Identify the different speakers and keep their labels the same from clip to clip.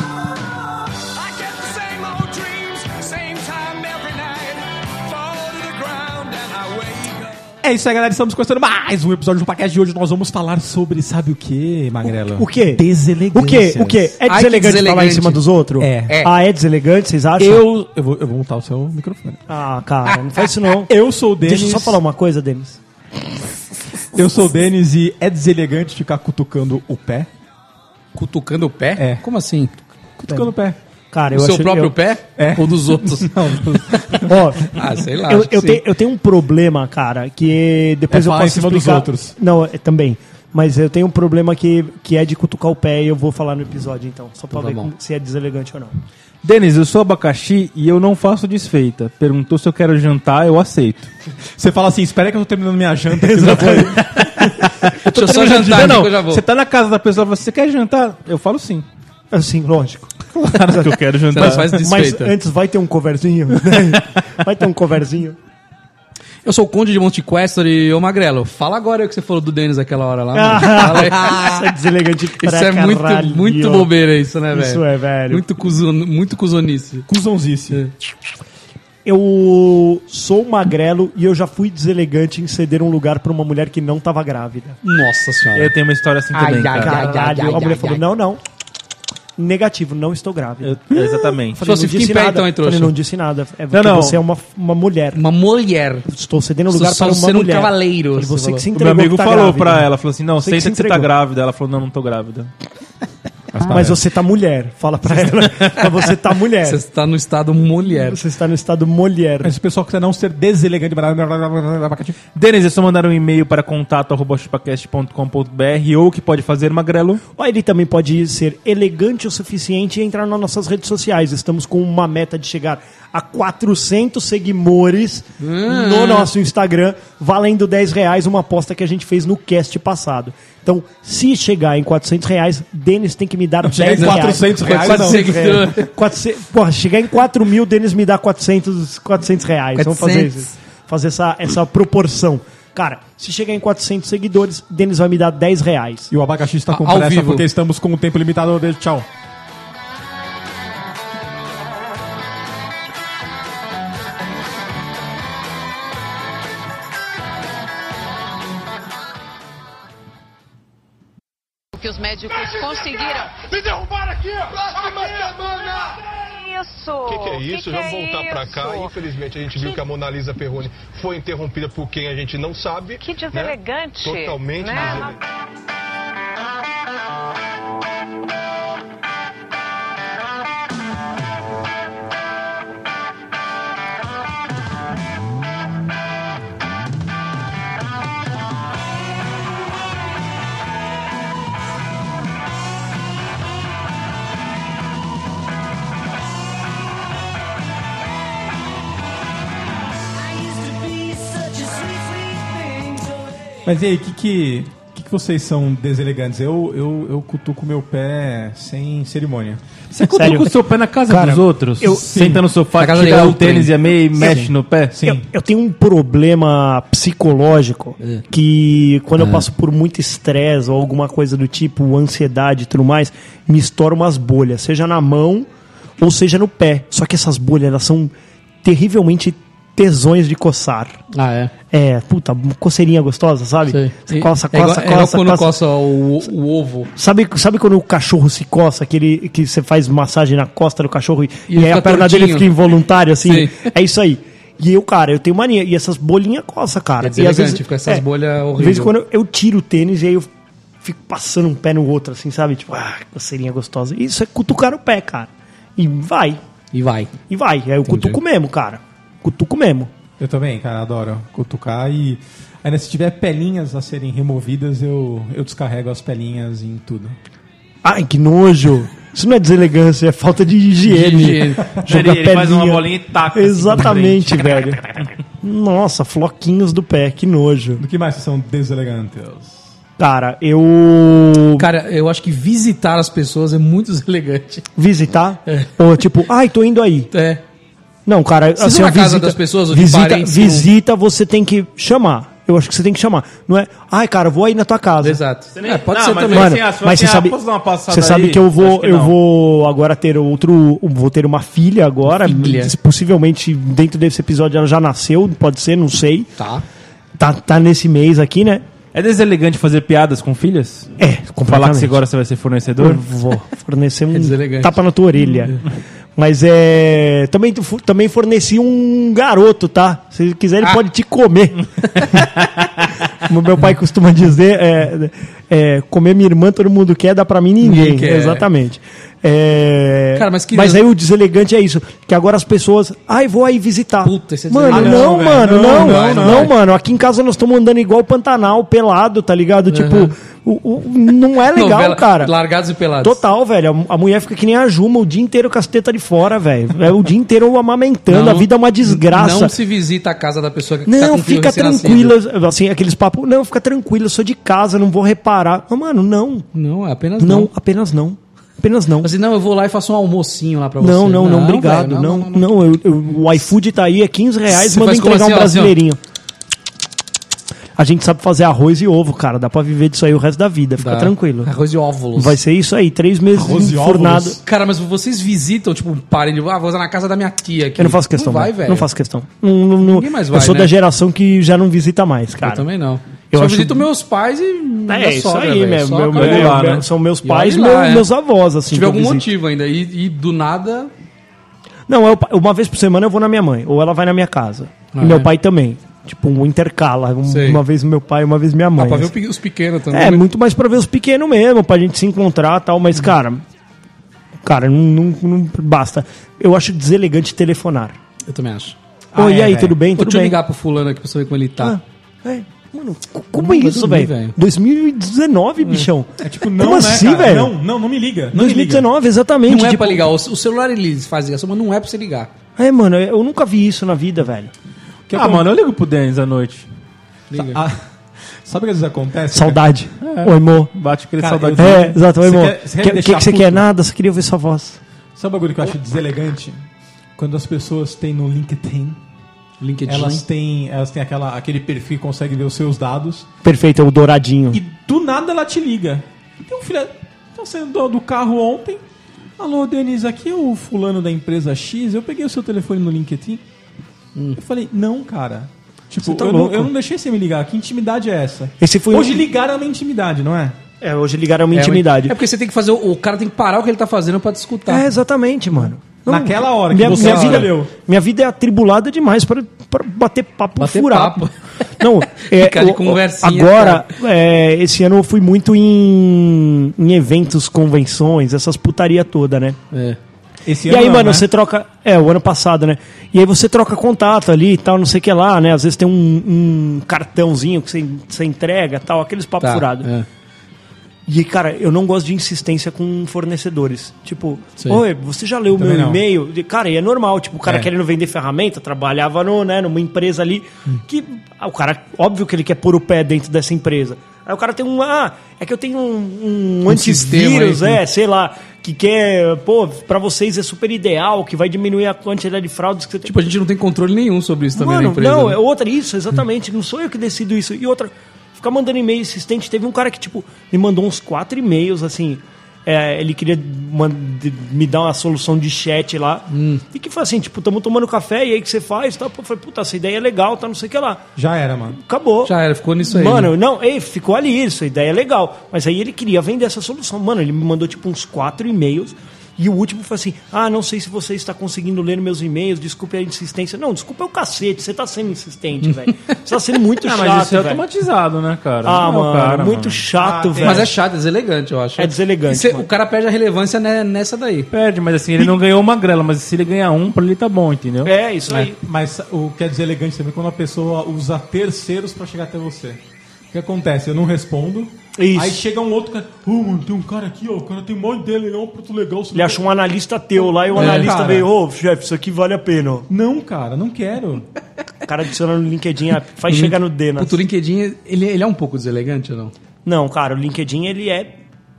Speaker 1: I get the same old dreams, same time every night. Fall to the ground and I wake up.
Speaker 2: É isso aí, galera. Estamos começando mais um episódio do podcast de hoje. Nós vamos falar sobre, sabe o que, Magrela?
Speaker 3: O quê?
Speaker 2: Deselegância.
Speaker 3: O quê? O quê? É
Speaker 4: Ai, que
Speaker 3: deselegante falar em
Speaker 4: deselegante.
Speaker 3: cima dos outros?
Speaker 2: É.
Speaker 4: É.
Speaker 3: Ah, é deselegante, vocês acham?
Speaker 2: Eu, eu, vou, eu vou montar o seu microfone.
Speaker 3: Ah, cara, não faz isso não.
Speaker 2: Eu sou o Denis.
Speaker 3: Deixa eu só falar uma coisa, Denis.
Speaker 2: Eu sou o Denis e é deselegante ficar cutucando o pé.
Speaker 4: Cutucando o pé?
Speaker 2: É.
Speaker 4: Como assim?
Speaker 2: Cutucando o pé.
Speaker 3: Cara,
Speaker 4: O
Speaker 3: eu
Speaker 4: seu
Speaker 3: acho-
Speaker 4: próprio
Speaker 3: eu-
Speaker 4: pé?
Speaker 2: É.
Speaker 4: Ou dos outros?
Speaker 3: Ó,
Speaker 4: Ah, sei lá.
Speaker 3: eu,
Speaker 4: acho que
Speaker 3: eu,
Speaker 4: sim.
Speaker 3: tenho, eu tenho um problema, cara, que depois
Speaker 2: É
Speaker 3: eu
Speaker 2: falar
Speaker 3: posso
Speaker 2: em cima dos
Speaker 3: explicar.
Speaker 2: outros.
Speaker 3: Não, é, também. Mas eu tenho um problema que, que é de cutucar o pé e eu vou falar no episódio, então. Só pra
Speaker 4: Então tá
Speaker 3: ver
Speaker 4: bom.
Speaker 3: como- se é deselegante ou não.
Speaker 5: Denis, eu sou abacaxi e eu não faço desfeita. Perguntou se eu quero jantar, eu aceito.
Speaker 2: Você fala assim, espera que eu tô terminando minha janta. que eu já vou.
Speaker 4: Deixa eu
Speaker 5: É
Speaker 4: só jantar,
Speaker 5: não,
Speaker 4: não. eu já vou.
Speaker 5: Você tá na casa da pessoa, você quer jantar? Eu falo sim.
Speaker 3: Assim, lógico.
Speaker 5: Claro que eu quero
Speaker 4: Você
Speaker 5: jantar.
Speaker 4: não faz
Speaker 3: Mas
Speaker 4: desfeita.
Speaker 3: antes vai ter um coverzinho. vai ter um coverzinho.
Speaker 4: Eu sou o Conde de Montequester e ô Magrelo. Fala agora o que você falou do Denis aquela hora lá. mano. Fala aí.
Speaker 3: Isso é deselegante pra
Speaker 4: Isso é
Speaker 3: caralho.
Speaker 4: muito, muito bobeira isso, né, velho?
Speaker 3: Isso é, velho.
Speaker 4: Muito, cuzon, muito cuzonice.
Speaker 2: Cusãozice.
Speaker 3: Eu sou magrelo e eu já fui deselegante em ceder um lugar pra uma mulher que não tava grávida.
Speaker 4: Nossa senhora.
Speaker 5: Eu tenho uma história assim também, cara.
Speaker 3: Caralho, a mulher falou: não, não. Negativo, não estou grávida.
Speaker 5: Eu- é, exatamente.
Speaker 3: Falei,
Speaker 4: Só se
Speaker 3: não
Speaker 4: fica
Speaker 3: disse
Speaker 4: em pé,
Speaker 3: nada.
Speaker 4: então, hein, trouxa.
Speaker 3: Falei, não disse nada. É porque
Speaker 5: não.
Speaker 3: você é uma, uma mulher.
Speaker 4: Uma mulher.
Speaker 3: Estou cedendo um lugar
Speaker 4: Só
Speaker 3: para uma
Speaker 4: sendo um
Speaker 3: mulher.
Speaker 4: cavaleiro,
Speaker 3: E
Speaker 4: você
Speaker 3: você que se
Speaker 5: O meu
Speaker 3: entregou
Speaker 5: amigo
Speaker 3: que tá
Speaker 5: falou
Speaker 3: grávida.
Speaker 5: pra ela, falou assim, não,
Speaker 3: Você que
Speaker 5: aceita
Speaker 3: se
Speaker 5: que, você tá
Speaker 3: entregou.
Speaker 5: grávida. Ela falou, não, não tô grávida.
Speaker 3: Mas você tá mulher. Fala pra ela. Mas você tá mulher.
Speaker 4: Você está no estado mulher.
Speaker 3: Você está no estado mulher.
Speaker 2: Mas o pessoal quiser não ser deselegante.
Speaker 5: Denis, é só mandar um e-mail para contato.chupacast.com.br ou o que pode fazer, Magrelo?
Speaker 3: Ó, Ele também pode ser elegante o suficiente e entrar nas nossas redes sociais. Estamos com uma meta de chegar a 400 seguidores
Speaker 2: Hum.
Speaker 3: no nosso Instagram, valendo 10 reais, uma aposta que a gente fez no cast passado. Então, se chegar em 400 reais, Denis tem que me dar 10
Speaker 2: em
Speaker 3: reais.
Speaker 2: 400 reais,
Speaker 4: Quase
Speaker 2: não.
Speaker 4: seguidor.
Speaker 3: É, 400, porra, chegar em 4 mil, Denis me dá 400, 400 reais. Vamos fazer
Speaker 4: 400.
Speaker 3: isso. Fazer essa, essa proporção. Cara, se chegar em 400 seguidores, Denis vai me dar 10 reais.
Speaker 2: E o abacaxi está com
Speaker 4: Ao
Speaker 2: pressa
Speaker 4: vivo.
Speaker 2: porque estamos com um tempo limitado. Eu deixo- Tchau.
Speaker 6: o que os médicos conseguiram.
Speaker 1: Me derrubaram aqui, ó! Próxima semana!
Speaker 6: Isso!
Speaker 7: O que, que é isso? Vamos voltar pra cá. Infelizmente, a gente viu que a Mona Lisa Perrone foi interrompida por quem a gente não sabe.
Speaker 6: Que
Speaker 7: né?
Speaker 6: deselegante.
Speaker 7: Totalmente
Speaker 6: né?
Speaker 7: deselegante.
Speaker 2: Mas e aí, o que, que, que que vocês são deselegantes? Eu, eu, eu cutuco meu pé sem cerimônia.
Speaker 5: Você
Speaker 3: Sério?
Speaker 5: cutuca o seu pé na casa
Speaker 3: Cara,
Speaker 5: dos outros?
Speaker 3: eu-
Speaker 5: Senta no sofá,
Speaker 4: Na casa de
Speaker 5: tira o
Speaker 4: outro,
Speaker 5: tênis
Speaker 4: hein?
Speaker 5: e a meia e mexe no pé?
Speaker 3: Eu, eu tenho um problema psicológico
Speaker 4: É.
Speaker 3: que quando eu passo por muito estresse ou alguma coisa do tipo, ansiedade e tudo mais, me estoura umas bolhas, seja na mão ou seja no pé. Só que essas bolhas, elas são terrivelmente tesões de coçar.
Speaker 4: Ah, é.
Speaker 3: É, puta, coceirinha gostosa, sabe? Você
Speaker 4: E-
Speaker 3: coça,
Speaker 4: é igual-
Speaker 3: coça,
Speaker 4: é igual
Speaker 3: coça,
Speaker 4: quando
Speaker 3: coça.
Speaker 4: coça o, o ovo.
Speaker 3: Sabe, sabe quando o cachorro se coça, que, ele, que você faz massagem na costa do cachorro e,
Speaker 4: E
Speaker 3: e aí
Speaker 4: ele
Speaker 3: a
Speaker 4: fica
Speaker 3: perna
Speaker 4: tortinho.
Speaker 3: dele fica involuntária, assim?
Speaker 4: Sim.
Speaker 3: É isso aí. E eu, cara, eu tenho mania. E essas bolinhas coça, cara. e
Speaker 4: É
Speaker 3: às vezes,
Speaker 4: deselegante, fica essas bolhas
Speaker 3: De vez
Speaker 4: horríveis.
Speaker 3: em quando eu, eu tiro o tênis e aí eu fico passando um pé no outro, assim, sabe? Tipo, ah, coceirinha gostosa. Isso é cutucar o pé, cara. E vai,
Speaker 4: E vai.
Speaker 3: e É vai. Aí eu cutuco mesmo, cara. Cutuco mesmo.
Speaker 2: Eu também, cara, adoro cutucar e. Ainda se tiver pelinhas a serem removidas, eu, eu descarrego as pelinhas em tudo.
Speaker 3: Ai, que nojo. Isso não é deselegância, é falta de higiene.
Speaker 4: De higiene.
Speaker 3: Jogar
Speaker 8: Ele faz uma
Speaker 3: pelinha.
Speaker 8: bolinha e taca. assim pra
Speaker 3: Exatamente, velho. Nossa, floquinhos do pé, que nojo.
Speaker 2: Do que mais que são deselegantes?
Speaker 3: Cara, eu
Speaker 4: Cara, eu acho que visitar as pessoas é muito elegante.
Speaker 3: visitar, ou tipo, ai, tô indo aí.
Speaker 4: É.
Speaker 3: Não, cara, assim,
Speaker 4: Vocês vão na casa das pessoas ou de
Speaker 3: visita,
Speaker 4: parentes que não-
Speaker 3: visita você tem que chamar. Eu acho que você tem que chamar. Não é, ai, cara, vou aí na tua casa.
Speaker 4: Exato.
Speaker 8: nem-
Speaker 4: É, pode
Speaker 8: Não,
Speaker 4: ser
Speaker 8: mas
Speaker 4: também.
Speaker 3: Mano,
Speaker 8: assim, ah, você fala
Speaker 3: mas você
Speaker 8: assim, ah,
Speaker 3: sabe,
Speaker 8: posso dar uma passada
Speaker 3: você sabe
Speaker 8: aí?
Speaker 3: que eu
Speaker 8: Acho
Speaker 3: vou,
Speaker 8: que
Speaker 3: eu
Speaker 8: não.
Speaker 3: vou agora ter outro, um, vou ter uma filha agora,
Speaker 4: Filha.
Speaker 3: possivelmente dentro desse episódio ela já nasceu, pode ser, não sei.
Speaker 4: Tá.
Speaker 3: Tá, tá nesse mês aqui, né?
Speaker 5: É deselegante fazer piadas com filhas?
Speaker 3: É,
Speaker 5: Falar que
Speaker 3: completamente.
Speaker 5: você agora você vai ser fornecedor?
Speaker 3: Eu vou fornecer um
Speaker 4: É deselegante.
Speaker 3: tapa na tua orelha. Mas é. Também, tu fu- também forneci um garoto, tá? Se quiser, ele
Speaker 4: Ah.
Speaker 3: pode te comer. Como meu pai costuma dizer, é, é, comer minha irmã todo mundo quer, dá pra mim ninguém.
Speaker 4: Ninguém quer.
Speaker 3: Exatamente. É,
Speaker 4: Cara, mas que-
Speaker 3: aí o deselegante é isso, que agora as pessoas. Ai, vou aí visitar.
Speaker 4: Puta, esse é
Speaker 3: mano,
Speaker 4: deselegante.
Speaker 3: não,
Speaker 2: Ah, não,
Speaker 3: mano,
Speaker 2: velho.
Speaker 3: não,
Speaker 2: Não,
Speaker 3: não,
Speaker 2: vai, não vai.
Speaker 3: mano. Aqui em casa nós estamos andando igual o Pantanal, pelado, tá ligado? Tipo, o- o- não é legal,
Speaker 4: Novela
Speaker 3: cara.
Speaker 4: Largados e pelados.
Speaker 3: Total, velho. A a mulher fica que nem a Juma o dia inteiro com as tetas de fora, velho. É o dia inteiro amamentando.
Speaker 4: Não-
Speaker 3: a vida é uma desgraça.
Speaker 4: Não se visita a casa da pessoa que tá
Speaker 3: Não,
Speaker 4: com filho
Speaker 3: fica
Speaker 4: recém-nascido.
Speaker 3: tranquila. Assim, aqueles papos. Não, fica tranquila, eu sou de casa, não vou reparar. Não, mano, não.
Speaker 4: Não, é apenas não.
Speaker 3: Não, apenas não. Apenas não.
Speaker 4: Assim, não, eu vou lá e faço um almocinho lá pra você.
Speaker 3: Não, não, não,
Speaker 4: velho,
Speaker 3: obrigado. Não, não, eu- eu- o iFood tá aí, é 15 reais,
Speaker 4: Você
Speaker 3: manda
Speaker 4: faz como
Speaker 3: entregar um
Speaker 4: assim, ó, assim, ó.
Speaker 3: brasileirinho. A gente sabe fazer arroz e ovo, cara. Dá pra viver disso aí o resto da vida. Fica
Speaker 4: Tá.
Speaker 3: tranquilo.
Speaker 4: Arroz de óvulos.
Speaker 3: Vai ser isso aí. Três meses
Speaker 2: Arroz e
Speaker 3: fornado.
Speaker 2: óvulos.
Speaker 4: Cara, mas vocês visitam, tipo, um parente, ah, vou usar na casa da minha tia aqui.
Speaker 3: Eu não faço questão.
Speaker 4: Não vai,
Speaker 3: mano.
Speaker 4: velho.
Speaker 3: Não faço questão. Não, não, não-
Speaker 4: Ninguém mais
Speaker 3: eu
Speaker 4: vai,
Speaker 3: sou
Speaker 4: né?
Speaker 3: da geração que já não visita mais, cara.
Speaker 4: Eu também não.
Speaker 3: Eu
Speaker 4: Eu só
Speaker 3: acho-
Speaker 4: visito meus pais e minha
Speaker 3: É, isso
Speaker 4: sogra,
Speaker 3: aí,
Speaker 4: velho,
Speaker 3: né?
Speaker 4: só,
Speaker 3: Meu-
Speaker 4: acabou.
Speaker 3: meu-
Speaker 5: lá,
Speaker 3: meu-
Speaker 5: né?
Speaker 3: São meus
Speaker 4: E
Speaker 3: pais,
Speaker 4: olha
Speaker 3: meu-
Speaker 4: lá, é.
Speaker 3: meus avós, assim.
Speaker 4: Se
Speaker 3: que
Speaker 4: tiver
Speaker 3: eu
Speaker 4: algum
Speaker 3: visito.
Speaker 4: motivo ainda. E, e do nada.
Speaker 3: Não, eu- uma vez por semana eu vou na minha mãe, ou ela vai na minha casa.
Speaker 4: Ah,
Speaker 3: e meu
Speaker 4: é?
Speaker 3: pai também. Tipo, um intercala. um-
Speaker 4: Sei.
Speaker 3: uma vez meu pai, uma vez minha
Speaker 4: Ah,
Speaker 3: mãe.
Speaker 4: pra ver
Speaker 3: assim.
Speaker 4: o pe- os pequenos também. Uhum.
Speaker 3: É,
Speaker 4: né?
Speaker 3: muito mais pra ver os pequenos mesmo, pra gente se encontrar e tal, mas, cara. Cara, não, não- não basta. Eu acho deselegante telefonar.
Speaker 4: Eu também acho.
Speaker 3: Oi,
Speaker 2: Ah,
Speaker 3: e
Speaker 2: é,
Speaker 3: aí,
Speaker 2: velho.
Speaker 3: tudo bem?
Speaker 4: Vou
Speaker 3: Tudo
Speaker 4: te
Speaker 3: bem?
Speaker 4: ligar pro fulano aqui pra saber como ele tá.
Speaker 3: É, mano, co- como é isso,
Speaker 4: dormir,
Speaker 3: velho?
Speaker 4: velho.
Speaker 3: 2019, bichão. É
Speaker 2: Tipo, não,
Speaker 3: como
Speaker 2: né,
Speaker 3: assim,
Speaker 2: cara?
Speaker 3: velho?
Speaker 2: Não, não, não me liga. Não me liga.
Speaker 3: 2019, exatamente.
Speaker 4: Não é
Speaker 3: tipo-
Speaker 4: pra ligar. O o celular ele faz ligação, mas não é pra você ligar.
Speaker 3: É, mano, eu nunca vi isso na vida, velho.
Speaker 5: ah, mano, eu ligo pro Denis à noite.
Speaker 4: Liga.
Speaker 2: Ah, sabe o que às vezes acontece? cara?
Speaker 3: Saudade. É. Oi, amor.
Speaker 5: Bate aquele
Speaker 2: Cara,
Speaker 5: saudade.
Speaker 2: eu-
Speaker 3: É, exato, oi,
Speaker 2: Você
Speaker 3: amor.
Speaker 2: quer- você quer
Speaker 3: Que-
Speaker 2: me
Speaker 3: O que, que você
Speaker 2: deixar
Speaker 3: quer?
Speaker 2: puto?
Speaker 3: Nada, só queria ouvir sua voz.
Speaker 2: Sabe o bagulho que eu acho deselegante? Quando as pessoas têm no LinkedIn,
Speaker 4: LinkedIn.
Speaker 2: elas têm, elas têm aquela, aquele perfil que consegue ver os seus dados
Speaker 3: Perfeito, é o douradinho.
Speaker 2: e do nada ela te liga. Tem um filho, tá saindo do, do carro ontem. Alô, Denise, aqui é o fulano da empresa X. Eu peguei o seu telefone no LinkedIn. Eu falei, não, cara. Hum. Tipo,
Speaker 3: tá
Speaker 2: eu, não,
Speaker 3: louco.
Speaker 2: eu não deixei você me ligar. Que intimidade é essa?
Speaker 3: Esse foi
Speaker 2: Hoje
Speaker 3: um-
Speaker 2: ligaram a minha intimidade, não é?
Speaker 3: É, hoje ligaram uma
Speaker 4: É,
Speaker 3: intimidade.
Speaker 4: É porque você tem que fazer. O, o cara tem que parar o que ele tá fazendo pra te escutar.
Speaker 3: É, exatamente, mano.
Speaker 2: Naquela hora que
Speaker 3: minha,
Speaker 2: você
Speaker 3: minha vida,
Speaker 2: escolheu.
Speaker 3: minha vida é atribulada demais para, para bater papo
Speaker 4: Bater
Speaker 3: furado.
Speaker 4: papo.
Speaker 3: Não, é,
Speaker 4: Ficar de
Speaker 3: o- o-
Speaker 4: conversinha,
Speaker 3: agora, é, esse ano eu fui muito em, em eventos, convenções, essas putaria toda, né?
Speaker 4: É.
Speaker 2: Esse
Speaker 3: E aí,
Speaker 2: não,
Speaker 3: mano,
Speaker 2: né?
Speaker 3: você troca. É, o ano passado, né? E aí você troca contato ali e tal, não sei o que lá, né? Às vezes tem um, um cartãozinho que você, você entrega tal, aqueles papo
Speaker 4: Tá,
Speaker 3: furado.
Speaker 4: é.
Speaker 3: E, cara, eu não gosto de insistência com fornecedores. Tipo,
Speaker 4: Sim.
Speaker 3: oi, você já leu o meu
Speaker 2: Também não.
Speaker 3: e-mail? E, Cara, e é normal. Tipo, o cara
Speaker 2: É.
Speaker 3: querendo vender ferramenta, trabalhava no, né, numa empresa ali que... ah, o cara, óbvio que ele quer pôr o pé dentro dessa empresa. Aí o cara tem um... Ah, é que eu tenho um, um antivírus,
Speaker 4: sistema aí,
Speaker 3: é, sei lá, que quer... Pô, pra vocês é super ideal, que vai diminuir a quantidade de fraudes que você tem.
Speaker 4: Tipo, a gente não tem controle nenhum sobre isso também na
Speaker 3: Mano,
Speaker 4: empresa.
Speaker 3: não,
Speaker 4: né?
Speaker 3: é outra, isso, exatamente. Não sou eu que decido isso. E outra, ficar mandando e-mail insistente. Teve um cara que, tipo, me mandou uns quatro e-mails, assim. é, ele queria man- de- me dar uma solução de chat lá.
Speaker 4: Hum.
Speaker 3: E que foi assim, tipo, estamos tomando café, e aí o que você faz? Tá? Eu falei, puta, essa ideia é legal, tá, não sei o que lá.
Speaker 2: Já era, mano.
Speaker 3: Acabou.
Speaker 4: Já era, ficou nisso aí.
Speaker 3: Mano, não, ei, ficou ali, isso, a ideia é legal. Mas aí ele queria vender essa solução. Mano, ele me mandou, tipo, uns quatro e-mails E o último foi assim: ah, não sei se você está conseguindo ler meus e-mails, desculpe a insistência. Não, desculpa é o cacete, você está sendo insistente, velho. Você está sendo muito
Speaker 5: Ah,
Speaker 3: chato.
Speaker 5: mas isso é
Speaker 3: velho.
Speaker 5: automatizado, né, cara?
Speaker 3: Ah,
Speaker 5: Não,
Speaker 3: mano,
Speaker 5: cara,
Speaker 3: muito
Speaker 5: mano.
Speaker 3: chato,
Speaker 2: Ah,
Speaker 3: velho.
Speaker 4: Mas é chato, é deselegante, eu acho.
Speaker 3: É deselegante,
Speaker 4: E cê-
Speaker 3: mano.
Speaker 4: o cara perde a relevância né, nessa daí.
Speaker 5: Perde, mas assim, ele não ganhou uma grela, mas se ele ganhar um, pra ele tá bom, entendeu?
Speaker 3: É, isso
Speaker 5: né?
Speaker 3: aí.
Speaker 2: Mas o que é deselegante também é quando a pessoa usa terceiros pra chegar até você. O que acontece? Eu não respondo.
Speaker 3: Isso.
Speaker 2: Aí chega um outro cara. Ô, mano, tem um cara aqui, ó. O cara tem mó ideia, ele é um produto legal. você
Speaker 3: Ele
Speaker 2: não
Speaker 3: acha um analista teu lá e o
Speaker 2: É,
Speaker 3: analista
Speaker 2: cara.
Speaker 3: veio, ô, chefe, isso aqui vale a pena. ó."
Speaker 2: Não, cara, não quero.
Speaker 3: O cara adiciona no LinkedIn, ah, faz chegar no Dena.
Speaker 4: Puta, Tipo, O LinkedIn, ele, ele é um pouco deselegante ou não?
Speaker 3: Não, cara, o LinkedIn, ele é.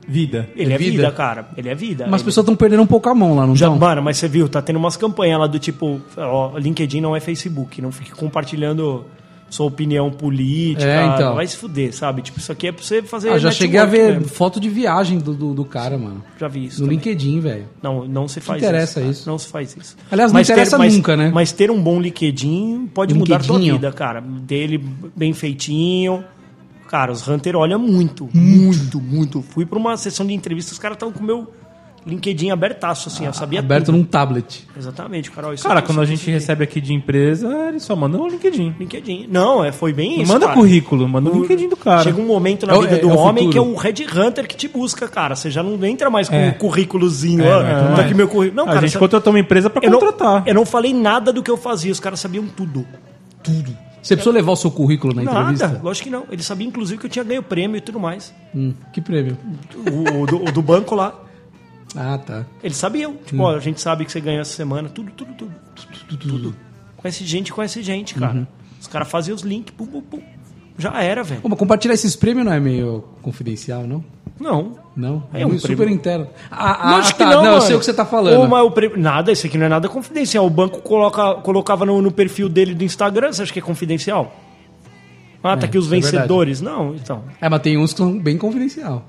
Speaker 2: Vida.
Speaker 3: Ele é,
Speaker 4: É
Speaker 3: vida.
Speaker 4: vida?
Speaker 3: cara. Ele é vida.
Speaker 4: Mas as
Speaker 3: Ele-
Speaker 4: pessoas estão perdendo um pouco a mão lá, não
Speaker 3: Já,
Speaker 4: estão?
Speaker 3: mano, mas você viu, tá tendo umas campanhas lá do tipo, ó, LinkedIn não é Facebook, não fique compartilhando sua opinião política,
Speaker 4: É, então.
Speaker 3: vai se fuder, sabe? Tipo, isso aqui é pra você fazer
Speaker 4: Ah, já
Speaker 3: network
Speaker 4: cheguei a ver
Speaker 3: mesmo.
Speaker 4: foto de viagem do, do, do cara, mano.
Speaker 3: Já vi isso
Speaker 4: No
Speaker 3: também.
Speaker 4: LinkedIn, velho.
Speaker 3: Não, não se faz isso,
Speaker 4: interessa
Speaker 3: cara.
Speaker 4: isso.
Speaker 3: Não se faz isso.
Speaker 4: Aliás, não interessa
Speaker 3: mas-
Speaker 4: nunca, né?
Speaker 3: Mas ter um bom LinkedIn pode mudar tua
Speaker 4: LinkedIn.
Speaker 3: vida, cara. Dele bem feitinho. Cara, os Hunter olham muito, muito, muito. Fui pra uma sessão de entrevista, os caras estavam com o meu LinkedIn abertaço, assim, eu sabia
Speaker 4: Aberto
Speaker 3: tudo.
Speaker 4: num tablet.
Speaker 3: Exatamente, cara. ó, isso
Speaker 5: Cara,
Speaker 3: aqui,
Speaker 5: quando a
Speaker 3: isso aqui,
Speaker 5: gente
Speaker 3: isso aqui.
Speaker 5: recebe aqui de empresa, ele só manda um LinkedIn.
Speaker 3: LinkedIn. Não, é, foi bem
Speaker 5: Não
Speaker 3: isso.
Speaker 5: manda
Speaker 3: cara.
Speaker 5: currículo, manda o LinkedIn do cara.
Speaker 3: Chega um momento na
Speaker 4: É o-
Speaker 3: vida
Speaker 4: é-
Speaker 3: do
Speaker 4: é o
Speaker 3: homem
Speaker 4: futuro.
Speaker 3: que é um Red Hunter que te busca, cara. Você já não entra mais com um currículozinho.
Speaker 5: É,
Speaker 3: ó,
Speaker 5: né,
Speaker 3: tá
Speaker 5: tudo
Speaker 3: aqui
Speaker 5: mais.
Speaker 3: meu currículo. Não,
Speaker 5: a
Speaker 3: cara,
Speaker 5: gente
Speaker 3: você-
Speaker 5: contratou uma empresa pra
Speaker 3: eu, não,
Speaker 5: contratar.
Speaker 3: eu não falei nada do que eu fazia. Os caras sabiam tudo.
Speaker 4: Você precisou levar o seu currículo na entrevista?
Speaker 3: Nada, lógico que não. Ele sabia, inclusive, que eu tinha ganho prêmio e tudo mais.
Speaker 4: Hum, que prêmio.
Speaker 3: O, o do, o do banco lá.
Speaker 4: Ah, tá.
Speaker 3: Eles sabiam. Tipo, ó, a gente sabe que você ganhou essa semana. Tudo, tudo, tudo. Tudo. tudo, tudo. Conhece gente, conhece gente, cara. Os caras faziam os links. Pum, pum, pum. Já era, velho.
Speaker 4: Pô, mas compartilhar esses prêmios não é meio confidencial, não?
Speaker 3: Não.
Speaker 4: Não?
Speaker 3: É um
Speaker 4: super
Speaker 3: prêmio.
Speaker 4: interno. Ah, ah,
Speaker 3: Lógico
Speaker 4: tá.
Speaker 3: que não,
Speaker 4: não eu
Speaker 3: mano.
Speaker 4: sei o que você tá falando.
Speaker 3: Ô, mas o pre- Nada, isso aqui não é nada confidencial. O banco coloca, colocava no, no perfil dele do Instagram, você acha que é confidencial? Ah, tá
Speaker 4: É,
Speaker 3: aqui os
Speaker 4: isso é verdade.
Speaker 3: vencedores. não, então.
Speaker 4: É, mas tem uns que são bem confidencial.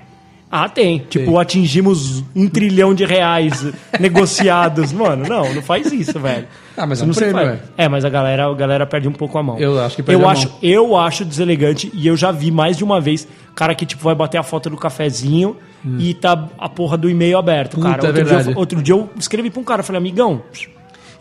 Speaker 3: Ah, tem. Tipo,
Speaker 4: Tem.
Speaker 3: atingimos um trilhão de reais negociados. Mano, não, não faz isso, velho.
Speaker 4: Ah, mas é um
Speaker 3: não se
Speaker 4: prêmio,
Speaker 3: faz. É, mas a galera, a galera perde um pouco a mão.
Speaker 4: Eu acho que perde
Speaker 3: eu
Speaker 4: a
Speaker 3: acho,
Speaker 4: mão.
Speaker 3: Eu acho deselegante e eu já vi mais de uma vez cara que tipo vai bater a foto do cafezinho e tá a porra do e-mail aberto,
Speaker 4: Hum. Puta,
Speaker 3: cara.
Speaker 4: é
Speaker 3: Outro, dia,
Speaker 4: verdade.
Speaker 3: eu- outro dia eu escrevi pra um cara, falei, amigão...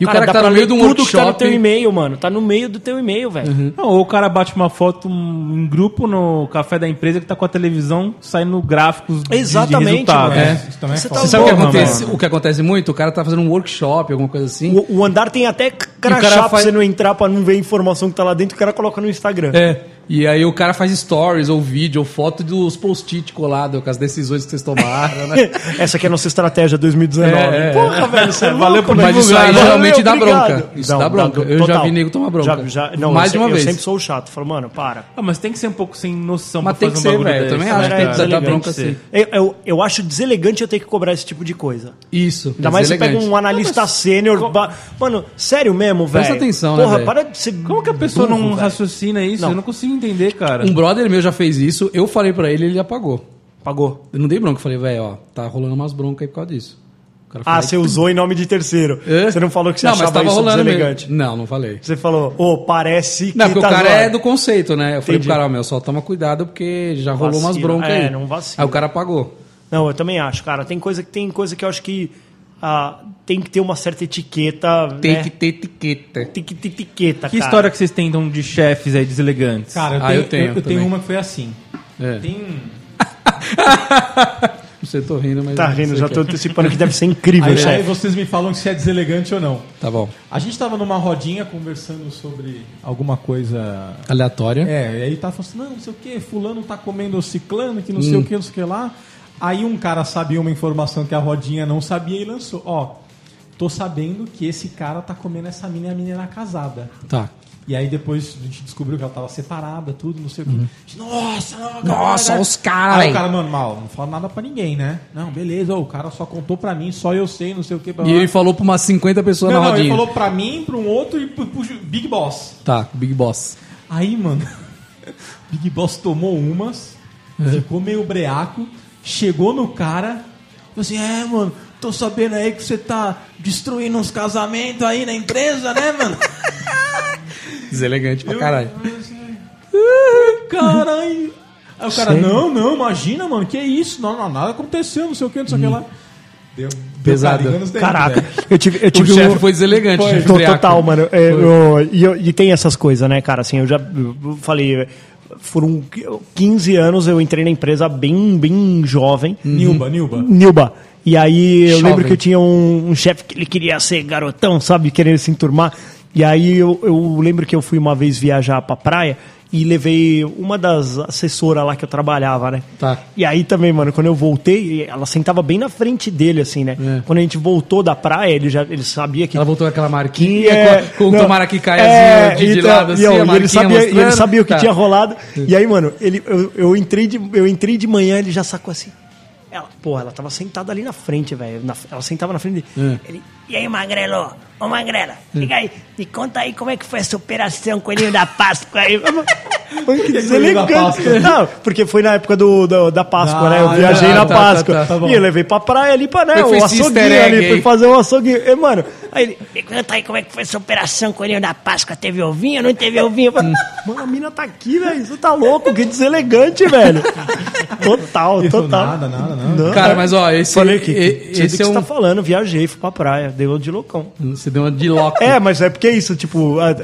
Speaker 4: E o cara que
Speaker 3: dá
Speaker 4: tá
Speaker 3: pra
Speaker 4: no meio
Speaker 3: ler
Speaker 4: de um
Speaker 3: tudo que tá no
Speaker 4: workshop- Uhum.
Speaker 3: teu e-mail, mano. Tá no meio do teu e-mail, velho.
Speaker 5: Não, ou o cara bate uma foto um- em grupo no café da empresa que tá com a televisão saindo gráficos de-
Speaker 3: Exatamente,
Speaker 5: de resultados.
Speaker 3: mano.
Speaker 4: É.
Speaker 2: Isso também é
Speaker 3: Você tá
Speaker 2: foda.
Speaker 4: Você sabe o que,
Speaker 5: Porra,
Speaker 4: acontece,
Speaker 5: mano.
Speaker 4: o que acontece muito? O cara tá fazendo um workshop, alguma coisa assim.
Speaker 3: O, o andar tem até crachá
Speaker 4: cara
Speaker 3: pra
Speaker 4: faz-
Speaker 3: você não entrar, pra não ver a informação que tá lá dentro, o cara coloca no Instagram.
Speaker 4: É. E aí o cara faz stories, ou vídeo, ou foto dos post-it colado com as decisões que vocês tomaram, né?
Speaker 3: Essa aqui é a nossa estratégia 2019.
Speaker 4: É, é,
Speaker 3: Porra, velho, você é louco,
Speaker 4: Valeu por
Speaker 3: velho.
Speaker 4: Mas isso aí
Speaker 3: Valeu,
Speaker 4: realmente dá
Speaker 3: obrigado.
Speaker 4: bronca. Isso dá bronca. Eu já vi nego tomar bronca.
Speaker 3: Já- já- não,
Speaker 4: Mais
Speaker 3: eu se-
Speaker 4: de uma vez.
Speaker 3: Eu sempre sou o chato. Falo, mano, para.
Speaker 5: Ah, mas tem que ser um pouco sem noção
Speaker 4: Mas
Speaker 5: pra
Speaker 4: tem
Speaker 5: fazer
Speaker 4: que
Speaker 5: um
Speaker 4: ser,
Speaker 5: bagulho
Speaker 4: velho. Eu
Speaker 5: desse.
Speaker 4: também acho
Speaker 3: Cara,
Speaker 4: que
Speaker 3: é
Speaker 4: tem que dar
Speaker 3: deselegante
Speaker 4: bronca
Speaker 5: ser.
Speaker 4: assim.
Speaker 3: Eu, eu, eu acho deselegante eu ter que cobrar esse tipo de coisa.
Speaker 4: Isso. é
Speaker 3: Ainda mais se pega
Speaker 4: deselegante.
Speaker 3: um analista sênior. ba- Mano, sério mesmo, velho.
Speaker 4: Presta atenção, né,
Speaker 3: Porra,
Speaker 4: velho?
Speaker 3: para de ser.
Speaker 5: Como que a pessoa
Speaker 3: burro,
Speaker 5: não
Speaker 3: velho?
Speaker 5: raciocina isso?
Speaker 3: Não.
Speaker 5: Eu não consigo entender, cara.
Speaker 4: Um brother meu já fez isso, eu falei pra ele, ele apagou.
Speaker 3: Pagou.
Speaker 4: Eu não dei bronca, eu falei, velho, ó, tá rolando umas broncas aí por causa disso. O cara
Speaker 3: Ah,
Speaker 4: falou,
Speaker 3: você usou em nome de terceiro.
Speaker 4: "Hã?"
Speaker 3: Você não falou que você
Speaker 4: É? Não, mas
Speaker 3: achava
Speaker 4: tava
Speaker 3: isso
Speaker 4: rolando
Speaker 3: deselegante.
Speaker 4: mesmo. Não, não falei.
Speaker 3: Você falou, ô, parece que.
Speaker 4: Não, porque
Speaker 3: tá
Speaker 4: o cara
Speaker 3: zoado.
Speaker 4: é do conceito, né? Eu falei
Speaker 3: Entendi.
Speaker 4: pro cara, ó, meu, só toma cuidado porque já rolou umas
Speaker 3: Vacila.
Speaker 4: broncas
Speaker 3: É,
Speaker 4: aí.
Speaker 3: não vacila.
Speaker 4: Aí o cara apagou.
Speaker 3: Não, eu também acho, cara. Tem coisa que tem coisa que eu acho que ah, tem que ter uma certa etiqueta.
Speaker 4: Tem
Speaker 3: né?
Speaker 4: que ter etiqueta.
Speaker 3: Tem que ter etiqueta,
Speaker 5: Que
Speaker 3: cara.
Speaker 5: história que vocês têm então, de chefes aí deselegantes?
Speaker 2: Cara, eu
Speaker 4: Ah,
Speaker 2: tenho,
Speaker 4: eu tenho
Speaker 2: eu- eu tenho
Speaker 4: também.
Speaker 2: uma que foi assim.
Speaker 4: É.
Speaker 2: Tem um-
Speaker 4: Não sei, tô rindo, mas...
Speaker 3: Tá
Speaker 4: não sei
Speaker 3: rindo,
Speaker 4: o
Speaker 3: já
Speaker 4: que
Speaker 3: tô
Speaker 4: é.
Speaker 3: antecipando que deve ser incrível, né?
Speaker 2: Aí, aí
Speaker 3: chefe.
Speaker 2: vocês me falam se é deselegante ou não.
Speaker 4: Tá bom.
Speaker 2: A gente tava numa rodinha conversando sobre alguma coisa
Speaker 4: Aleatória.
Speaker 2: É, e aí tá falando assim, não, não sei o que, fulano tá comendo ciclano, que não
Speaker 4: Hum.
Speaker 2: sei o que, não sei o que lá. Aí um cara sabia uma informação que a rodinha não sabia e lançou. Ó, tô sabendo que esse cara tá comendo essa mina e a mina era casada.
Speaker 3: É.
Speaker 4: Tá.
Speaker 2: E aí depois a gente descobriu que ela tava separada, tudo, não sei o que. Nossa, não, cara,
Speaker 4: Uhum. Nossa,
Speaker 2: cara.
Speaker 4: os caras,
Speaker 2: Aí o
Speaker 4: velho.
Speaker 2: cara, mano, mal, não fala nada pra ninguém, né? Não, beleza, ó, o cara só contou pra mim, só eu sei, não sei o que.
Speaker 4: E ele falou pra umas 50 pessoas
Speaker 2: não,
Speaker 4: na
Speaker 2: não, ele
Speaker 4: rodinha.
Speaker 2: falou pra mim, pra um outro e pro, pro Big Boss.
Speaker 4: Tá, Big Boss.
Speaker 2: Aí, mano, Big Boss tomou umas,
Speaker 4: É.
Speaker 2: ficou meio breaco, chegou no cara, falou assim: É, mano, tô sabendo aí que você tá destruindo uns casamentos aí na empresa, né, mano?
Speaker 4: Deselegante pra caralho.
Speaker 2: Ah, Caralho. Aí o cara: Não, não, imagina, mano, que isso, não, não, nada aconteceu, não sei o que, não sei o que lá.
Speaker 8: Deu,
Speaker 4: Pesado.
Speaker 8: deu carinho nos dentes,
Speaker 3: Caraca,
Speaker 2: né?
Speaker 8: velho.
Speaker 3: eu tive, eu
Speaker 4: O
Speaker 3: tive
Speaker 4: chefe
Speaker 3: um-
Speaker 4: foi deselegante.
Speaker 3: Foi,
Speaker 4: chefe
Speaker 3: to-
Speaker 4: Triaco.
Speaker 3: total, mano. É, eu- e, eu- e tem essas coisas, né, cara? Assim, eu já eu falei. Foram 15 anos, eu entrei na empresa bem, bem jovem.
Speaker 2: Nilba, Nilba.
Speaker 3: Nilba. E aí eu
Speaker 4: Jovem.
Speaker 3: lembro que eu tinha um, um chefe que ele queria ser garotão, sabe? Querendo se enturmar. E aí eu, eu lembro que eu fui uma vez viajar pra praia e levei uma das assessoras lá que eu trabalhava, né?
Speaker 4: Tá.
Speaker 3: E aí também, mano, quando eu voltei, ela sentava bem na frente dele, assim, né?
Speaker 4: É.
Speaker 3: Quando a gente voltou da praia, ele já ele sabia que
Speaker 4: Ela voltou com aquela
Speaker 3: que
Speaker 4: marquinha,
Speaker 3: é,
Speaker 4: com, com
Speaker 3: não,
Speaker 4: o tomara que caia
Speaker 3: é,
Speaker 4: assim, de, de
Speaker 3: então,
Speaker 4: lado, assim,
Speaker 3: e eu-
Speaker 4: a
Speaker 3: e ele
Speaker 4: marquinha
Speaker 3: sabia, e ele
Speaker 4: mostrando.
Speaker 3: sabia o que
Speaker 4: Tá.
Speaker 3: tinha rolado. E aí, mano, ele, eu, eu entrei de, eu entrei de manhã, ele já sacou assim. Ela, porra, ela tava sentada ali na frente, velho. na- Ela sentava na frente dele.
Speaker 4: É.
Speaker 3: Ele, e aí, Magrelo? Ô, Magrela, liga aí. Me conta aí como é que foi essa operação Coelhinho da Páscoa aí.
Speaker 4: é
Speaker 3: Foi que
Speaker 2: Coelhinho da Páscoa?
Speaker 3: deselegante. Não, porque foi na época do, do- da Páscoa, né? Eu
Speaker 4: Ah,
Speaker 3: viajei
Speaker 4: tá,
Speaker 3: na
Speaker 4: tá,
Speaker 3: Páscoa.
Speaker 4: tá, tá, tá bom.
Speaker 3: e eu levei pra praia ali pra, né,
Speaker 4: Foi
Speaker 3: o
Speaker 4: esse easter
Speaker 3: açouguinho
Speaker 4: egg
Speaker 3: ali. Foi
Speaker 4: aí.
Speaker 3: fazer um açouguinho. E, mano, aí ele,
Speaker 9: Me conta aí como é que foi essa operação Coelhinho da Páscoa. Teve ovinho, não teve ovinho?
Speaker 3: Mano, a mina tá aqui, velho. Você tá louco, que deselegante, velho. Total,
Speaker 2: Isso,
Speaker 3: total.
Speaker 2: nada, nada, nada.
Speaker 3: Não, tá.
Speaker 4: Cara, mas ó, esse,
Speaker 3: né? Falei que,
Speaker 4: e-
Speaker 3: sei do
Speaker 4: esse
Speaker 3: que
Speaker 4: é
Speaker 3: você tá
Speaker 4: um...
Speaker 3: falando, viajei, fui pra praia, deu de loucão.
Speaker 4: Você deu uma de loco.
Speaker 3: É, mas é porque é isso, tipo, a-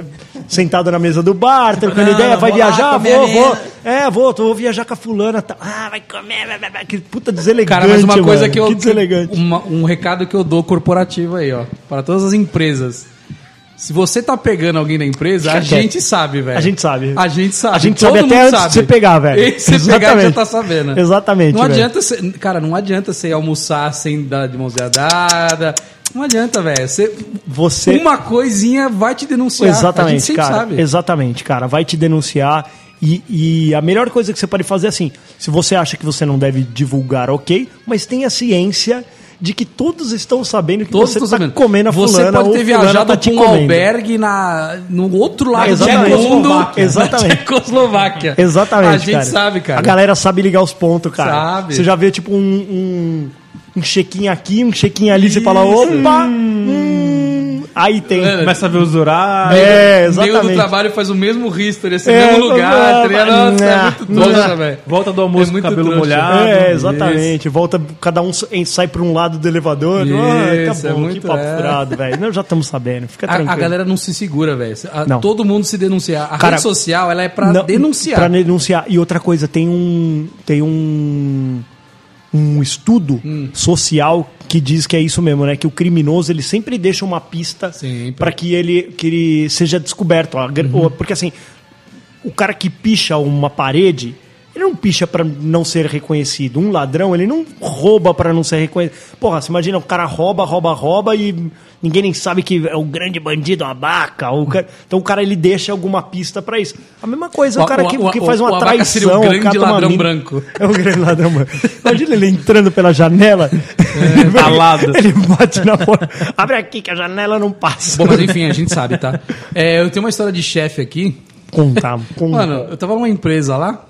Speaker 3: sentado na mesa do bar, trocando
Speaker 4: Não,
Speaker 3: ideia, vai
Speaker 4: vou lá
Speaker 3: viajar,
Speaker 4: com a minha
Speaker 3: vou, vou.
Speaker 4: mina.
Speaker 3: É, vou, tô, vou viajar com a fulana, tá. Ah, vai comer, vai, vai, vai. que puta deselegante,
Speaker 4: Cara, mas uma coisa
Speaker 3: mano,
Speaker 4: que eu.
Speaker 3: Que deselegante.
Speaker 4: uma- um recado que eu dou corporativo aí, ó. Para todas as empresas. Se você tá pegando alguém da empresa,
Speaker 3: Fica
Speaker 4: a
Speaker 3: quieto.
Speaker 4: gente sabe, velho.
Speaker 3: A gente sabe.
Speaker 4: A gente sabe.
Speaker 3: A gente
Speaker 4: Todo
Speaker 3: sabe até
Speaker 4: mundo
Speaker 3: antes de você pegar, velho.
Speaker 4: E se você pegar,
Speaker 3: Exatamente.
Speaker 4: já tá sabendo.
Speaker 3: Exatamente,
Speaker 4: Não
Speaker 3: velho.
Speaker 4: adianta você. Cara, não adianta você almoçar sem dar de mãozinha dada. Não adianta, velho. Você,
Speaker 3: Você-
Speaker 4: Uma coisinha vai te denunciar. a gente
Speaker 3: Exatamente,
Speaker 4: sempre
Speaker 3: cara.
Speaker 4: sabe.
Speaker 3: Exatamente, cara. Vai te denunciar. E, e a melhor coisa que você pode fazer é assim: se você acha que você não deve divulgar, ok, mas tenha ciência de que todos estão sabendo que
Speaker 4: Todos
Speaker 3: você
Speaker 4: estão
Speaker 3: está
Speaker 4: sabendo.
Speaker 3: comendo a
Speaker 4: Você
Speaker 3: fulana
Speaker 4: pode
Speaker 3: ou
Speaker 4: ter
Speaker 3: fulana
Speaker 4: viajado
Speaker 3: tá
Speaker 4: para
Speaker 3: te
Speaker 4: um
Speaker 3: comendo.
Speaker 4: albergue na, no outro lado
Speaker 3: Exatamente.
Speaker 4: do mundo.
Speaker 3: Tchecoslováquia. Exatamente.
Speaker 4: Na Tchecoslováquia.
Speaker 3: Exatamente.
Speaker 4: A gente
Speaker 3: cara.
Speaker 4: sabe, cara.
Speaker 3: A galera sabe ligar os pontos, cara.
Speaker 4: Sabe.
Speaker 3: Você já vê, tipo, um, um, um check-in aqui, um check-in ali, você fala, opa! hum, aí tem.
Speaker 5: Começa a ver os horários.
Speaker 3: É,
Speaker 4: Meio do
Speaker 3: exatamente.
Speaker 4: trabalho faz o mesmo history, esse
Speaker 3: É,
Speaker 4: mesmo lugar.
Speaker 3: não,
Speaker 4: tá ligado?
Speaker 3: não,
Speaker 4: Nossa, é muito
Speaker 3: não.
Speaker 4: trouxa, velho.
Speaker 5: Volta do almoço
Speaker 4: É
Speaker 5: com o
Speaker 4: muito
Speaker 5: cabelo
Speaker 4: trouxa.
Speaker 5: molhado.
Speaker 3: É, exatamente. Volta, cada um sai pra um lado do elevador.
Speaker 4: Isso,
Speaker 3: Ah, tá
Speaker 4: é
Speaker 3: bom, que
Speaker 4: muito-
Speaker 3: papo
Speaker 4: é.
Speaker 3: furado, velho. Não, já estamos sabendo. Fica
Speaker 4: A,
Speaker 3: tranquilo.
Speaker 4: a galera não se segura, velho. A-
Speaker 3: Não.
Speaker 4: Todo mundo se denunciar. A
Speaker 3: Cara,
Speaker 4: rede social, ela é pra
Speaker 3: Não,
Speaker 4: denunciar.
Speaker 3: Pra denunciar. E outra coisa, tem um. Tem um. Um estudo
Speaker 4: Hum.
Speaker 3: social que diz que é isso mesmo, né? Que o criminoso ele sempre deixa uma pista
Speaker 4: Sempre. Uhum.
Speaker 3: pra que ele, que ele seja descoberto. A gr- Porque assim, o cara que picha uma parede, ele não picha pra não ser reconhecido. Um ladrão, ele não rouba pra não ser reconhecido. Porra, você imagina, o cara rouba, rouba, rouba e ninguém nem sabe que é o grande bandido, a vaca. o cara- Então o cara, ele deixa alguma pista pra isso. A mesma coisa, o,
Speaker 4: O-
Speaker 3: cara
Speaker 4: o-
Speaker 3: que,
Speaker 4: o-
Speaker 3: que faz
Speaker 4: o-
Speaker 3: uma
Speaker 4: o vaca
Speaker 3: traição.
Speaker 4: seria o grande
Speaker 3: cata uma
Speaker 4: ladrão
Speaker 3: mina.
Speaker 4: branco.
Speaker 3: É o grande ladrão branco. Imagina ele entrando pela janela.
Speaker 4: É,
Speaker 5: Alado.
Speaker 3: Ele bate na porta. Abre aqui que a janela não passa.
Speaker 4: Bom, mas enfim, a gente sabe, tá? É, eu tenho uma história de chefe aqui.
Speaker 3: Conta, conta.
Speaker 4: Mano, eu tava numa empresa lá,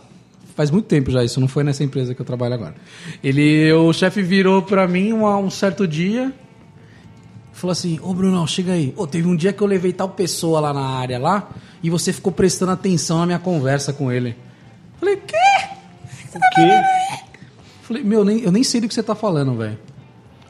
Speaker 4: faz muito tempo já isso, não foi nessa empresa que eu trabalho agora. Ele, o chefe virou pra mim uma- um certo dia, falou assim, ô Brunão, chega aí. Ô, teve um dia que eu levei tal pessoa lá na área lá, e você ficou prestando atenção na minha conversa com ele. Falei, quê? tá
Speaker 3: Que-
Speaker 4: Falei, meu, nem, eu nem sei do que você tá falando, velho.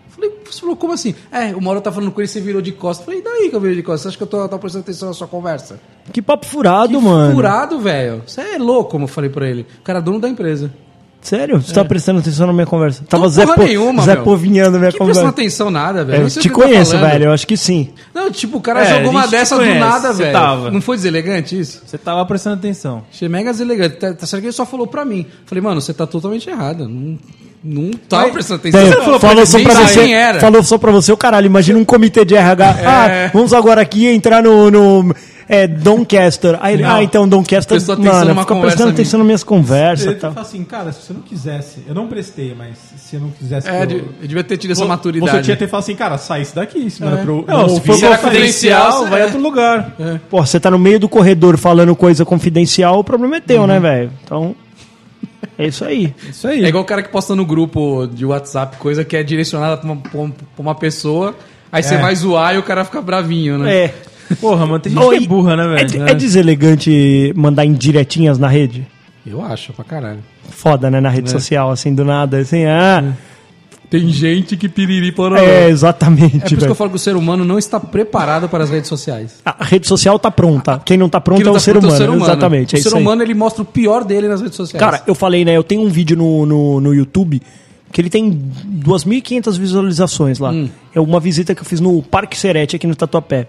Speaker 4: Falei, você falou, como assim? É, uma hora eu tava falando com ele, você virou de costas. Falei, e daí que eu virei de costas? Você acha que eu tô, tô prestando atenção na sua conversa?
Speaker 3: Que papo furado,
Speaker 4: Que
Speaker 3: mano.
Speaker 4: Furado, velho. Você é louco, como eu falei pra ele. O cara é dono da empresa.
Speaker 3: Sério? Você tá prestando atenção na minha conversa? Tava
Speaker 4: Não,
Speaker 3: Zé,
Speaker 4: É. porra
Speaker 3: po
Speaker 4: nenhuma,
Speaker 3: Zé
Speaker 4: meu.
Speaker 3: Povinhando minha
Speaker 4: Que prestando
Speaker 3: conversa.
Speaker 4: atenção nada, velho.
Speaker 3: Eu
Speaker 4: Não sei o
Speaker 3: É, te
Speaker 4: que eu tô
Speaker 3: conheço,
Speaker 4: falando.
Speaker 3: velho. Eu acho que sim.
Speaker 4: Não, tipo, o cara
Speaker 5: É,
Speaker 4: jogou
Speaker 5: a
Speaker 4: uma
Speaker 5: gente te
Speaker 4: dessa do
Speaker 5: conhece,
Speaker 4: nada,
Speaker 5: você
Speaker 4: velho.
Speaker 5: tava.
Speaker 4: Não foi deselegante isso?
Speaker 5: Você tava prestando atenção.
Speaker 4: Achei mega deselegante. Tá, tá certo que ele só falou pra mim. Falei, mano, você tá totalmente errado. Não, não tava prestando atenção.
Speaker 3: Sério,
Speaker 4: Você não
Speaker 3: falou,
Speaker 4: pra ele
Speaker 3: só
Speaker 4: nem
Speaker 3: pra
Speaker 4: sabe
Speaker 3: você,
Speaker 4: quem era. É.
Speaker 3: falou só pra você o caralho. Imagina um comitê de RH. Ah, vamos agora aqui entrar no. no é, Doncaster. Aí ele, ah, então Doncaster.
Speaker 4: Prestou atenção
Speaker 3: Mano,
Speaker 4: numa
Speaker 3: fica
Speaker 4: conversa tá
Speaker 3: prestando
Speaker 4: minha.
Speaker 3: atenção nas minhas conversas tá. e
Speaker 2: Ele
Speaker 5: tá-
Speaker 3: tal.
Speaker 2: fala assim, cara, se você não quisesse, eu não prestei, mas se eu não quisesse.
Speaker 4: É,
Speaker 2: eu-
Speaker 4: de- eu devia ter tido essa
Speaker 2: Vo-
Speaker 4: maturidade.
Speaker 2: Você tinha que ter falado assim, cara, sai isso daqui, isso não é pra eu
Speaker 5: Não, se
Speaker 2: ouvir.
Speaker 5: for
Speaker 4: Será
Speaker 5: confidencial,
Speaker 4: confidencial,
Speaker 5: vai
Speaker 4: é.
Speaker 5: a outro lugar.
Speaker 3: Pô, você tá no meio do corredor falando coisa confidencial, o problema é teu,
Speaker 4: Uhum.
Speaker 3: né, velho? Então. É isso aí.
Speaker 5: Isso aí.
Speaker 4: É igual o cara que posta no grupo de WhatsApp coisa que é direcionada pra uma, pra um- pra uma pessoa. Aí você vai zoar e o cara fica bravinho, né?
Speaker 3: É.
Speaker 5: Porra, mano, tem gente
Speaker 3: Ô,
Speaker 5: que é
Speaker 3: e-
Speaker 5: burra, né,
Speaker 3: é de-
Speaker 5: velho?
Speaker 3: É, deselegante mandar indiretinhas na rede?
Speaker 4: Eu acho, pra caralho. Né.
Speaker 3: Foda, né? Na rede social, assim, do nada, assim, ah.
Speaker 4: Tem gente que piriri por
Speaker 3: É,
Speaker 4: É por
Speaker 3: exatamente.
Speaker 4: isso que eu
Speaker 3: velho.
Speaker 4: falo que o ser humano não está preparado para as redes sociais.
Speaker 3: A rede social tá pronta. Quem não tá pronto
Speaker 4: Quem não
Speaker 3: é o
Speaker 4: tá
Speaker 3: ser
Speaker 4: pronto
Speaker 3: humano.
Speaker 4: é
Speaker 3: Exatamente.
Speaker 4: O
Speaker 3: é
Speaker 4: ser
Speaker 3: isso aí.
Speaker 4: humano ele mostra o pior dele nas redes sociais.
Speaker 3: Cara, eu falei, né? Eu tenho um vídeo no, no, no YouTube que ele tem 2.500 visualizações lá. É uma visita que eu fiz no Parque Serete, aqui no Tatuapé.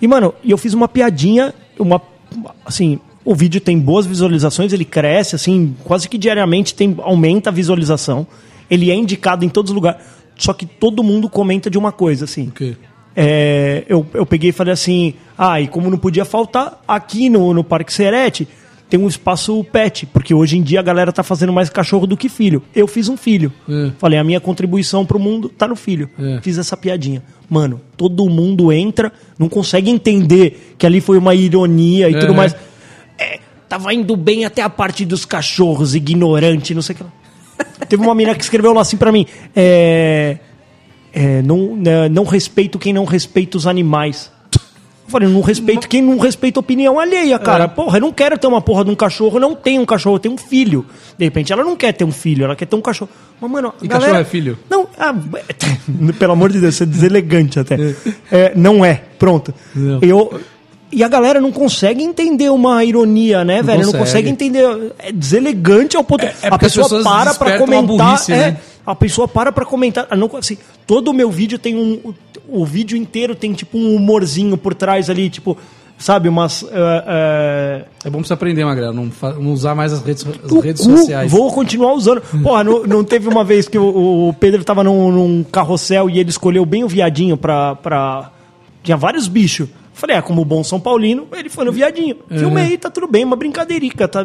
Speaker 3: E, mano, e eu fiz uma piadinha, uma. Assim, o vídeo tem boas visualizações, ele cresce, assim, quase que diariamente tem, aumenta a visualização. Ele é indicado em todos os lugares. Só que todo mundo comenta de uma coisa, assim. O
Speaker 4: quê?
Speaker 3: é, eu, eu peguei e falei assim: ah, e como não podia faltar, aqui no, no Parque Serete tem um espaço pet, porque hoje em dia a galera tá fazendo mais cachorro do que filho. Eu fiz um filho. Falei, a minha contribuição pro mundo tá no filho. Fiz essa piadinha. Mano, todo mundo entra, não consegue entender que ali foi uma ironia e tudo mais. É, tava indo bem até a parte dos cachorros, ignorante, não sei o que lá. Teve uma menina que escreveu lá assim pra mim: é, é, não, né, não respeito quem não respeita os animais. Eu falei, não respeito quem não respeita a opinião alheia,
Speaker 4: É.
Speaker 3: cara. Porra, eu não quero ter uma porra de um cachorro, eu não tenho um cachorro, eu tenho um filho. De repente, ela não quer ter um filho, ela quer ter um cachorro. Mas, mano, a
Speaker 4: E cachorro é filho?
Speaker 3: Não, ah, pelo amor de Deus, isso é deselegante até. É, não é, pronto. Eu, e a galera não consegue entender uma ironia, né, velho? Não
Speaker 4: consegue.
Speaker 3: consegue
Speaker 4: É,
Speaker 3: entender. É deselegante ao ponto. a
Speaker 4: porque as
Speaker 3: pessoa
Speaker 4: pessoas
Speaker 3: para pra
Speaker 4: despertam uma
Speaker 3: comentar.
Speaker 4: burrice,
Speaker 3: é,
Speaker 4: né?
Speaker 3: a pessoa para pra comentar. Ah, Não, assim, todo o meu vídeo tem um. O, o vídeo inteiro tem tipo um humorzinho por trás ali, tipo, sabe, umas. é, é,
Speaker 4: É bom pra você aprender, Magrela, não, fa- não usar mais as redes, as
Speaker 3: o
Speaker 4: redes
Speaker 3: cu,
Speaker 4: sociais. Hum.
Speaker 3: Vou continuar usando. Porra, não, não teve uma vez que o, o Pedro tava num, num carrossel e ele escolheu bem o viadinho pra. pra... Tinha vários bichos. Falei, ah, como bom São Paulino, ele foi no viadinho.
Speaker 4: Uhum.
Speaker 3: Filmei, tá tudo bem, uma brincadeirica, tá?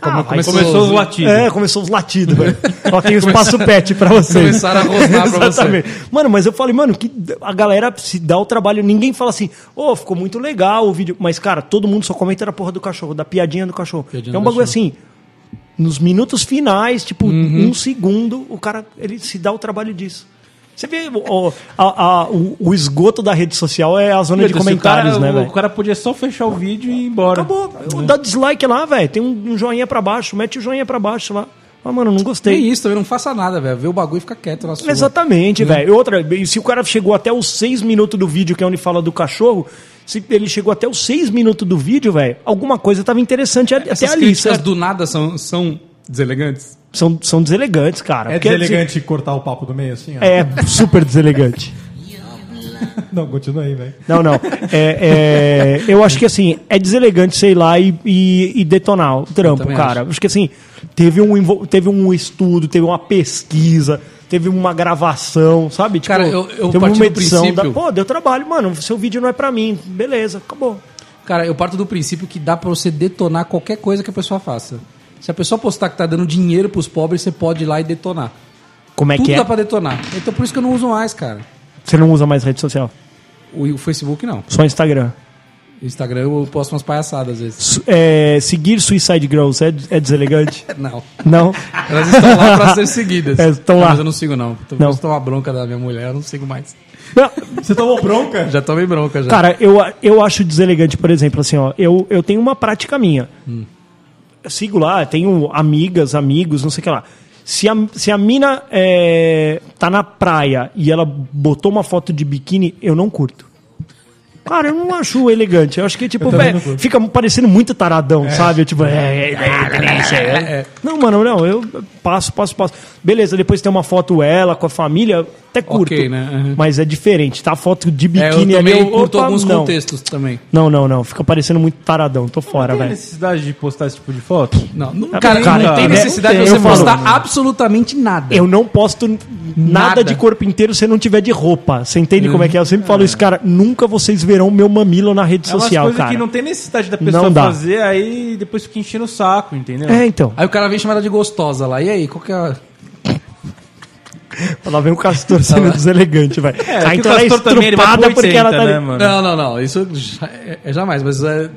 Speaker 4: Como- começou,
Speaker 5: Começou os latidos.
Speaker 3: É, começou os latidos, velho. Ó, tem o espaço pet pra vocês.
Speaker 4: Começaram a rosnar pra você.
Speaker 3: Exatamente. Mano, mas eu falei, mano, que a galera se dá o trabalho. Ninguém fala assim, ô, ficou muito legal o vídeo. Mas, cara, todo mundo só comenta da porra do cachorro, da piadinha do cachorro.
Speaker 4: Piadinha
Speaker 3: é um
Speaker 4: do
Speaker 3: bagulho
Speaker 4: cachorro. Uhum.
Speaker 3: assim. Nos minutos finais, tipo, um segundo, o cara ele se dá o trabalho disso. Você vê, o, o- a- a- o- o esgoto da rede social é a zona de
Speaker 5: Deus,
Speaker 3: comentários,
Speaker 5: o cara,
Speaker 3: né,
Speaker 4: é
Speaker 5: o-
Speaker 3: velho?
Speaker 5: O cara podia só fechar o vídeo e ir embora.
Speaker 3: Acabou. Dá dislike lá, velho. Tem um, um joinha pra baixo. Mete o joinha pra baixo lá. Ah, mano, não gostei.
Speaker 4: Tem isso também, não faça nada, velho. Vê o bagulho e fica quieto na sua.
Speaker 3: Exatamente, velho. Outra, e se o cara chegou até os seis minutos do vídeo, que é onde fala do cachorro, se ele chegou até os seis minutos do vídeo, velho, alguma coisa tava interessante a- até
Speaker 4: Essas
Speaker 3: ali.
Speaker 4: críticas
Speaker 3: certo?
Speaker 4: do nada são, são deselegantes.
Speaker 3: São, são deselegantes, cara.
Speaker 2: É
Speaker 3: Porque,
Speaker 2: deselegante cortar o papo do meio assim, ó.
Speaker 3: assim, é super deselegante.
Speaker 2: Não, continua aí, velho.
Speaker 3: Não, não. É, é, eu acho que assim, é deselegante, sei lá, e, e- e detonar o trampo,
Speaker 4: também
Speaker 3: cara. Acho. que assim, teve um, envol- teve um estudo, teve uma pesquisa, teve uma gravação, sabe? Tipo,
Speaker 4: Cara, eu- eu
Speaker 3: teve
Speaker 4: parti do
Speaker 3: uma edição da.
Speaker 4: princípio-
Speaker 3: Pô, deu trabalho, mano. Seu vídeo não é pra mim. Beleza, acabou.
Speaker 4: Cara, eu parto do princípio que dá pra você detonar qualquer coisa que a pessoa faça. Se a pessoa postar que tá dando dinheiro pros pobres, você pode ir lá e detonar.
Speaker 3: Como é
Speaker 4: Tudo
Speaker 3: que é?
Speaker 4: dá pra detonar. Então por isso que eu não uso mais, cara.
Speaker 3: Você não usa mais rede social?
Speaker 4: O, o Facebook não.
Speaker 3: Só Instagram.
Speaker 4: O Instagram eu posto umas palhaçadas às vezes.
Speaker 3: Su- é, seguir Suicide Girls é, é deselegante?
Speaker 4: Não.
Speaker 3: não.
Speaker 4: Elas estão lá pra ser seguidas.
Speaker 3: É, estão
Speaker 4: Não,
Speaker 3: lá.
Speaker 4: Mas eu não sigo, não. Tô
Speaker 3: Não.
Speaker 4: não. tomar bronca da minha mulher, eu não sigo mais.
Speaker 3: não.
Speaker 2: Você tomou bronca?
Speaker 4: Já tomei bronca já.
Speaker 3: Cara, eu, eu acho deselegante, por exemplo, assim, ó, eu, eu tenho uma prática minha. Eu sigo lá, tenho amigas, amigos, não sei o que lá. Se a, se a mina é, tá na praia e ela botou uma foto de biquíni, eu não curto. Cara, eu não acho elegante. Eu acho que, tipo,
Speaker 2: também
Speaker 3: é,
Speaker 2: não curto.
Speaker 3: fica parecendo muito taradão, sabe? Tipo, é, é, é, delícia, é. Não, mano, não. Eu passo, passo, passo. Beleza, depois tem uma foto ela com a família, até curto.
Speaker 4: Ok, né? Uhum.
Speaker 3: Mas é diferente. Tá a foto de
Speaker 4: é, eu
Speaker 3: biquíni ali.
Speaker 4: também
Speaker 3: eu-
Speaker 4: curto
Speaker 3: opa,
Speaker 4: alguns
Speaker 3: não.
Speaker 4: contextos também.
Speaker 3: Não, não, não. Fica parecendo muito taradão. Tô fora,
Speaker 5: Tem
Speaker 3: velho.
Speaker 5: necessidade de postar esse tipo de foto?
Speaker 4: Não, não,
Speaker 3: Ah,
Speaker 4: cara,
Speaker 3: cara,
Speaker 4: não tem
Speaker 3: né?
Speaker 4: necessidade de
Speaker 3: Eu
Speaker 4: você
Speaker 3: falo- né?
Speaker 4: postar absolutamente nada.
Speaker 3: Eu não posto nada,
Speaker 4: Nada.
Speaker 3: de corpo inteiro se não tiver de roupa. Você entende como é que é? Eu sempre falo isso, cara. Nunca vocês verão meu mamilo na rede
Speaker 5: É umas
Speaker 3: social,
Speaker 5: coisas
Speaker 3: cara.
Speaker 5: que não tem necessidade da pessoa
Speaker 3: Não dá.
Speaker 5: fazer, aí depois fica enchendo o saco, entendeu?
Speaker 3: É, então.
Speaker 4: Aí o cara vem chamar ela de gostosa lá. E aí, qual que é a...
Speaker 3: Lá vem o Castor sendo deselegante, velho.
Speaker 5: É,
Speaker 3: ah,
Speaker 5: que
Speaker 3: então
Speaker 5: o
Speaker 3: ela é
Speaker 5: Castor também, ele vai
Speaker 3: estrupada
Speaker 5: pro
Speaker 3: porque ela tá...
Speaker 5: 80, né,
Speaker 3: ali.
Speaker 5: mano?
Speaker 4: Não, não, não. Isso ja- é, é jamais, mas é,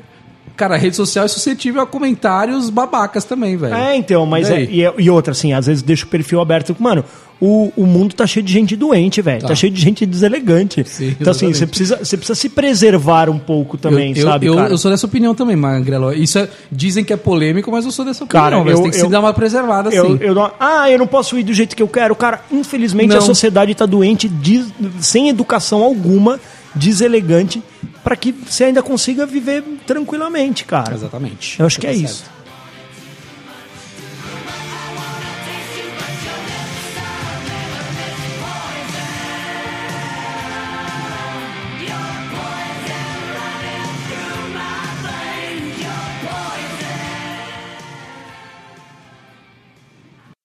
Speaker 4: cara, a rede social é suscetível a comentários babacas também, velho.
Speaker 3: É, então, mas
Speaker 4: E
Speaker 3: é,
Speaker 4: aí?
Speaker 3: e, é- e outra, assim, às vezes deixa o perfil aberto. Mano, o, o mundo tá cheio de gente doente, velho. Tá.
Speaker 4: Tá.
Speaker 3: cheio de gente deselegante.
Speaker 4: Sim,
Speaker 3: então, assim,
Speaker 4: exatamente.
Speaker 3: você precisa, você precisa se preservar um pouco também,
Speaker 4: eu,
Speaker 3: sabe,
Speaker 4: eu,
Speaker 3: cara?
Speaker 4: eu sou dessa opinião também, Magrelo. Isso é- dizem que é polêmico, mas eu sou dessa opinião.
Speaker 3: Cara,
Speaker 4: velho.
Speaker 3: eu-
Speaker 4: Você tem que
Speaker 3: eu-
Speaker 4: se dar uma preservada,
Speaker 3: Eu-
Speaker 4: assim.
Speaker 3: eu não- ah, eu não posso ir do jeito que eu quero. Cara, infelizmente a
Speaker 4: Não.
Speaker 3: sociedade está doente, des- sem educação alguma, deselegante, para que você ainda consiga viver tranquilamente, cara.
Speaker 4: Exatamente.
Speaker 3: Eu acho que
Speaker 4: Tá
Speaker 3: é
Speaker 4: certo.
Speaker 3: isso.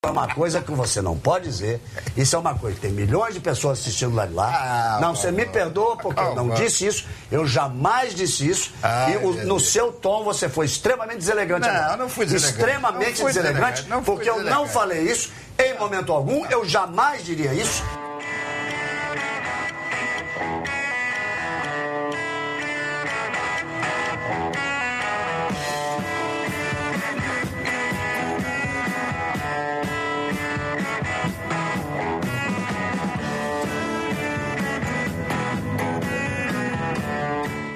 Speaker 8: É uma coisa que você não pode dizer. Isso é uma coisa que tem milhões de pessoas assistindo lá de
Speaker 10: Ah,
Speaker 8: lá. não, você me perdoa porque eu não disse isso. Eu jamais disse isso. e o- no seu tom você foi extremamente deselegante.
Speaker 10: Ah, Não,
Speaker 8: agora.
Speaker 10: eu não fui deselegante.
Speaker 8: Extremamente
Speaker 10: Não fui
Speaker 8: deselegante,
Speaker 10: deselegante, não fui
Speaker 8: porque eu não
Speaker 10: deselegante.
Speaker 8: falei isso em momento algum. Eu jamais diria isso.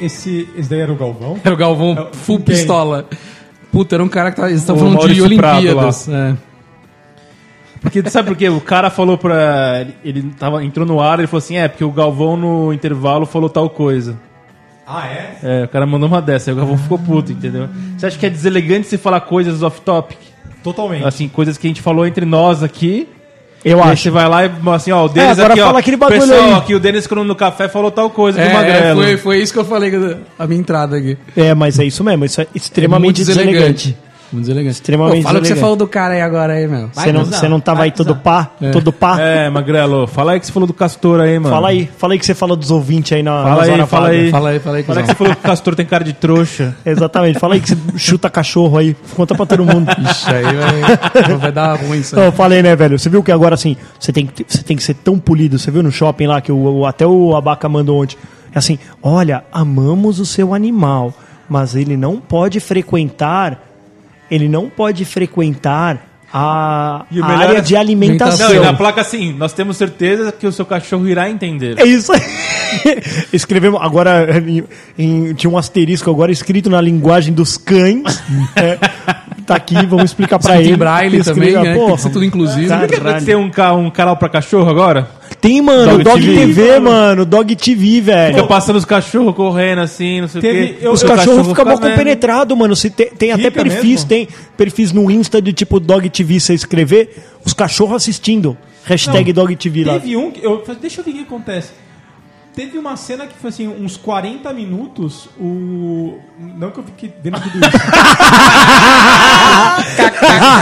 Speaker 2: Esse, esse daí era o Galvão.
Speaker 4: Era o Galvão
Speaker 2: É,
Speaker 4: full
Speaker 2: quem?
Speaker 4: pistola. Puta, era um cara que tá, eles estão
Speaker 5: O
Speaker 4: falando de
Speaker 5: Maurício Prado
Speaker 4: Olimpíadas. É.
Speaker 3: Tipo
Speaker 5: Porque sabe por quê? O cara falou pra. Ele tava, entrou no ar, ele falou assim: é, porque o Galvão no intervalo falou tal coisa.
Speaker 2: Ah, é?
Speaker 5: É, o cara mandou uma dessa, aí o Galvão ficou puto, entendeu? Você acha que é deselegante se falar coisas off-topic?
Speaker 2: Totalmente.
Speaker 5: Assim, coisas que a gente falou entre nós aqui.
Speaker 3: Eu
Speaker 5: E aí
Speaker 3: acho.
Speaker 5: Você
Speaker 3: É,
Speaker 5: vai lá e assim, ó, o Denis
Speaker 3: agora
Speaker 5: aqui,
Speaker 3: fala
Speaker 5: ó,
Speaker 3: aquele bagulho
Speaker 5: pessoal,
Speaker 3: aí.
Speaker 5: aqui o Denis quando no café falou tal coisa do
Speaker 4: É, é,
Speaker 5: Magrelo.
Speaker 4: foi, foi isso que eu falei, a minha entrada aqui.
Speaker 3: É, mas é isso mesmo. Isso é
Speaker 4: Muito
Speaker 3: extremamente deselegante.
Speaker 4: Muito deselegante.
Speaker 3: Extremamente
Speaker 4: Pô, Fala o que você
Speaker 3: deselegante.
Speaker 4: falou do cara aí agora aí, meu.
Speaker 3: Você não, você não tava aí todo pá? Todo pá?
Speaker 5: É, Magrelo, fala aí que você falou do Castor aí, mano.
Speaker 3: Fala aí. Fala aí que você fala dos ouvintes aí na
Speaker 5: Fala
Speaker 3: na
Speaker 5: aí,
Speaker 3: zona
Speaker 5: fala
Speaker 3: vaga.
Speaker 5: aí.
Speaker 4: Fala aí, fala aí,
Speaker 5: Fala que
Speaker 4: cuzão.
Speaker 5: você falou que o Castor tem cara de trouxa.
Speaker 3: Exatamente. Fala aí que você chuta cachorro aí. Conta pra todo mundo.
Speaker 4: Ixi, aí vai, vai dar ruim isso
Speaker 3: Não,
Speaker 4: aí.
Speaker 3: eu falei, né, velho? Você viu que agora, assim, você tem que, você tem que ser tão polido. Você viu no shopping lá, que o, o- até o Abaca mandou ontem. É assim, olha, amamos o seu animal, mas ele não pode frequentar... Ele não pode frequentar a,
Speaker 5: E o
Speaker 3: a
Speaker 5: melhor
Speaker 3: área
Speaker 5: é-
Speaker 3: de alimentação.
Speaker 5: Não, e na placa assim, nós temos certeza que o seu cachorro irá entender.
Speaker 3: É isso aí. Escrevemos. Agora em- em- tinha um asterisco agora escrito na linguagem dos cães. É, tá aqui, vamos explicar pra
Speaker 4: Hum. Escrito em
Speaker 3: ele.
Speaker 4: braille também, né? Tem que ser tudo inclusivo.
Speaker 3: Caralho.
Speaker 5: Você quer ter um, ca- um canal pra cachorro agora?
Speaker 3: Tem, mano, Dog,
Speaker 5: Dog
Speaker 3: TV,
Speaker 5: TV,
Speaker 3: mano. Dog TV, velho.
Speaker 5: Fica passando os cachorros correndo assim, não sei o
Speaker 2: Teve-
Speaker 5: quê.
Speaker 2: eu-
Speaker 3: É. Os
Speaker 2: o
Speaker 3: cachorros ficam mal
Speaker 5: fica vendo.
Speaker 3: compenetrados, mano. Se tem tem até
Speaker 2: Fica
Speaker 3: perfis,
Speaker 2: mesmo?
Speaker 3: tem perfis no Insta de tipo Dog TV, você escrever, os cachorros assistindo. Hashtag Dog TV lá.
Speaker 2: Teve um que. Eu, falei, deixa eu ver o que acontece. Teve uma cena que foi assim, uns 40 minutos, o. Não que eu fique vendo tudo isso.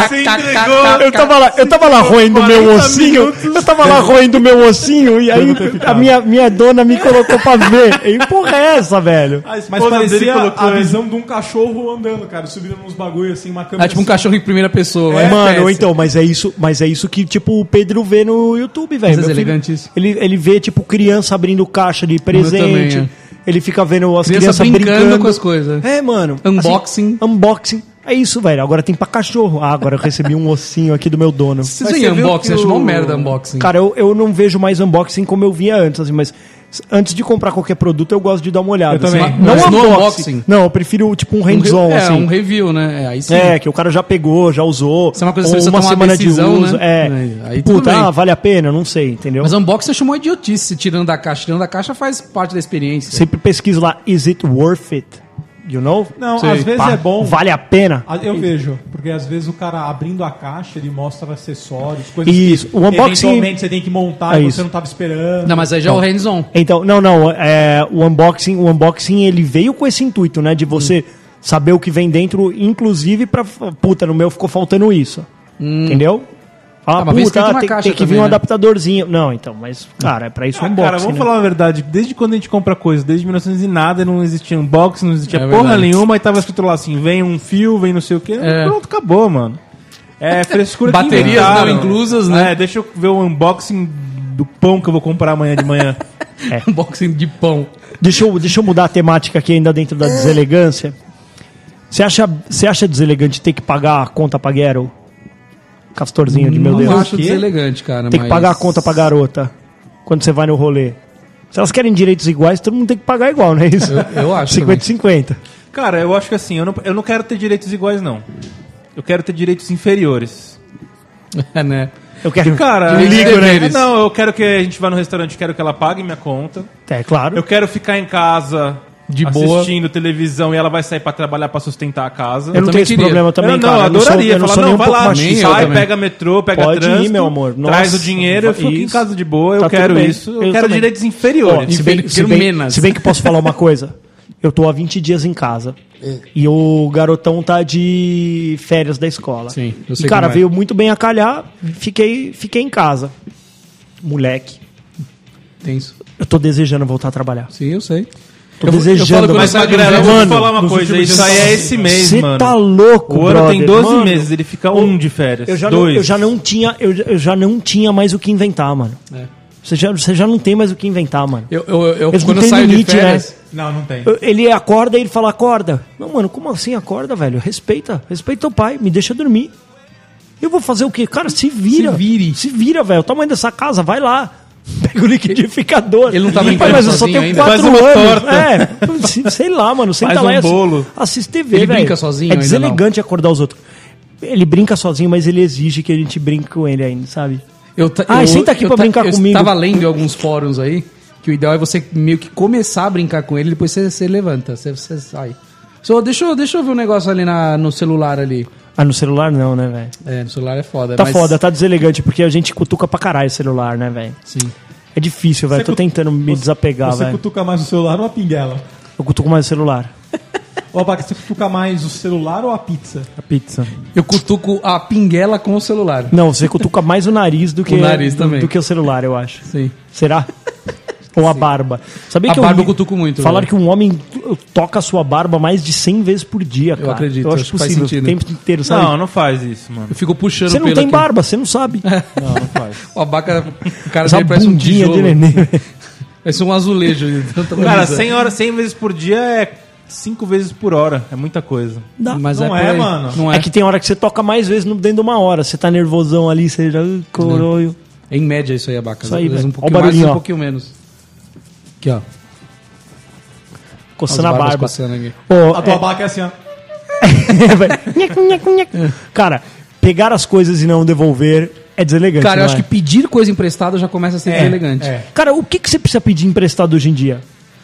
Speaker 5: Você entregou.
Speaker 3: Eu tava lá, eu tava lá roendo meu
Speaker 5: 40
Speaker 3: ossinho.
Speaker 5: minutos.
Speaker 3: Eu tava lá roendo meu ossinho e aí a minha, minha dona me colocou pra ver. E porra é essa, velho?
Speaker 5: A esposa
Speaker 2: Mas parecia
Speaker 5: dele colocou
Speaker 2: a
Speaker 5: ele.
Speaker 2: visão de um cachorro andando, cara, subindo nos bagulho assim, uma
Speaker 3: Ah,
Speaker 2: câmera.
Speaker 4: É tipo um
Speaker 2: assim.
Speaker 4: cachorro em primeira pessoa. vai.
Speaker 3: Mano,
Speaker 4: Péssimo.
Speaker 3: então, mas é isso, mas é isso que tipo o Pedro vê no YouTube, velho.
Speaker 4: Mas é
Speaker 3: Meu filho,
Speaker 4: elegante isso.
Speaker 3: Ele ele vê tipo criança abrindo caixa de presente.
Speaker 4: também, é.
Speaker 3: Ele fica vendo as
Speaker 4: Criança
Speaker 3: crianças brincando.
Speaker 4: brincando com as coisas.
Speaker 3: É, mano.
Speaker 4: Unboxing.
Speaker 3: assim, unboxing. É isso, velho. Agora tem pra cachorro. Ah, agora eu recebi um ossinho aqui do meu dono.
Speaker 4: Vocês veem unboxing, acho mó merda unboxing.
Speaker 3: Cara, eu, eu não vejo mais unboxing como eu via antes, assim, mas s- antes de comprar qualquer produto, eu gosto de dar uma olhada.
Speaker 5: Eu
Speaker 3: assim.
Speaker 5: também.
Speaker 3: Não
Speaker 4: Mas no
Speaker 3: unboxing.
Speaker 4: unboxing.
Speaker 3: Não, eu prefiro tipo um
Speaker 4: Um re-
Speaker 3: hands-on,
Speaker 4: é,
Speaker 3: assim.
Speaker 4: um review, né? É, aí sim.
Speaker 3: É, que o cara já pegou, já usou.
Speaker 4: Isso é uma coisa que
Speaker 3: ou
Speaker 4: você
Speaker 3: uma
Speaker 4: toma uma
Speaker 3: semana
Speaker 4: decisão,
Speaker 3: de uso.
Speaker 4: né?
Speaker 3: É.
Speaker 4: É, aí tudo
Speaker 3: Puta,
Speaker 4: bem.
Speaker 3: ah, vale a pena? Não sei, entendeu?
Speaker 4: Mas unboxing eu acho uma idiotice, tirando da caixa. Tirando da caixa faz parte da experiência.
Speaker 3: Sempre pesquiso lá, is it worth it? You know?
Speaker 2: Não,
Speaker 4: Sei.
Speaker 2: às vezes
Speaker 3: Pá,
Speaker 2: é bom.
Speaker 3: Vale a pena?
Speaker 2: Ah, Eu vejo, porque às vezes o cara abrindo a caixa, ele mostra acessórios, coisas
Speaker 3: Isso,
Speaker 2: que
Speaker 3: o unboxing-
Speaker 2: eventualmente você tem que montar
Speaker 3: É
Speaker 2: e você
Speaker 3: isso.
Speaker 2: não tava esperando.
Speaker 4: Não, mas aí já é o hands-on.
Speaker 3: Então, não, não. é, o unboxing, o unboxing ele veio com esse intuito, né? De você
Speaker 4: Hum.
Speaker 3: saber o que vem dentro, inclusive pra. Puta, no meu ficou faltando isso. Entendeu?
Speaker 4: Hum. Ah,
Speaker 3: Fala,
Speaker 4: mas vem
Speaker 3: puta,
Speaker 4: escrito
Speaker 3: ah,
Speaker 4: na
Speaker 3: tem,
Speaker 4: caixa
Speaker 3: tem que vir
Speaker 4: também,
Speaker 3: um
Speaker 4: né?
Speaker 3: adaptadorzinho. Não, então, mas, cara, é pra isso o
Speaker 5: Ah,
Speaker 4: um
Speaker 3: unboxing.
Speaker 5: cara, vamos
Speaker 3: né?
Speaker 5: falar a verdade. Desde quando a gente compra coisa, desde 1900 e nada, não existia unboxing, não existia
Speaker 4: É
Speaker 5: porra
Speaker 4: verdade.
Speaker 5: nenhuma, e tava escrito lá assim, vem um fio, vem não sei o quê,
Speaker 4: É.
Speaker 5: pronto, acabou, mano. É frescura que
Speaker 4: Baterias
Speaker 5: inventaram.
Speaker 4: não inclusas, né?
Speaker 5: É, deixa eu ver o unboxing do pão que eu vou comprar amanhã de manhã.
Speaker 4: Unboxing de pão.
Speaker 3: Deixa eu, deixa eu mudar a temática aqui ainda dentro da deselegância. Você acha, você acha deselegante ter que pagar a conta paguero? Castorzinho de meu
Speaker 4: Eu
Speaker 3: Deus.
Speaker 4: acho deselegante, cara.
Speaker 3: Tem que
Speaker 4: mas-
Speaker 3: pagar a conta pra garota quando você vai no rolê. Se elas querem direitos iguais, todo mundo tem que pagar igual, não é isso?
Speaker 4: Eu- eu acho
Speaker 3: 50 50.
Speaker 5: Cara, eu acho que assim, eu não, eu não quero ter direitos iguais, não. Eu quero ter direitos inferiores.
Speaker 4: É, né?
Speaker 3: Eu quero.
Speaker 5: Cara,
Speaker 4: Direitos
Speaker 5: eu-
Speaker 4: deveres.
Speaker 5: não, eu quero que a gente vá no restaurante, eu quero que ela pague minha conta.
Speaker 3: É claro.
Speaker 5: Eu quero ficar em casa
Speaker 4: De boa.
Speaker 5: assistindo televisão e ela vai sair pra trabalhar pra sustentar a casa.
Speaker 3: Eu, não tenho
Speaker 4: também
Speaker 3: esse
Speaker 4: queria.
Speaker 3: problema também,
Speaker 5: eu não,
Speaker 3: cara.
Speaker 5: eu
Speaker 3: sou-
Speaker 5: adoraria.
Speaker 3: eu não
Speaker 5: falar,
Speaker 3: sou nem
Speaker 5: não,
Speaker 3: um
Speaker 5: vai
Speaker 3: pouco
Speaker 5: lá,
Speaker 4: machista.
Speaker 3: machista.
Speaker 4: Nem eu
Speaker 5: sai,
Speaker 4: também.
Speaker 5: pega metrô, pega
Speaker 3: Pode ir,
Speaker 5: trânsito.
Speaker 3: meu amor.
Speaker 5: Traz
Speaker 3: Nossa,
Speaker 5: o dinheiro, eu fico em
Speaker 3: isso.
Speaker 5: casa de boa,
Speaker 3: Tá
Speaker 5: eu quero
Speaker 3: tudo bem.
Speaker 5: isso. Eu,
Speaker 3: Eu
Speaker 5: quero
Speaker 3: também.
Speaker 5: direitos
Speaker 3: Ó,
Speaker 5: inferiores.
Speaker 3: se,
Speaker 4: bem-
Speaker 3: bem, se,
Speaker 4: quero
Speaker 3: bem,
Speaker 4: menos.
Speaker 3: se bem que posso falar uma coisa. Eu tô há 20 dias em casa.
Speaker 5: É.
Speaker 3: E o garotão tá de férias da escola.
Speaker 4: Sim, eu sei
Speaker 3: e, cara,
Speaker 4: como é.
Speaker 3: veio muito bem a calhar, fiquei, fiquei em casa. Moleque,
Speaker 4: Tenso.
Speaker 3: eu tô desejando voltar a trabalhar.
Speaker 4: Sim, eu sei.
Speaker 3: Tô
Speaker 4: Eu- eu falo
Speaker 3: desejando.
Speaker 4: com
Speaker 5: Mas,
Speaker 4: Mas,
Speaker 5: Magrela, eu vou te
Speaker 3: mano,
Speaker 5: falar uma
Speaker 4: nos
Speaker 5: coisa.
Speaker 4: últimos
Speaker 5: Isso aí é esse mês,
Speaker 3: Você
Speaker 5: mano.
Speaker 3: tá louco,
Speaker 5: O Oro tem
Speaker 3: brother.
Speaker 5: 12
Speaker 3: Mano,
Speaker 5: meses, ele fica um de férias.
Speaker 3: Eu já, não,
Speaker 5: dois.
Speaker 3: eu já não tinha, eu, eu já não tinha mais o que inventar, mano. Você, já, você já não tem mais o que inventar, mano.
Speaker 4: É. Eu, eu, eu-
Speaker 3: Eles não
Speaker 4: quando eu
Speaker 3: têm
Speaker 4: saio
Speaker 3: limite,
Speaker 4: de férias.
Speaker 3: né?
Speaker 5: Não, não tem.
Speaker 3: Eu- Ele acorda e ele fala, acorda. Não, mano, como assim acorda, velho? Respeita, respeita teu pai, me deixa dormir. Eu vou fazer o quê? Cara, se vira.
Speaker 4: Se vire.
Speaker 3: Se vira, velho. O tamanho dessa casa, vai lá. Pega o liquidificador.
Speaker 4: Ele não tava em
Speaker 3: Pai, mas eu
Speaker 4: casa
Speaker 3: só tenho
Speaker 4: sozinho ainda.
Speaker 3: quatro
Speaker 5: Faz uma
Speaker 3: anos.
Speaker 5: torta.
Speaker 3: É, se- sei lá, mano. Senta
Speaker 5: Faz
Speaker 3: lá
Speaker 5: um
Speaker 3: e assi-
Speaker 5: bolo.
Speaker 3: assiste TV,
Speaker 4: Ele
Speaker 3: velho.
Speaker 4: brinca sozinho
Speaker 3: É
Speaker 4: ainda, não?
Speaker 3: deselegante acordar os outros. Ele brinca sozinho, mas ele exige que a gente brinque com ele ainda, sabe?
Speaker 4: Eu ta-
Speaker 3: Ai,
Speaker 4: eu-
Speaker 3: Ah, senta aqui
Speaker 4: eu
Speaker 3: pra
Speaker 4: ta-
Speaker 3: brincar
Speaker 4: Eu
Speaker 3: comigo.
Speaker 4: tava lendo em alguns fóruns aí que o ideal é você meio que começar a brincar com ele, depois você, você levanta, você, você sai. Só deixa, eu- deixa eu ver um negócio ali na, no celular ali.
Speaker 3: Ah, no celular não, né, velho?
Speaker 4: É, no celular é foda.
Speaker 3: Tá
Speaker 4: mas-
Speaker 3: foda, tá deselegante, porque a gente cutuca pra caralho o celular, né, velho?
Speaker 4: Sim.
Speaker 3: É difícil, velho.
Speaker 2: Você
Speaker 3: Tô
Speaker 2: cut-
Speaker 3: tentando me
Speaker 2: você-
Speaker 3: desapegar,
Speaker 2: Você
Speaker 3: velho.
Speaker 2: cutuca mais o celular ou a pinguela?
Speaker 3: Eu cutuco mais o celular.
Speaker 2: Ô, Abaca, você cutuca mais o celular ou a pizza?
Speaker 3: A pizza.
Speaker 4: Eu cutuco a pinguela com o celular.
Speaker 3: Não, você cutuca mais o nariz do que
Speaker 4: O nariz
Speaker 3: do-
Speaker 4: também.
Speaker 3: do que o celular, eu acho.
Speaker 4: Sim.
Speaker 3: Será? Ou a barba. Sabia
Speaker 4: A
Speaker 3: que
Speaker 4: barba
Speaker 3: li-
Speaker 4: eu cutuco muito,
Speaker 3: Falaram
Speaker 4: velho.
Speaker 3: que um homem toca a sua barba mais de 100 vezes por dia, cara.
Speaker 4: acredito,
Speaker 3: Eu acho,
Speaker 4: acho que faz
Speaker 3: possível. O
Speaker 4: sentido.
Speaker 3: tempo inteiro, sabe?
Speaker 5: Não, não faz isso, mano.
Speaker 4: Eu fico puxando
Speaker 3: você
Speaker 4: o
Speaker 3: não
Speaker 4: pelo
Speaker 3: tem
Speaker 4: aqui.
Speaker 3: barba, você não sabe.
Speaker 4: O abaca, o cara
Speaker 3: Essa
Speaker 4: dele parece um
Speaker 3: bundinha é de
Speaker 4: tijolo.
Speaker 3: neném. velho.
Speaker 4: Parece um azulejo. de tanto
Speaker 5: Cara,
Speaker 4: coisa.
Speaker 5: 100, horas, 100 vezes por dia é 5 vezes por hora. É muita coisa.
Speaker 3: Dá.
Speaker 4: Mas
Speaker 2: Não
Speaker 4: é,
Speaker 2: é,
Speaker 4: por aí.
Speaker 2: mano.
Speaker 4: Não
Speaker 3: É
Speaker 4: é.
Speaker 3: que tem hora que você toca mais vezes no- dentro de uma hora. Você tá nervosão ali, você já. "Ai,
Speaker 4: Né?
Speaker 3: Coroio.
Speaker 4: É Em média isso aí, abaca.
Speaker 3: Isso aí,
Speaker 4: Às vezes
Speaker 3: velho.
Speaker 4: um
Speaker 3: Ó o
Speaker 4: pouquinho mais,
Speaker 3: barulhinho,
Speaker 4: um
Speaker 3: ó.
Speaker 4: pouquinho menos. Aqui, ó.
Speaker 3: Coçando a
Speaker 4: barbas
Speaker 3: barba.
Speaker 4: coçando Tá aqui.
Speaker 3: Ô,
Speaker 2: A
Speaker 3: é-
Speaker 2: tua abaca é assim, ó.
Speaker 3: Nhac, nhac, nhac. Cara, pegar as coisas e não devolver é deselegante.
Speaker 4: Cara, eu
Speaker 3: não
Speaker 4: acho
Speaker 3: é?
Speaker 4: que pedir coisa emprestada já começa a ser deselegante.
Speaker 2: é.
Speaker 3: Cara, o que, que você precisa pedir emprestado hoje em dia?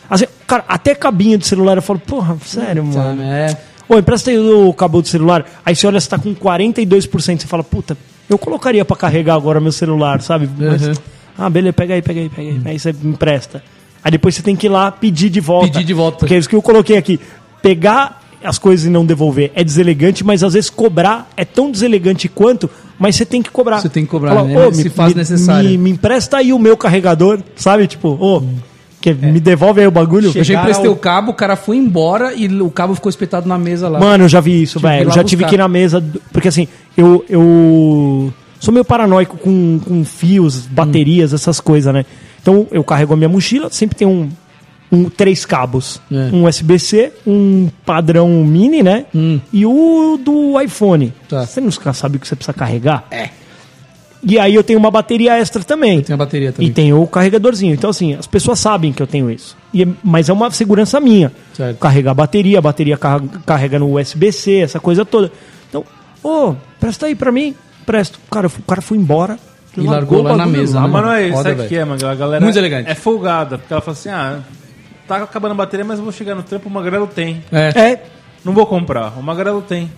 Speaker 3: Assim, cara, até cabinha de celular eu falo, porra, sério,
Speaker 4: Sabe?
Speaker 3: mano.
Speaker 4: É.
Speaker 3: Ô, empresta aí o cabo do celular. Aí você olha, você tá com 42%. Você fala, puta, eu colocaria pra carregar agora meu celular, sabe? Mas-
Speaker 4: Uhum.
Speaker 3: Ah, beleza, pega aí, pega aí, pega aí. Aí você me empresta. Aí depois você tem que ir lá pedir de volta.
Speaker 4: Pedir de volta.
Speaker 3: Porque é isso que eu coloquei aqui. Pegar as coisas e não devolver é deselegante, mas às vezes cobrar é tão deselegante quanto, mas você tem que cobrar.
Speaker 4: Você tem que cobrar, né?
Speaker 3: "Ô,
Speaker 4: Se faz necessário." Hum.
Speaker 3: Me, me empresta aí o meu carregador, sabe? Tipo, ô, que me devolve aí o bagulho.
Speaker 4: É. Eu já
Speaker 2: Chegaram-
Speaker 4: emprestei o cabo, o cara foi embora e o cabo ficou espetado na mesa lá.
Speaker 3: Mano, eu já vi isso,
Speaker 4: Tive que ir
Speaker 3: velho.
Speaker 4: lá
Speaker 3: Já tive
Speaker 4: buscar.
Speaker 3: que ir na mesa. do- Porque assim, eu. eu sou meio paranoico com, com fios,
Speaker 4: Hum.
Speaker 3: baterias, essas coisas, né? Então eu carrego a minha mochila, sempre tem um. um três cabos.
Speaker 4: É.
Speaker 3: Um USB-C, um padrão mini, né? E o do iPhone.
Speaker 4: Hum. Tá.
Speaker 3: Você nunca sabe o que você precisa carregar? É. E aí eu tenho uma bateria extra também.
Speaker 4: Tem a bateria também.
Speaker 3: E tem o carregadorzinho. Então, assim, as pessoas sabem que eu tenho isso. E é- mas é uma segurança minha.
Speaker 4: Certo.
Speaker 3: Carregar a bateria, a bateria carra- carrega no USB-C, essa coisa toda. Então, ô, presta aí pra mim. Presto. Cara, o cara foi embora.
Speaker 4: E largou
Speaker 3: o
Speaker 4: lá na
Speaker 3: bagulho
Speaker 4: mesa,
Speaker 3: lá,
Speaker 4: né?
Speaker 3: mano.
Speaker 5: Mano, aí,
Speaker 4: Foda,
Speaker 5: sabe o
Speaker 4: velho.
Speaker 5: que que Ah, é, mano? A galera
Speaker 4: Muito elegante.
Speaker 5: é folgada, porque ela fala assim, ah, tá acabando a bateria, mas eu vou chegar no trampo, o Magrelo tem.
Speaker 4: É.
Speaker 3: É,
Speaker 5: Não vou comprar, o Magrelo tem.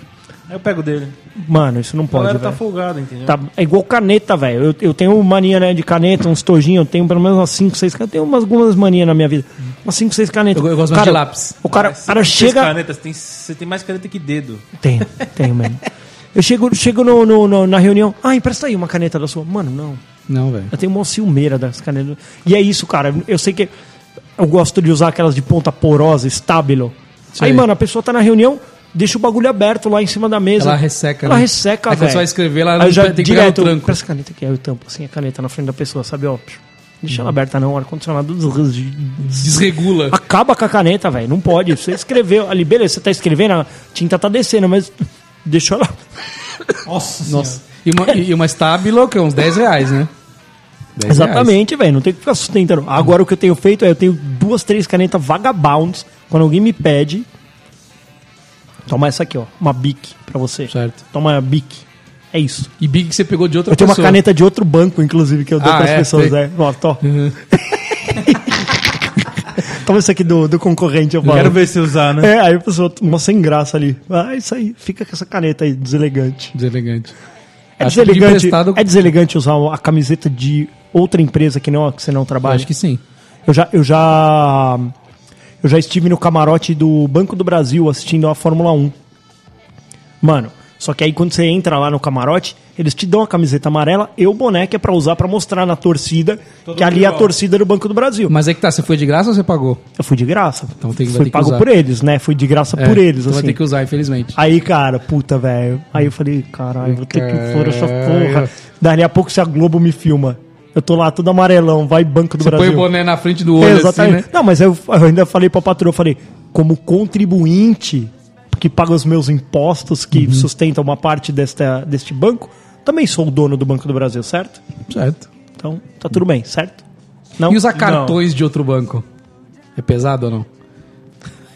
Speaker 5: Aí eu pego dele.
Speaker 3: mano, isso não
Speaker 5: A
Speaker 3: pode,
Speaker 5: galera tá
Speaker 3: velho.
Speaker 5: folgada, entendeu?
Speaker 3: Tá, é igual caneta, velho. Eu, eu tenho mania né, de caneta, uns tojinhos, eu tenho pelo menos umas 5, 6 canetas. Eu tenho umas, algumas manias na minha vida. Umas 5, 6 canetas.
Speaker 4: Eu- eu gosto mais
Speaker 3: cara,
Speaker 4: de lápis.
Speaker 3: O cara,
Speaker 5: Você
Speaker 3: cara
Speaker 5: tem seis
Speaker 3: chega.
Speaker 5: canetas, tem, você tem mais caneta que dedo.
Speaker 3: Tenho, tenho mesmo. Eu chego, chego no, no- no- na reunião, ah, empresta aí uma caneta da sua. Mano, não.
Speaker 4: Não, velho.
Speaker 3: Eu tenho uma ciumeira das canetas. E é isso, cara. Eu sei que eu gosto de usar aquelas de ponta porosa, estábilo.
Speaker 4: Sei.
Speaker 3: Aí, mano, a pessoa tá na reunião, deixa o bagulho aberto lá em cima da mesa.
Speaker 4: Ela resseca,
Speaker 3: Ela
Speaker 4: né?
Speaker 3: resseca,
Speaker 4: Aí quando
Speaker 3: velho.
Speaker 4: você vai escrever, ela
Speaker 3: Aí eu
Speaker 4: não
Speaker 3: já
Speaker 4: tem que pegar no
Speaker 3: direto,
Speaker 4: tranco.
Speaker 3: Presta a caneta aqui, aí eu tampo assim a caneta na frente da pessoa, sabe? Ó, deixa ela aberta não, o ar-condicionado
Speaker 4: Desregula.
Speaker 3: Acaba com a caneta, velho. Não pode. Você escreveu ali, beleza, você tá escrevendo, a tinta tá descendo, mas deixou ela.
Speaker 2: Nossa,
Speaker 4: Nossa. E
Speaker 2: Senhora.
Speaker 4: uma, e uma estábila, que é uns 10 reais, né? 10 reais.
Speaker 3: Exatamente, velho. Não tem que ficar sustentando. Agora o que eu tenho feito é eu tenho duas, três canetas vagabunds. Quando alguém me pede. Toma essa aqui, ó. Uma bic pra você.
Speaker 4: Certo.
Speaker 3: Toma uma bic. É isso.
Speaker 4: E Big que você pegou de outra
Speaker 3: Eu tenho uma
Speaker 4: pessoa.
Speaker 3: caneta de outro banco, inclusive, que eu dou
Speaker 4: Ah,
Speaker 3: pras
Speaker 4: é?
Speaker 3: pessoas,
Speaker 4: Sei.
Speaker 3: né? Ó, tó. Toma isso aqui do, do concorrente, eu falo.
Speaker 5: Quero ver se usar, né?
Speaker 3: É, aí a pessoa, uma sem graça ali. Ah, isso aí. Fica com essa caneta aí, deselegante.
Speaker 4: Deselegante.
Speaker 3: É
Speaker 4: Acho que de
Speaker 3: deselegante,
Speaker 4: emprestado-
Speaker 3: é deselegante usar a camiseta de outra empresa que, não, que você não trabalha?
Speaker 4: Acho que sim.
Speaker 3: Eu já, eu já. Eu já estive no camarote do Banco do Brasil assistindo a Fórmula 1. Mano, só que aí quando você entra lá no camarote, eles te dão a camiseta amarela e o boné que é pra usar pra mostrar na torcida que ali é a torcida do Banco do Brasil.
Speaker 4: Mas é que tá, você foi de graça ou você pagou?
Speaker 3: Eu fui de graça.
Speaker 4: Então tem que- vai
Speaker 3: fui
Speaker 4: ter que
Speaker 3: pago
Speaker 4: usar.
Speaker 3: por eles, né? Fui de graça
Speaker 4: É,
Speaker 3: por eles,
Speaker 4: então vai
Speaker 3: assim.
Speaker 4: ter que usar, infelizmente.
Speaker 3: Aí, cara, puta, velho. Aí eu falei, caralho, vou ter que for essa
Speaker 4: Caralho.
Speaker 3: porra. Dali a pouco se a Globo me filma. Eu tô lá todo amarelão, vai Banco do
Speaker 4: Você põe
Speaker 3: Brasil.
Speaker 4: o boné na frente do olho,
Speaker 3: Exatamente.
Speaker 4: assim, né?
Speaker 3: Não, mas eu, eu ainda falei pra patroa, eu falei, como contribuinte que paga os meus impostos,
Speaker 4: Uhum.
Speaker 3: que sustenta uma parte desta, deste banco, também sou o dono do Banco do Brasil, certo?
Speaker 4: Certo.
Speaker 3: Então, tá tudo bem, certo? Não?
Speaker 4: E usar cartões de outro banco? É pesado ou não?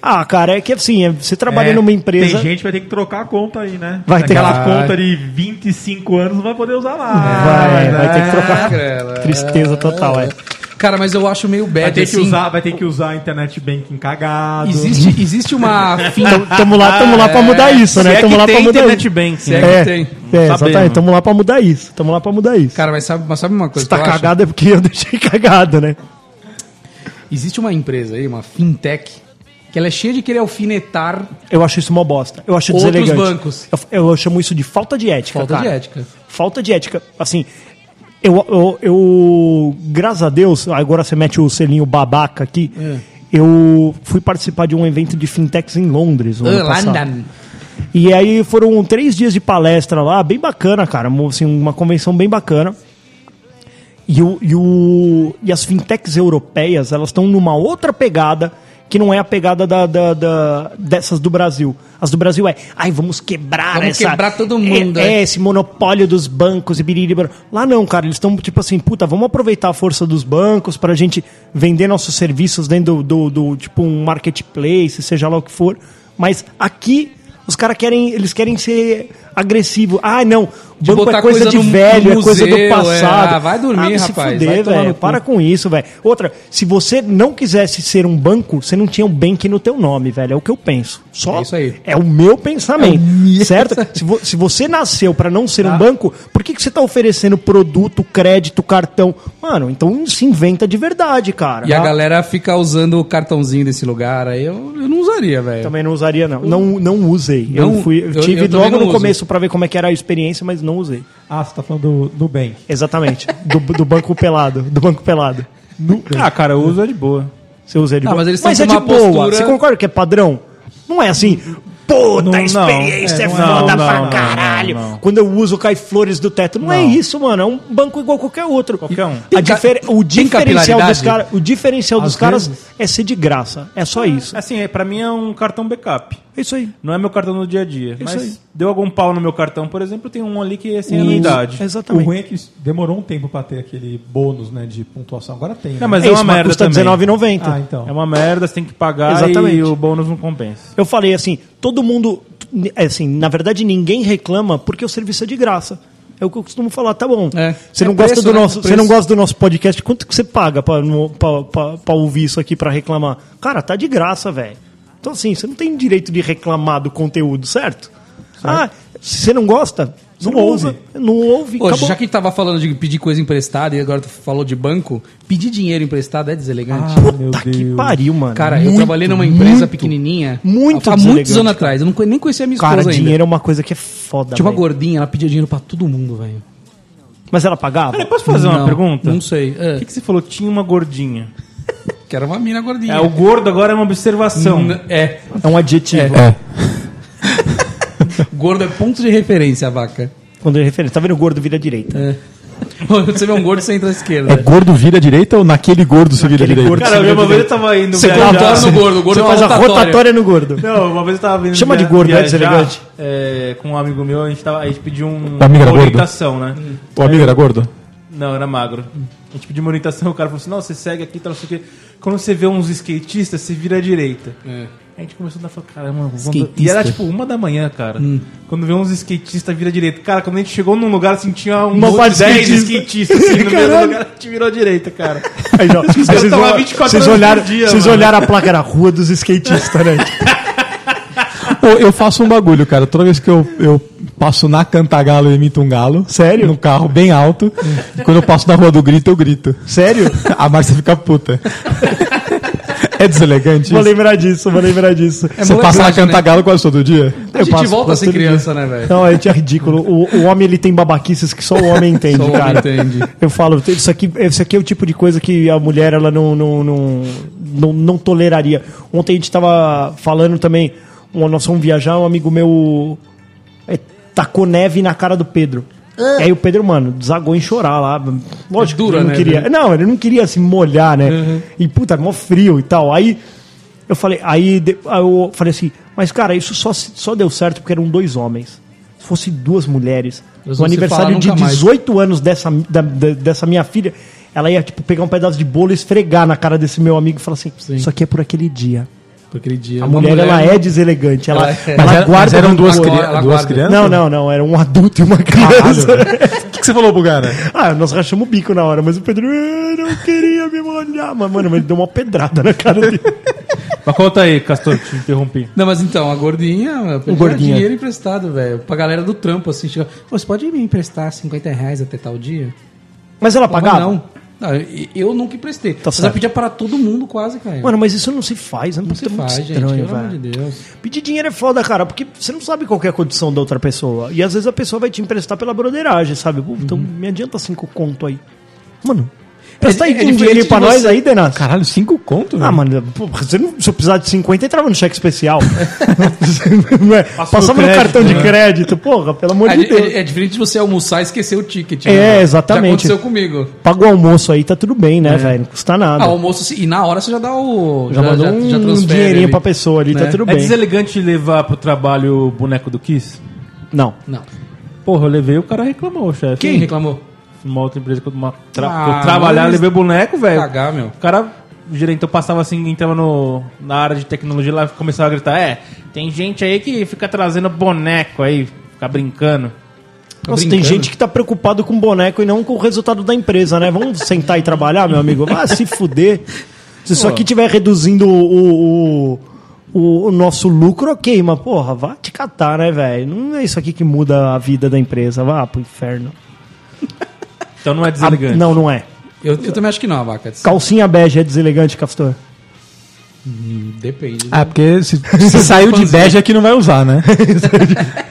Speaker 3: Ah, cara, é que assim, é- você trabalha
Speaker 5: É,
Speaker 3: numa empresa...
Speaker 5: Tem gente que vai ter que trocar a conta aí, né?
Speaker 3: Vai ter
Speaker 5: Aquela
Speaker 4: que-
Speaker 5: conta de 25 anos não vai poder usar lá.
Speaker 3: Vai, vai ter que trocar.
Speaker 4: Magrela.
Speaker 3: Tristeza total, é.
Speaker 4: Cara, mas eu acho meio bad,
Speaker 5: Vai ter, que
Speaker 4: assim.
Speaker 5: usar, vai ter que usar a internet banking cagado.
Speaker 4: Existe, existe uma... Fim...
Speaker 3: Tamo lá, tamo lá pra mudar isso,
Speaker 5: Se
Speaker 3: né?
Speaker 5: é
Speaker 3: Tamo
Speaker 5: que
Speaker 3: lá
Speaker 5: tem
Speaker 3: pra mudar
Speaker 5: internet
Speaker 3: isso.
Speaker 5: banking.
Speaker 4: Se é que
Speaker 3: É,
Speaker 4: tem.
Speaker 3: é,
Speaker 5: Sabemos.
Speaker 3: exatamente, tamo lá pra mudar isso. Tamo lá pra mudar isso.
Speaker 4: Cara, mas sabe, mas sabe uma coisa
Speaker 3: Se tá
Speaker 4: que eu acho?
Speaker 3: cagado é porque eu deixei cagado, né?
Speaker 4: Existe uma empresa aí, uma fintech, que ela é cheia de querer alfinetar
Speaker 3: Eu acho isso uma bosta. Eu acho
Speaker 4: Outros
Speaker 3: deselegante.
Speaker 4: bancos.
Speaker 3: Eu, eu chamo isso de falta de ética.
Speaker 4: falta de
Speaker 3: cara.
Speaker 4: ética.
Speaker 3: Falta de ética. Assim, eu, eu, eu- Graças a Deus, agora você mete o selinho babaca aqui. Eu fui participar de um evento de fintechs em Londres. no
Speaker 4: Ah,
Speaker 3: ano passado.
Speaker 4: London.
Speaker 3: E aí foram três dias de palestra lá, bem bacana, cara. Uma, assim, uma convenção bem bacana. E, o, e, o, e as fintechs europeias, elas estão numa outra pegada que não é a pegada da, da- da- dessas do Brasil. As do Brasil é, ai, vamos quebrar
Speaker 4: Vamos
Speaker 3: essa...
Speaker 4: quebrar todo mundo,
Speaker 3: É,
Speaker 4: é."
Speaker 3: é, esse monopólio dos bancos e biriribar. Lá não, cara, eles estão tipo assim, puta, vamos aproveitar a força dos bancos pra gente vender nossos serviços dentro do, do- do, tipo um marketplace, seja lá o que for. Mas aqui os caras querem, eles querem ser agressivo. Ah, não,
Speaker 4: De
Speaker 3: banco
Speaker 4: botar
Speaker 3: é coisa,
Speaker 4: coisa
Speaker 3: de
Speaker 4: no-
Speaker 3: velho,
Speaker 4: no
Speaker 3: é coisa
Speaker 4: museu,
Speaker 3: do
Speaker 4: é.
Speaker 3: passado.
Speaker 4: Ah, vai dormir,
Speaker 3: vai se
Speaker 4: rapaz,
Speaker 3: fuder,
Speaker 4: vai tomar no
Speaker 3: velho.
Speaker 4: cu.
Speaker 3: Para com isso, velho. Outra, se você não quisesse ser um banco, você não tinha um bank no teu nome, velho. É o que eu penso. Só
Speaker 4: É isso aí.
Speaker 3: é o meu pensamento,
Speaker 4: É o meu
Speaker 3: certo? Se, vo- se você nasceu pra não ser um banco, por que, que você tá oferecendo produto, crédito, cartão? Mano, então se inventa de verdade, cara.
Speaker 4: E a
Speaker 3: Tá?
Speaker 4: galera fica usando o cartãozinho desse lugar, aí eu, eu não usaria, velho.
Speaker 3: Também não usaria, não. Não, não usei. eu
Speaker 4: Não,
Speaker 3: fui, eu
Speaker 4: eu-
Speaker 3: tive
Speaker 4: eu também
Speaker 3: logo
Speaker 4: não
Speaker 3: no
Speaker 4: uso.
Speaker 3: começo pra ver como é que era a experiência, mas não usei.
Speaker 5: Ah, você tá falando do Nubank.
Speaker 3: Exatamente. do, do banco pelado. Do banco pelado.
Speaker 5: Ah, cara, eu uso é de boa.
Speaker 3: Você usa de
Speaker 4: Ah,
Speaker 3: boa.
Speaker 4: mas eles
Speaker 3: é
Speaker 4: têm
Speaker 3: de
Speaker 4: uma
Speaker 3: boa.
Speaker 4: postura-
Speaker 3: Você concorda que é padrão? Não é assim. Puta,
Speaker 5: Não, não.
Speaker 3: experiência
Speaker 5: É,
Speaker 3: é
Speaker 5: não,
Speaker 3: foda
Speaker 5: não,
Speaker 3: pra
Speaker 5: não,
Speaker 3: caralho.
Speaker 5: não, não.
Speaker 3: Quando eu uso, cai flores do teto. Não, é isso, mano. É um banco igual qualquer outro.
Speaker 5: Qualquer um.
Speaker 3: A difer- o
Speaker 4: Tem
Speaker 3: diferencial dos
Speaker 4: capilaridade?
Speaker 3: caras, o diferencial dos
Speaker 5: Às
Speaker 3: caras
Speaker 5: vezes.
Speaker 3: é ser de graça. É só isso. É
Speaker 5: Assim, é, pra mim é um cartão backup.
Speaker 3: isso aí.
Speaker 5: Não é meu cartão no dia a dia. mas
Speaker 3: aí.
Speaker 5: deu algum pau no meu cartão, por exemplo, tem um ali que é sem anuidade.
Speaker 2: O
Speaker 3: Exatamente.
Speaker 2: ruim é que demorou um tempo pra ter aquele bônus, né, de pontuação. Agora tem. né?
Speaker 5: Não, mas
Speaker 3: É
Speaker 5: é,
Speaker 3: isso,
Speaker 5: uma
Speaker 3: mas
Speaker 5: merda
Speaker 3: custa
Speaker 5: também.
Speaker 3: R$19,90.
Speaker 2: Ah, então.
Speaker 5: É uma merda, você tem que pagar
Speaker 3: Exatamente.
Speaker 5: e o bônus não compensa.
Speaker 3: Eu falei assim, todo mundo, é assim, na verdade ninguém reclama porque o serviço é de graça. É o que eu costumo falar, tá bom.
Speaker 4: É.
Speaker 3: Você
Speaker 4: É
Speaker 3: não gosta
Speaker 4: preço,
Speaker 3: do
Speaker 4: né?
Speaker 3: nosso, você
Speaker 4: Preço.
Speaker 3: não gosta do nosso podcast. Quanto que você paga pra no- pra- pra- pra ouvir isso aqui pra reclamar? Cara, tá de graça, velho. Então assim, você não tem direito de reclamar do conteúdo, certo? Ah, se você não gosta, você não,
Speaker 2: ouve.
Speaker 3: usa, não ouve,
Speaker 4: Pô,
Speaker 3: acabou.
Speaker 4: já que tava falando de pedir coisa emprestada e agora tu falou de banco, pedir dinheiro emprestado é deselegante.
Speaker 3: Puta que pariu, mano.
Speaker 4: Cara, eu
Speaker 3: Ah, Muito,
Speaker 4: trabalhei numa empresa
Speaker 3: muito.
Speaker 4: pequenininha
Speaker 3: muito
Speaker 4: há muitos
Speaker 3: deselegante,
Speaker 4: anos atrás. Eu não, co- nem conhecia minha esposa
Speaker 3: Cara,
Speaker 4: ainda.
Speaker 3: dinheiro é uma coisa que é foda,
Speaker 4: Tinha uma
Speaker 3: velho.
Speaker 4: gordinha, ela pedia dinheiro pra todo mundo, velho.
Speaker 3: Mas ela pagava?
Speaker 5: Cara, posso fazer uma
Speaker 4: Não,
Speaker 5: pergunta?
Speaker 4: Não sei.
Speaker 5: Por
Speaker 4: É.
Speaker 5: que, que você falou que tinha uma gordinha?
Speaker 4: Que era uma mina gordinha.
Speaker 5: É, o gordo agora é uma observação.
Speaker 4: N- é.
Speaker 3: É um adjetivo.
Speaker 4: Gordo é ponto de referência, a vaca.
Speaker 3: Quando é referência. Tá vendo o gordo vira direita.
Speaker 4: É. Você vê um gordo, você entra à
Speaker 10: É
Speaker 4: esquerda.
Speaker 10: gordo vira à direita ou naquele gordo você vira à direita?
Speaker 5: Cara, eu vi uma vez eu tava indo
Speaker 4: Você contorna o gordo, o gordo é
Speaker 3: Você
Speaker 4: faz
Speaker 3: faz a rotatória no gordo.
Speaker 5: Não, uma vez eu tava vindo.
Speaker 3: Chama de gordo, né, deselegante?
Speaker 5: é, com um amigo meu, a gente, tava, a gente pediu um,
Speaker 10: O amigo era
Speaker 5: uma
Speaker 10: gordo?
Speaker 5: orientação, né?
Speaker 4: Hum.
Speaker 10: O
Speaker 2: é.
Speaker 10: amigo era gordo?
Speaker 5: Não, era magro. A gente pediu uma orientação, o cara falou assim: não, você segue aqui, tá, não sei o quê. Quando você vê uns skatistas, você vira à direita.
Speaker 4: É.
Speaker 5: A gente começou a dar falar, caramba, vamos dar- E era
Speaker 4: Skatista.
Speaker 5: tipo uma da manhã, cara.
Speaker 3: Hum.
Speaker 5: Quando vê uns skatistas, vira à direita. Cara, quando a gente chegou num lugar, assim, tinha uns
Speaker 3: Uma parte de
Speaker 5: 10
Speaker 3: skatista.
Speaker 5: skatistas. Assim, no meio do
Speaker 3: Caralho.
Speaker 5: lugar, a gente virou à direita, cara.
Speaker 3: Aí, ó, aí
Speaker 5: caras
Speaker 3: vocês
Speaker 5: tão lá
Speaker 3: olha-
Speaker 5: 24
Speaker 3: vocês
Speaker 5: horas por
Speaker 3: olharam,
Speaker 5: dia,
Speaker 3: vocês
Speaker 5: mano.
Speaker 3: olharam a placa era Rua dos Skatistas, né?
Speaker 10: Pô, eu faço um bagulho, cara. Toda vez que eu, eu passo na Cantagalo, eu imito um galo.
Speaker 3: Sério?
Speaker 10: No carro, bem alto. E quando eu passo na rua do grito, eu grito.
Speaker 3: Sério?
Speaker 10: A Márcia fica puta. É deselegante
Speaker 3: Vou
Speaker 10: isso?
Speaker 3: lembrar disso, vou lembrar disso.
Speaker 10: Você
Speaker 4: molecagem,
Speaker 10: passa na
Speaker 4: né?
Speaker 10: Cantagalo quase todo dia?
Speaker 4: A gente
Speaker 3: passo-
Speaker 4: volta a
Speaker 3: passo
Speaker 4: ser
Speaker 3: todo dia.
Speaker 4: criança, né, velho?
Speaker 3: Não, a gente é ridículo. O, o homem ele tem babaquices que só o homem entende,
Speaker 4: Só o homem
Speaker 3: cara.
Speaker 4: entende.
Speaker 3: Eu falo, isso aqui, isso aqui é o tipo de coisa que a mulher ela não não, não, não, não toleraria. Ontem a gente tava falando também, uma, nós fomos viajar, um amigo meu é, tacou neve na cara do Pedro. E aí o Pedro, mano, desagou em chorar lá. Lógico,
Speaker 4: É dura
Speaker 3: ele não
Speaker 4: a neve,
Speaker 3: queria.
Speaker 4: né? Uhum.
Speaker 3: Não, ele não queria se molhar, né? E puta, mó frio e tal. Aí eu falei, aí, de- aí eu falei assim, mas cara, isso só, se- só deu certo porque eram dois homens. Se fosse duas mulheres,
Speaker 4: Elas
Speaker 3: no
Speaker 4: não se
Speaker 3: aniversário
Speaker 4: falaram
Speaker 3: de
Speaker 4: nunca mais.
Speaker 3: 18 anos dessa, mi- da- da- dessa minha filha, ela ia tipo, pegar um pedaço de bolo e esfregar na cara desse meu amigo e falar assim: Isso aqui é por aquele dia.
Speaker 4: Porque aquele dia.
Speaker 3: A
Speaker 4: uma
Speaker 3: mulher, ela é deselegante. Ela,
Speaker 4: Ela é.
Speaker 3: ela
Speaker 10: Mas, era-
Speaker 3: guarda.
Speaker 10: mas eram duas,
Speaker 4: Agora,
Speaker 10: cri-
Speaker 4: ela
Speaker 10: duas
Speaker 4: guarda.
Speaker 10: crianças?
Speaker 3: Não, não, não. Era um adulto e uma
Speaker 10: Caralho,
Speaker 3: criança.
Speaker 10: velho. O que, que você falou, Bugara?
Speaker 3: Ah, nós rachamos o bico na hora, mas o Pedro, eu não queria me molhar. Mas, mano, ele deu uma pedrada na cara dele.
Speaker 5: Mas conta aí, Castor, te interrompi.
Speaker 4: Não, mas então, a gordinha, pedia
Speaker 3: gordinha.
Speaker 4: dinheiro emprestado, velho. Pra galera do trampo, assim, chega. "Ô, Você pode me emprestar 50 reais até tal dia?
Speaker 3: Mas ela pagava?
Speaker 4: Não. Não, eu- eu nunca emprestei.
Speaker 3: Tá
Speaker 4: Mas
Speaker 3: certo.
Speaker 4: ela pedia pra todo mundo quase, cara.
Speaker 3: Mano, mas isso não se faz, é
Speaker 4: É. não
Speaker 3: muito,
Speaker 4: se
Speaker 3: muito
Speaker 4: faz,
Speaker 3: estranho,
Speaker 4: gente. Pelo
Speaker 3: velho.
Speaker 4: amor de Deus.
Speaker 3: Pedir dinheiro é foda, cara, porque você não sabe qual que é a condição da outra pessoa. E às vezes a pessoa vai te emprestar pela broderagem, sabe? Pô,
Speaker 4: Uhum.
Speaker 3: Então me adianta cinco conto aí. Mano, prestar aí
Speaker 4: é
Speaker 3: um
Speaker 4: diferente
Speaker 3: dinheiro
Speaker 4: de
Speaker 3: pra nós
Speaker 4: você-
Speaker 3: aí, Denas.
Speaker 10: Caralho, cinco conto?
Speaker 3: Ah, mano, pô, você não- se eu precisar de 50, entrava no cheque especial. Não é? Passava no
Speaker 5: crédito,
Speaker 3: cartão de
Speaker 5: né?
Speaker 3: crédito, porra, pelo amor
Speaker 4: É,
Speaker 3: de Deus.
Speaker 4: é- é diferente de você almoçar e esquecer o ticket.
Speaker 3: É,
Speaker 4: velho?
Speaker 3: exatamente.
Speaker 4: Já aconteceu comigo.
Speaker 3: Paga o almoço aí, tá tudo bem, né, velho? Não custa nada.
Speaker 4: Ah, o almoço, sim, e na hora você já dá o.
Speaker 3: já, mandou um
Speaker 4: transfere
Speaker 3: dinheirinho
Speaker 4: ali.
Speaker 3: pra pessoa ali, tá
Speaker 4: Né?
Speaker 3: tudo
Speaker 5: É
Speaker 3: bem.
Speaker 5: deselegante levar pro trabalho o boneco do Kiss?
Speaker 3: Não.
Speaker 4: Não.
Speaker 5: Porra, eu levei o cara reclamou, chefe.
Speaker 4: Quem reclamou?
Speaker 5: Uma outra empresa que eu, uma, tra
Speaker 4: Ah,
Speaker 5: que eu trabalhava,
Speaker 4: mas-
Speaker 5: levei o boneco,
Speaker 3: É
Speaker 5: velho.
Speaker 4: Cagar, meu.
Speaker 5: O cara, o gerente, eu passava assim, entrava no, na área de tecnologia lá, começava a gritar: É, tem gente aí que fica trazendo boneco aí, fica brincando.
Speaker 3: Nossa,
Speaker 4: brincando.
Speaker 3: tem gente que tá preocupado com boneco e não com o resultado da empresa, né? Vamos sentar e trabalhar, meu amigo? Ah, se fuder. Se isso aqui estiver reduzindo o, o, o- o nosso lucro, ok, mas porra, vá te catar, né, velho? Não é isso aqui que muda a vida da empresa. Vá pro inferno.
Speaker 5: Então não é
Speaker 3: Ah,
Speaker 5: deselegante.
Speaker 3: não, não é.
Speaker 4: Eu, eu também acho que não, Abaca.
Speaker 3: Calcinha bege é deselegante, Castor.
Speaker 4: Depende. né?
Speaker 10: Ah, porque se, se saiu de bege é que não vai usar, né?
Speaker 3: Ah.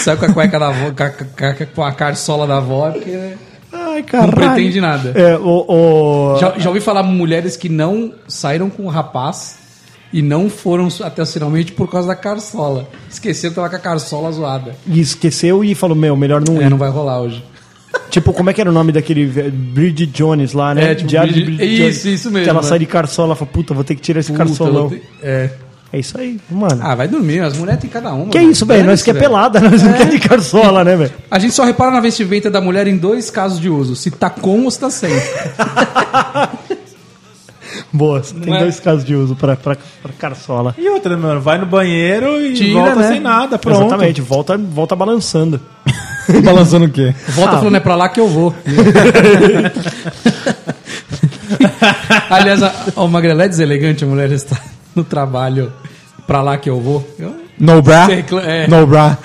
Speaker 4: Sai com a cueca da avó, ca- ca- ca- com a carçola da avó, é porque né,
Speaker 3: Ai,
Speaker 4: não
Speaker 3: caralho.
Speaker 4: pretende nada.
Speaker 3: É, o, o-
Speaker 4: Já, já ouvi falar mulheres que não saíram com o rapaz e não foram até o finalmente por causa da carçola. Esqueceram que tava com a carçola zoada.
Speaker 3: E esqueceu e falou, meu, melhor não
Speaker 4: É,
Speaker 3: ir.
Speaker 4: não vai rolar hoje.
Speaker 3: Tipo, como é que era o nome daquele ve- Bridget Jones lá, né?
Speaker 4: É, tipo,
Speaker 3: Diário de
Speaker 4: Bridget-
Speaker 3: Bridget
Speaker 4: Isso,
Speaker 3: Jones.
Speaker 4: isso mesmo,
Speaker 3: Que ela
Speaker 4: né?
Speaker 3: sai de carçola e fala, puta, vou ter que tirar esse
Speaker 4: Puta,
Speaker 3: carçolão.
Speaker 4: eu te- É.
Speaker 3: É isso aí, mano.
Speaker 4: Ah, vai dormir. As mulheres têm cada uma.
Speaker 3: que isso, velho? Nós que é
Speaker 4: velho.
Speaker 3: pelada, nós não quer de carçola, né, velho?
Speaker 4: A gente só repara na vestimenta da mulher em dois casos de uso. Se tá com ou se tá sem.
Speaker 3: Boa, tem
Speaker 4: é?
Speaker 3: dois casos de uso pra, pra, pra carçola.
Speaker 5: E outra, mano, vai no banheiro e
Speaker 4: Tira,
Speaker 5: volta
Speaker 4: né?
Speaker 5: sem nada, pronto.
Speaker 3: Exatamente, volta, volta balançando.
Speaker 10: Balançando o quê?
Speaker 3: Ah.
Speaker 4: Volta falando, é pra lá que eu vou. Aliás, a, a Magrela é deselegante, a mulher está no trabalho. Pra lá que eu vou. Eu-
Speaker 10: No bra?
Speaker 4: Você recla- é.
Speaker 10: No bra.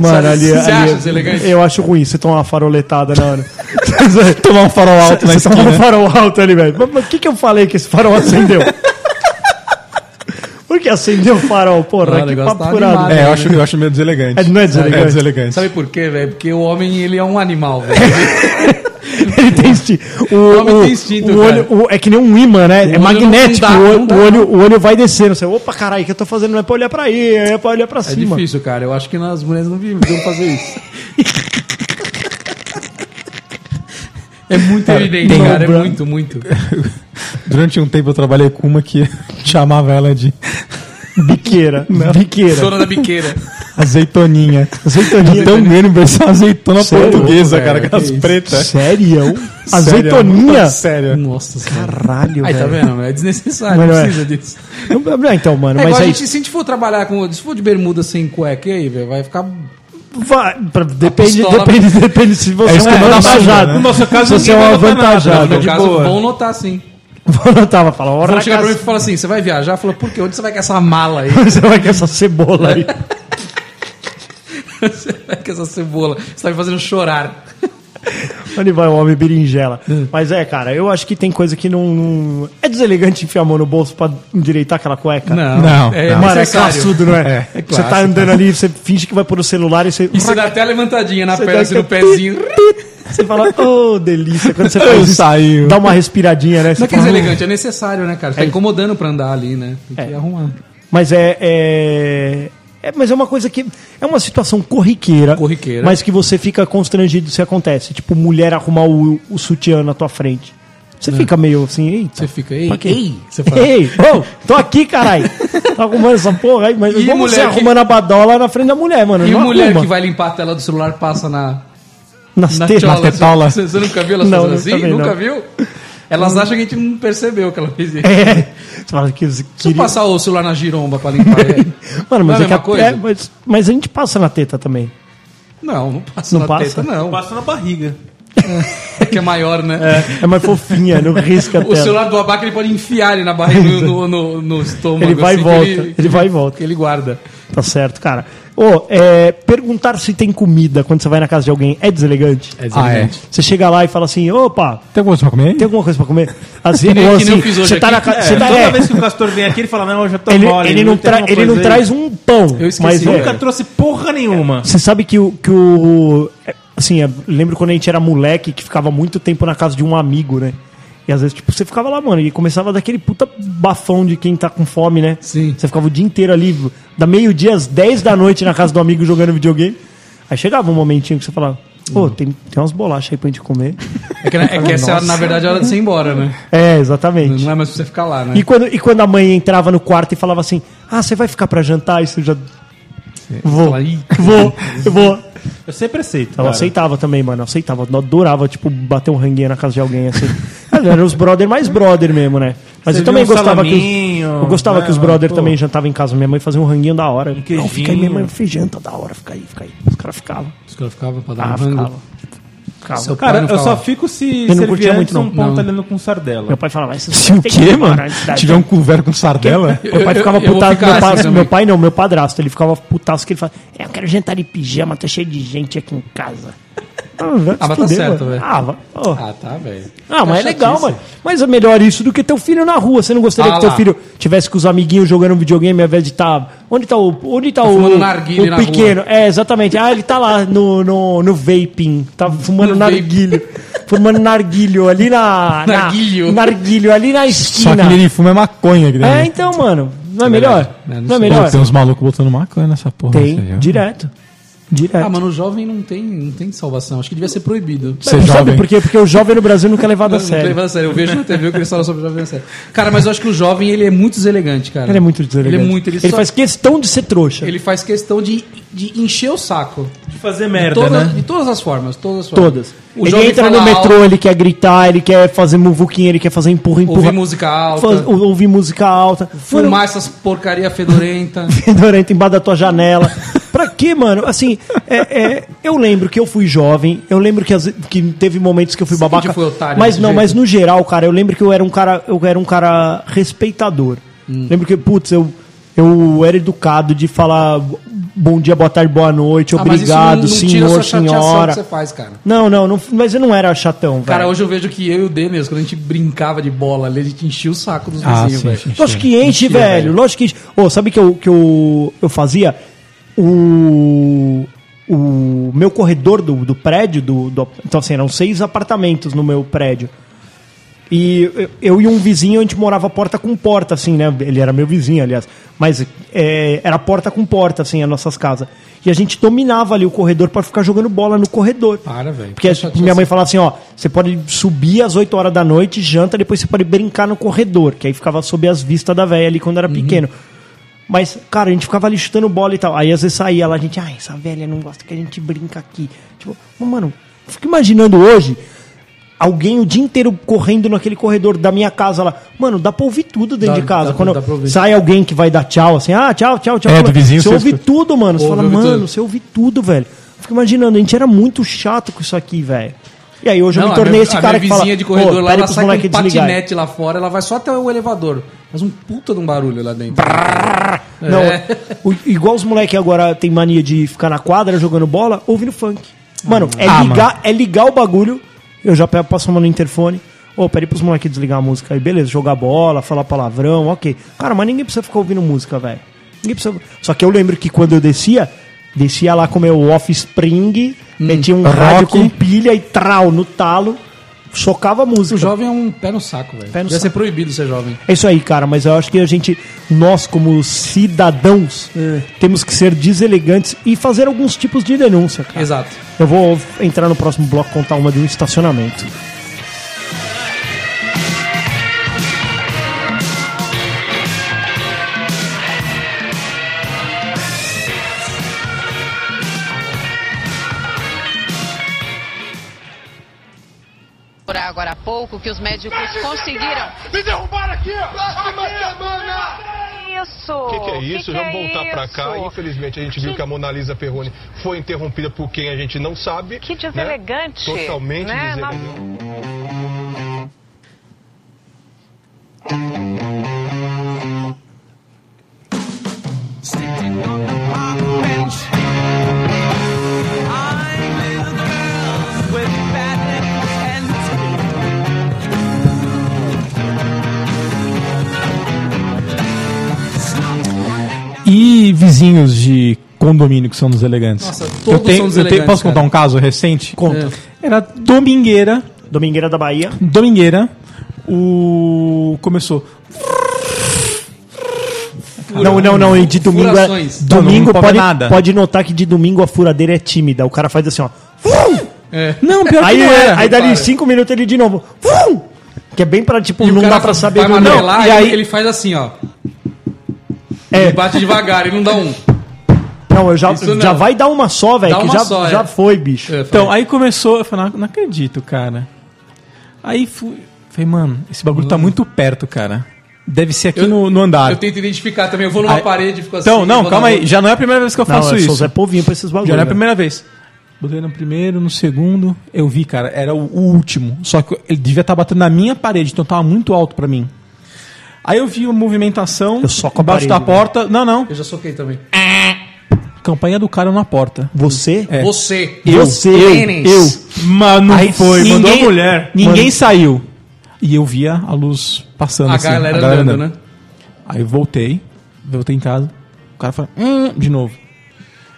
Speaker 3: Mano, ali,
Speaker 4: Você é
Speaker 3: ali-
Speaker 4: acha deselegante?
Speaker 3: Eu acho ruim você tomar uma faroletada né, na hora.
Speaker 10: Tomar um farol alto na
Speaker 3: você toma um
Speaker 4: é?
Speaker 10: esquina.
Speaker 3: farol alto ali, velho. Mas- Mas o que, que eu falei que esse farol acendeu? Por que acendeu o farol, porra?
Speaker 4: Ah, o
Speaker 3: que
Speaker 4: negócio
Speaker 3: papo
Speaker 4: tá
Speaker 3: furado.
Speaker 4: animado.
Speaker 10: É, eu acho, eu acho meio deselegante.
Speaker 3: É, não é deselegante?
Speaker 10: É deselegante.
Speaker 4: Sabe por quê, velho? Porque o homem, ele é um animal, velho.
Speaker 3: Ele tem instinto. O,
Speaker 4: homem
Speaker 3: o-
Speaker 4: tem instinto,
Speaker 3: o olho, o- é que nem um imã, né? é
Speaker 4: olho
Speaker 3: magnético.
Speaker 4: não dá,
Speaker 3: o, olho,
Speaker 4: não dá.
Speaker 3: o, olho, o olho vai descendo. Você, opa, caralho, o que eu tô fazendo? Não é pra olhar pra aí, é pra olhar pra
Speaker 4: É
Speaker 3: cima.
Speaker 4: difícil, cara. Eu acho que as mulheres não deviam fazer isso. É muito
Speaker 10: Cara,
Speaker 4: evidente,
Speaker 3: um
Speaker 10: Tom
Speaker 4: cara. É
Speaker 10: Brown.
Speaker 4: muito, muito.
Speaker 10: Durante um tempo eu trabalhei com uma que chamava ela de
Speaker 3: Biqueira. Biqueira.
Speaker 4: Zona da biqueira.
Speaker 10: azeitoninha.
Speaker 3: Azeitoninha.
Speaker 10: Até o meme vai ser azeitona
Speaker 3: Sério?
Speaker 10: portuguesa,
Speaker 4: Cara,
Speaker 10: cara,
Speaker 4: que
Speaker 10: aquelas
Speaker 4: isso.
Speaker 10: pretas.
Speaker 3: Sério?
Speaker 10: Sério,
Speaker 3: Azeitoninha?
Speaker 10: muito tá Sério.
Speaker 4: Nossa senhora.
Speaker 3: Caralho,
Speaker 4: Aí tá
Speaker 3: velho.
Speaker 4: vendo? É desnecessário,
Speaker 3: Mas
Speaker 4: não
Speaker 3: não é.
Speaker 4: precisa disso.
Speaker 3: Não, então, mano,
Speaker 4: É
Speaker 3: mas
Speaker 4: igual a
Speaker 3: aí.
Speaker 4: gente, se a gente for trabalhar com. Se for de bermuda sem cueca, e aí, velho? Vai ficar.
Speaker 3: Vai, pra- depende,
Speaker 4: pistola- né?
Speaker 3: depende, depende se você
Speaker 10: É isso
Speaker 3: é um
Speaker 10: que eu não imagino,
Speaker 3: avantajado.
Speaker 10: né?
Speaker 5: No nosso caso,
Speaker 3: se você é um
Speaker 5: ninguém vai notar
Speaker 4: No
Speaker 3: avantajado.
Speaker 4: meu caso,
Speaker 5: boa.
Speaker 4: vão notar sim.
Speaker 3: Vou anotar, vai falar,
Speaker 4: Vão
Speaker 3: hora
Speaker 4: chegar pra mim e falar assim: você vai viajar? Fala, por quê? Onde você vai com essa mala aí?
Speaker 3: você vai com essa cebola aí.
Speaker 4: Você vai com essa cebola? Você tá me fazendo chorar.
Speaker 3: Onde vai o homem berinjela? Mas é, cara, eu acho que tem coisa que não. não- É deselegante enfiar a mão no bolso pra endireitar aquela cueca.
Speaker 10: Não,
Speaker 4: é
Speaker 10: não.
Speaker 3: Mano, é
Speaker 4: necessário.
Speaker 3: classudo, não é?
Speaker 10: É, é
Speaker 3: você tá
Speaker 10: clássico.
Speaker 3: andando ali, você finge que vai pôr o celular e você.
Speaker 4: E você dá até a levantadinha na
Speaker 3: Você
Speaker 4: perna,
Speaker 3: dá
Speaker 4: assim, no
Speaker 3: aquele-
Speaker 4: pezinho.
Speaker 3: Você fala, ô, delícia, quando você
Speaker 10: Eu
Speaker 3: faz isso,
Speaker 10: saio.
Speaker 3: dá uma respiradinha, né? Você
Speaker 4: Não é que é
Speaker 3: fala, "Hum".
Speaker 4: elegante, é necessário, né, cara? Você tá incomodando pra andar ali, né? Tem que
Speaker 3: É.
Speaker 4: arrumar.
Speaker 3: Mas é, é, é- Mas é uma coisa que. É uma situação corriqueira.
Speaker 4: Corriqueira.
Speaker 3: Mas que você fica constrangido se acontece. Tipo, mulher arrumar o, o sutiã na tua frente. Você fica meio assim, eita.
Speaker 4: Você fica, ei,
Speaker 3: pra quê?
Speaker 4: ei, você fala.
Speaker 3: Ei, ô, tô aqui, caralho. Tá arrumando essa porra aí, mas
Speaker 4: E
Speaker 3: como você
Speaker 4: mulher que-
Speaker 3: arrumando a badola na frente da mulher, mano.
Speaker 4: E
Speaker 3: não
Speaker 4: mulher
Speaker 3: arruma.
Speaker 4: que vai limpar a tela do celular passa na,
Speaker 3: nas
Speaker 4: na
Speaker 3: tetas.
Speaker 4: tchola.
Speaker 10: tetola.
Speaker 4: né? Você, você nunca viu elas
Speaker 3: Não,
Speaker 4: fazendo
Speaker 3: nunca
Speaker 4: assim?
Speaker 3: vi,
Speaker 4: nunca
Speaker 3: não.
Speaker 4: viu? Elas acham que a gente não percebeu que ela fez isso.
Speaker 3: É. Você fala que você
Speaker 4: Se eu
Speaker 3: queria-
Speaker 4: passar o celular na giromba pra limpar ele.
Speaker 3: Mano, mas
Speaker 4: Não é
Speaker 3: é
Speaker 4: a
Speaker 3: que
Speaker 4: mesma
Speaker 3: a,
Speaker 4: coisa?
Speaker 3: é, mas, mas a gente passa na teta também.
Speaker 4: Não, não passa
Speaker 3: Não
Speaker 4: na
Speaker 3: passa?
Speaker 4: teta, não.
Speaker 5: Passa na barriga.
Speaker 4: É que é maior, né?
Speaker 3: É mais fofinha, não risca a
Speaker 4: O
Speaker 3: tela.
Speaker 4: celular do abaca ele pode enfiar ele na barriga, no, no, no- no estômago.
Speaker 3: Ele vai e
Speaker 4: assim, que
Speaker 3: volta. Ele,
Speaker 4: que
Speaker 3: vai e volta.
Speaker 4: que ele guarda.
Speaker 3: Tá certo, cara. Ô, é, perguntar se tem comida quando você vai na casa de alguém é deselegante?
Speaker 10: Ah, é.
Speaker 3: Você chega lá e fala assim, opa,
Speaker 10: Tem alguma coisa pra comer aí?
Speaker 3: tem alguma coisa pra comer? Assim,
Speaker 4: nem-
Speaker 3: ou
Speaker 4: É que nem eu
Speaker 3: assim,
Speaker 4: fiz hoje
Speaker 3: você tá
Speaker 4: aqui.
Speaker 3: na casa.
Speaker 5: É,
Speaker 3: você tá-
Speaker 5: toda
Speaker 3: é,
Speaker 5: vez que o Castor vem aqui, ele fala, não, eu já tô
Speaker 3: ele,
Speaker 5: Tá mole.
Speaker 3: ele não,
Speaker 5: tem
Speaker 3: tra-
Speaker 5: alguma
Speaker 3: ele não
Speaker 5: coisa aí.
Speaker 3: traz um pão,
Speaker 4: Eu esqueci,
Speaker 3: mas é-
Speaker 4: velho.
Speaker 5: Nunca trouxe porra nenhuma.
Speaker 3: Você sabe que o. Que o é, assim, eu lembro quando a gente era moleque que ficava muito tempo na casa de um amigo, né? E às vezes, tipo, você ficava lá, mano, e começava daquele puta bafão de quem tá com fome, né?
Speaker 4: Sim.
Speaker 3: Você ficava o dia inteiro ali, da meio-dia às 10 da noite na casa do amigo jogando videogame. Aí chegava um momentinho que você falava, pô,
Speaker 5: Uhum.
Speaker 3: tem, tem umas bolachas aí pra gente comer.
Speaker 4: É que, na- é que essa, é a- na verdade, é a hora de você ir embora, né?
Speaker 3: é, exatamente.
Speaker 4: Não é mais pra você ficar lá, né?
Speaker 3: E quando, e quando a mãe entrava no quarto e falava assim, ah, você vai ficar pra jantar? Isso já. Vou,
Speaker 4: Fala, "Ih,
Speaker 3: vou, vou.
Speaker 5: Eu sempre aceito.
Speaker 3: Ela
Speaker 5: cara.
Speaker 3: aceitava também, mano. Aceitava. Eu Adorava, tipo, bater um ranguinho na casa de alguém, assim. Ela Era os brother mais brother mesmo, né? Mas
Speaker 5: Você
Speaker 3: eu também
Speaker 5: viu um
Speaker 3: gostava que os,
Speaker 5: salaminho,
Speaker 3: Eu gostava
Speaker 5: né,
Speaker 3: que os brother
Speaker 5: pô.
Speaker 3: também jantavam em casa. Minha mãe fazia um ranguinho da hora. Não,
Speaker 5: queijinho.
Speaker 3: fica aí, minha mãe fez janta da hora. Fica aí, fica aí. Os caras ficavam.
Speaker 4: Os caras ficavam pra dar
Speaker 3: Ah,
Speaker 4: um rango.
Speaker 3: ficava. Ficava.
Speaker 4: Seu pai
Speaker 5: Cara,
Speaker 4: não
Speaker 5: eu
Speaker 4: ficava.
Speaker 5: só fico se
Speaker 3: Eu não curtia
Speaker 5: serviantes
Speaker 3: muito, não.
Speaker 5: um pão
Speaker 4: Não.
Speaker 5: italiano com sardela.
Speaker 3: Meu pai falava, isso
Speaker 10: Se o quê, mano?
Speaker 5: né?
Speaker 10: Tiver um couvert com sardela?
Speaker 3: Meu pai ficava
Speaker 4: Eu- eu- eu vou
Speaker 3: putado.
Speaker 4: ficar
Speaker 3: Meu,
Speaker 4: assim
Speaker 3: pai-
Speaker 4: também.
Speaker 3: meu pai não, meu padrasto. Ele ficava putaço que ele falava: "É, Eu quero jantar de pijama, tô cheio de gente aqui em casa. Ah, vai
Speaker 4: Ah, mas tá
Speaker 3: se fuder,
Speaker 4: certo,
Speaker 3: mano.
Speaker 4: velho.
Speaker 3: Ah, vai- ó.
Speaker 4: Ah, tá, velho.
Speaker 3: Ah, mas é
Speaker 4: Tá
Speaker 3: legal,
Speaker 4: chatice.
Speaker 3: mano. Mas é melhor isso do que teu filho na rua. Você não gostaria
Speaker 4: Ah
Speaker 3: que teu
Speaker 4: lá.
Speaker 3: filho tivesse com os amiguinhos jogando videogame ao invés de estar. Onde tá o. Onde tá o,
Speaker 4: fumando narguilé
Speaker 3: o
Speaker 4: na
Speaker 3: pequeno? É, exatamente. Ah, ele tá lá no, no, no vaping. Tá fumando
Speaker 4: No
Speaker 3: narguilho. Fumando narguilho ali na. na-
Speaker 4: Narguilho.
Speaker 3: narguilho, ali na
Speaker 10: Só que
Speaker 3: esquina.
Speaker 10: ele fuma é maconha aqui dentro.
Speaker 3: É, então, mano. Não é,
Speaker 4: verdade.
Speaker 3: melhor?
Speaker 4: É,
Speaker 3: não,
Speaker 4: não
Speaker 3: é
Speaker 4: sei.
Speaker 10: Pô,
Speaker 3: melhor?
Speaker 10: tem uns malucos botando maconha nessa porra.
Speaker 3: Tem,
Speaker 10: sério.
Speaker 3: direto. Direto.
Speaker 4: Ah, mano, o jovem não tem, não tem salvação. Acho que devia ser proibido.
Speaker 10: Ser
Speaker 3: Sabe
Speaker 10: jovem.
Speaker 3: por quê? Porque o jovem no Brasil nunca é levado
Speaker 4: Não,
Speaker 3: a
Speaker 4: não tô
Speaker 3: sério.
Speaker 4: levando a sério. Eu vejo na TV o que eles falam sobre o jovem a sério. Cara, mas eu acho que o jovem, ele é muito deselegante, cara.
Speaker 3: Ele é muito deselegante.
Speaker 4: Ele é muito. Ele, só-
Speaker 3: faz questão de ser trouxa.
Speaker 4: ele faz questão de, de encher o saco.
Speaker 5: De fazer merda,
Speaker 4: Todas-
Speaker 5: né?
Speaker 4: De todas as formas. Todas as formas.
Speaker 3: Todas.
Speaker 4: O
Speaker 3: ele
Speaker 4: jovem
Speaker 3: entra
Speaker 4: fala
Speaker 3: no metrô,
Speaker 4: alto,
Speaker 3: ele quer gritar, ele quer fazer muvuquinha, ele quer fazer empurra, empurra.
Speaker 4: ouvir música alta,
Speaker 3: Faz- ou- ouvir música alta.
Speaker 4: fumar essas porcaria fedorenta.
Speaker 3: Fedorento embaixo da tua janela. pra quê, mano? Assim, é- é, eu lembro que eu fui jovem, eu lembro que, às ve- que teve momentos que eu fui
Speaker 4: Sempre
Speaker 3: babaca.
Speaker 4: foi otário
Speaker 3: mas
Speaker 4: desse
Speaker 3: não,
Speaker 4: jeito.
Speaker 3: mas no geral, cara, eu lembro que eu era um cara, eu era um cara respeitador.
Speaker 4: Hum.
Speaker 3: Lembro que, putz, eu, eu era educado de falar bom dia, boa tarde, boa noite,
Speaker 4: Ah, mas isso não-
Speaker 3: obrigado,
Speaker 4: não tira a
Speaker 3: senhor,
Speaker 4: sua chateação
Speaker 3: senhora.
Speaker 4: que você faz, cara.
Speaker 3: Não, não, não, mas eu não era chatão, velho.
Speaker 4: Cara, hoje eu vejo que eu e o D mesmo, quando a gente brincava de bola ali, a gente enchia o saco dos
Speaker 10: Ah,
Speaker 4: vizinhos,
Speaker 10: sim,
Speaker 4: velho.
Speaker 10: sim.
Speaker 3: Lógico que enche,
Speaker 4: Mentira,
Speaker 3: velho.
Speaker 4: velho.
Speaker 3: Lógico que enche. Ô, sabe que eu, que eu, eu fazia? O, o meu corredor do, do prédio, do, do- então assim, eram seis apartamentos no meu prédio. E eu- eu e um vizinho, a gente morava porta com porta, assim, né? Ele era meu vizinho, aliás. Mas é, era porta com porta, assim, as nossas casas. E a gente dominava ali o corredor pra ficar jogando bola no corredor.
Speaker 4: Para, velho.
Speaker 3: Porque a- minha mãe falava assim, ó, você pode subir às 8 horas da noite, janta, depois você pode brincar no corredor, que aí ficava sob as vistas da velha ali quando
Speaker 4: Uhum.
Speaker 3: era pequeno. Mas, cara, a gente ficava ali chutando bola e tal. Aí às vezes saía lá, a gente, ai, essa velha não gosta que a gente brinca aqui. Tipo, mano, eu fico imaginando hoje alguém o dia inteiro correndo naquele corredor da minha casa lá. Mano, dá pra ouvir tudo dentro
Speaker 4: Dá-
Speaker 3: de casa.
Speaker 4: dá-
Speaker 3: Quando
Speaker 4: dá pra ouvir.
Speaker 3: sai alguém que vai dar tchau, assim, ah, tchau, tchau, tchau.
Speaker 5: É,
Speaker 3: Fala,
Speaker 5: do vizinho
Speaker 3: você
Speaker 5: você
Speaker 3: ouve
Speaker 5: escuta.
Speaker 3: tudo, mano. Você
Speaker 4: Ouve,
Speaker 3: fala,
Speaker 4: ouve
Speaker 3: mano,
Speaker 4: tudo."
Speaker 3: você ouve tudo, velho. Eu Fico imaginando, a gente era muito chato com isso aqui, velho. E aí hoje
Speaker 4: Não,
Speaker 3: eu me tornei
Speaker 4: a minha,
Speaker 3: esse
Speaker 4: a
Speaker 3: cara
Speaker 4: minha
Speaker 3: que fala...
Speaker 4: vizinha de corredor
Speaker 3: "Pô,
Speaker 4: lá,
Speaker 3: pede
Speaker 4: ela
Speaker 3: pros
Speaker 4: sai com
Speaker 3: moleque
Speaker 4: um
Speaker 3: desligar."
Speaker 4: patinete lá fora, ela vai só até o elevador. Faz um puta de um barulho lá dentro.
Speaker 3: Não,
Speaker 4: É.
Speaker 3: o- igual os moleques agora tem mania de ficar na quadra jogando bola, ouvindo funk. Mano, é, ligar, é ligar o bagulho, eu já pego- passo a mão no interfone. Ô, peraí pros moleques desligar a música aí, beleza, jogar bola, falar palavrão, ok. Cara, mas ninguém precisa ficar ouvindo música, velho. Ninguém precisa. Só que eu lembro que quando eu descia, descia lá com o meu offspring, metia um rádio com pilha e trau no talo, socava a música.
Speaker 4: O jovem é um pé no saco, velho.
Speaker 3: Pé no
Speaker 4: Devia
Speaker 3: saco.
Speaker 4: ser proibido ser jovem.
Speaker 3: É isso aí, cara, mas eu acho que a gente, nós como cidadãos,
Speaker 4: É.
Speaker 3: temos que ser deselegantes e fazer alguns tipos de denúncia, cara.
Speaker 4: Exato.
Speaker 3: Eu vou entrar no próximo bloco contar uma de um estacionamento.
Speaker 6: Por agora há pouco que os médicos conseguiram.
Speaker 1: Me derrubaram aqui, ó! Próxima semana!
Speaker 6: Isso!
Speaker 2: O que, que é isso? Vamos voltar pra cá. Infelizmente, a gente viu que a Mona Lisa Perrone foi interrompida por quem a gente não sabe.
Speaker 6: Que
Speaker 2: né?
Speaker 6: deselegante,
Speaker 2: Totalmente
Speaker 6: né?
Speaker 2: deselegante.
Speaker 5: E vizinhos de condomínio que são deselegantes?
Speaker 4: Nossa, todos
Speaker 5: eu tenho,
Speaker 4: são
Speaker 5: eu tenho-
Speaker 4: deselegantes,
Speaker 5: Posso contar
Speaker 4: cara.
Speaker 5: um caso recente? É.
Speaker 3: Conta.
Speaker 5: Era domingueira,
Speaker 3: Domingueira da Bahia.
Speaker 5: domingueira, o... começou...
Speaker 3: não, não, não, e de domingo é,
Speaker 4: Furações.
Speaker 3: domingo
Speaker 5: Não, não
Speaker 3: pode,
Speaker 5: pode nada.
Speaker 3: pode notar que de domingo a furadeira é tímida. O cara faz assim, ó.
Speaker 5: Não, pior
Speaker 3: Aí,
Speaker 5: que não
Speaker 3: é,
Speaker 5: era.
Speaker 3: aí dali
Speaker 4: para.
Speaker 3: cinco minutos ele de novo. Fum! Que é bem pra, tipo,
Speaker 4: E o
Speaker 3: não
Speaker 4: cara
Speaker 3: dá pra saber. do-
Speaker 4: vai
Speaker 3: Não,
Speaker 4: martelar,
Speaker 3: e
Speaker 4: ele-
Speaker 3: aí,
Speaker 4: ele faz assim, ó.
Speaker 3: É.
Speaker 4: Ele bate devagar, ele não dá um.
Speaker 3: não, eu já,
Speaker 4: Isso não.
Speaker 3: já vai dar uma só, velho,
Speaker 4: Dá
Speaker 3: que
Speaker 4: uma
Speaker 3: já,
Speaker 4: só, é.
Speaker 3: já foi, bicho.
Speaker 4: É,
Speaker 5: Então, aí começou, eu falei, não, não acredito, cara. Aí fui, falei, mano, esse bagulho tá muito perto, cara. Deve ser aqui no, no andar.
Speaker 4: Eu tento identificar também. Eu vou numa
Speaker 5: Aí-
Speaker 4: parede, fico assim.
Speaker 5: Então,
Speaker 4: eu
Speaker 5: não,
Speaker 4: vou
Speaker 5: calma
Speaker 4: na
Speaker 5: aí, já não é a primeira vez que eu
Speaker 3: Não,
Speaker 5: faço
Speaker 3: eu sou
Speaker 5: isso.
Speaker 3: Zé Povinho pra esses né?
Speaker 5: Já
Speaker 3: bagulhos.
Speaker 5: não é a primeira vez. Botei no primeiro, no segundo, eu vi, cara, era o, o último. Só que ele devia estar batendo na minha parede, então tava muito alto pra mim. Aí eu vi uma movimentação
Speaker 3: Eu soco a
Speaker 5: embaixo da
Speaker 3: parede, né? velho.
Speaker 5: porta. Não, não.
Speaker 4: Eu já soquei também.
Speaker 5: Campanha do cara na porta.
Speaker 3: Você?
Speaker 5: É.
Speaker 4: Você.
Speaker 3: Eu,
Speaker 4: Tênis.
Speaker 5: Mas não
Speaker 3: Aí
Speaker 5: foi,
Speaker 3: ninguém-
Speaker 5: mandou a mulher. Ninguém
Speaker 3: Mano.
Speaker 5: saiu. E eu via a luz passando
Speaker 4: A
Speaker 5: assim.
Speaker 4: galera andando, né?
Speaker 5: Aí eu voltei, voltei em casa. O cara falou, hum, de novo.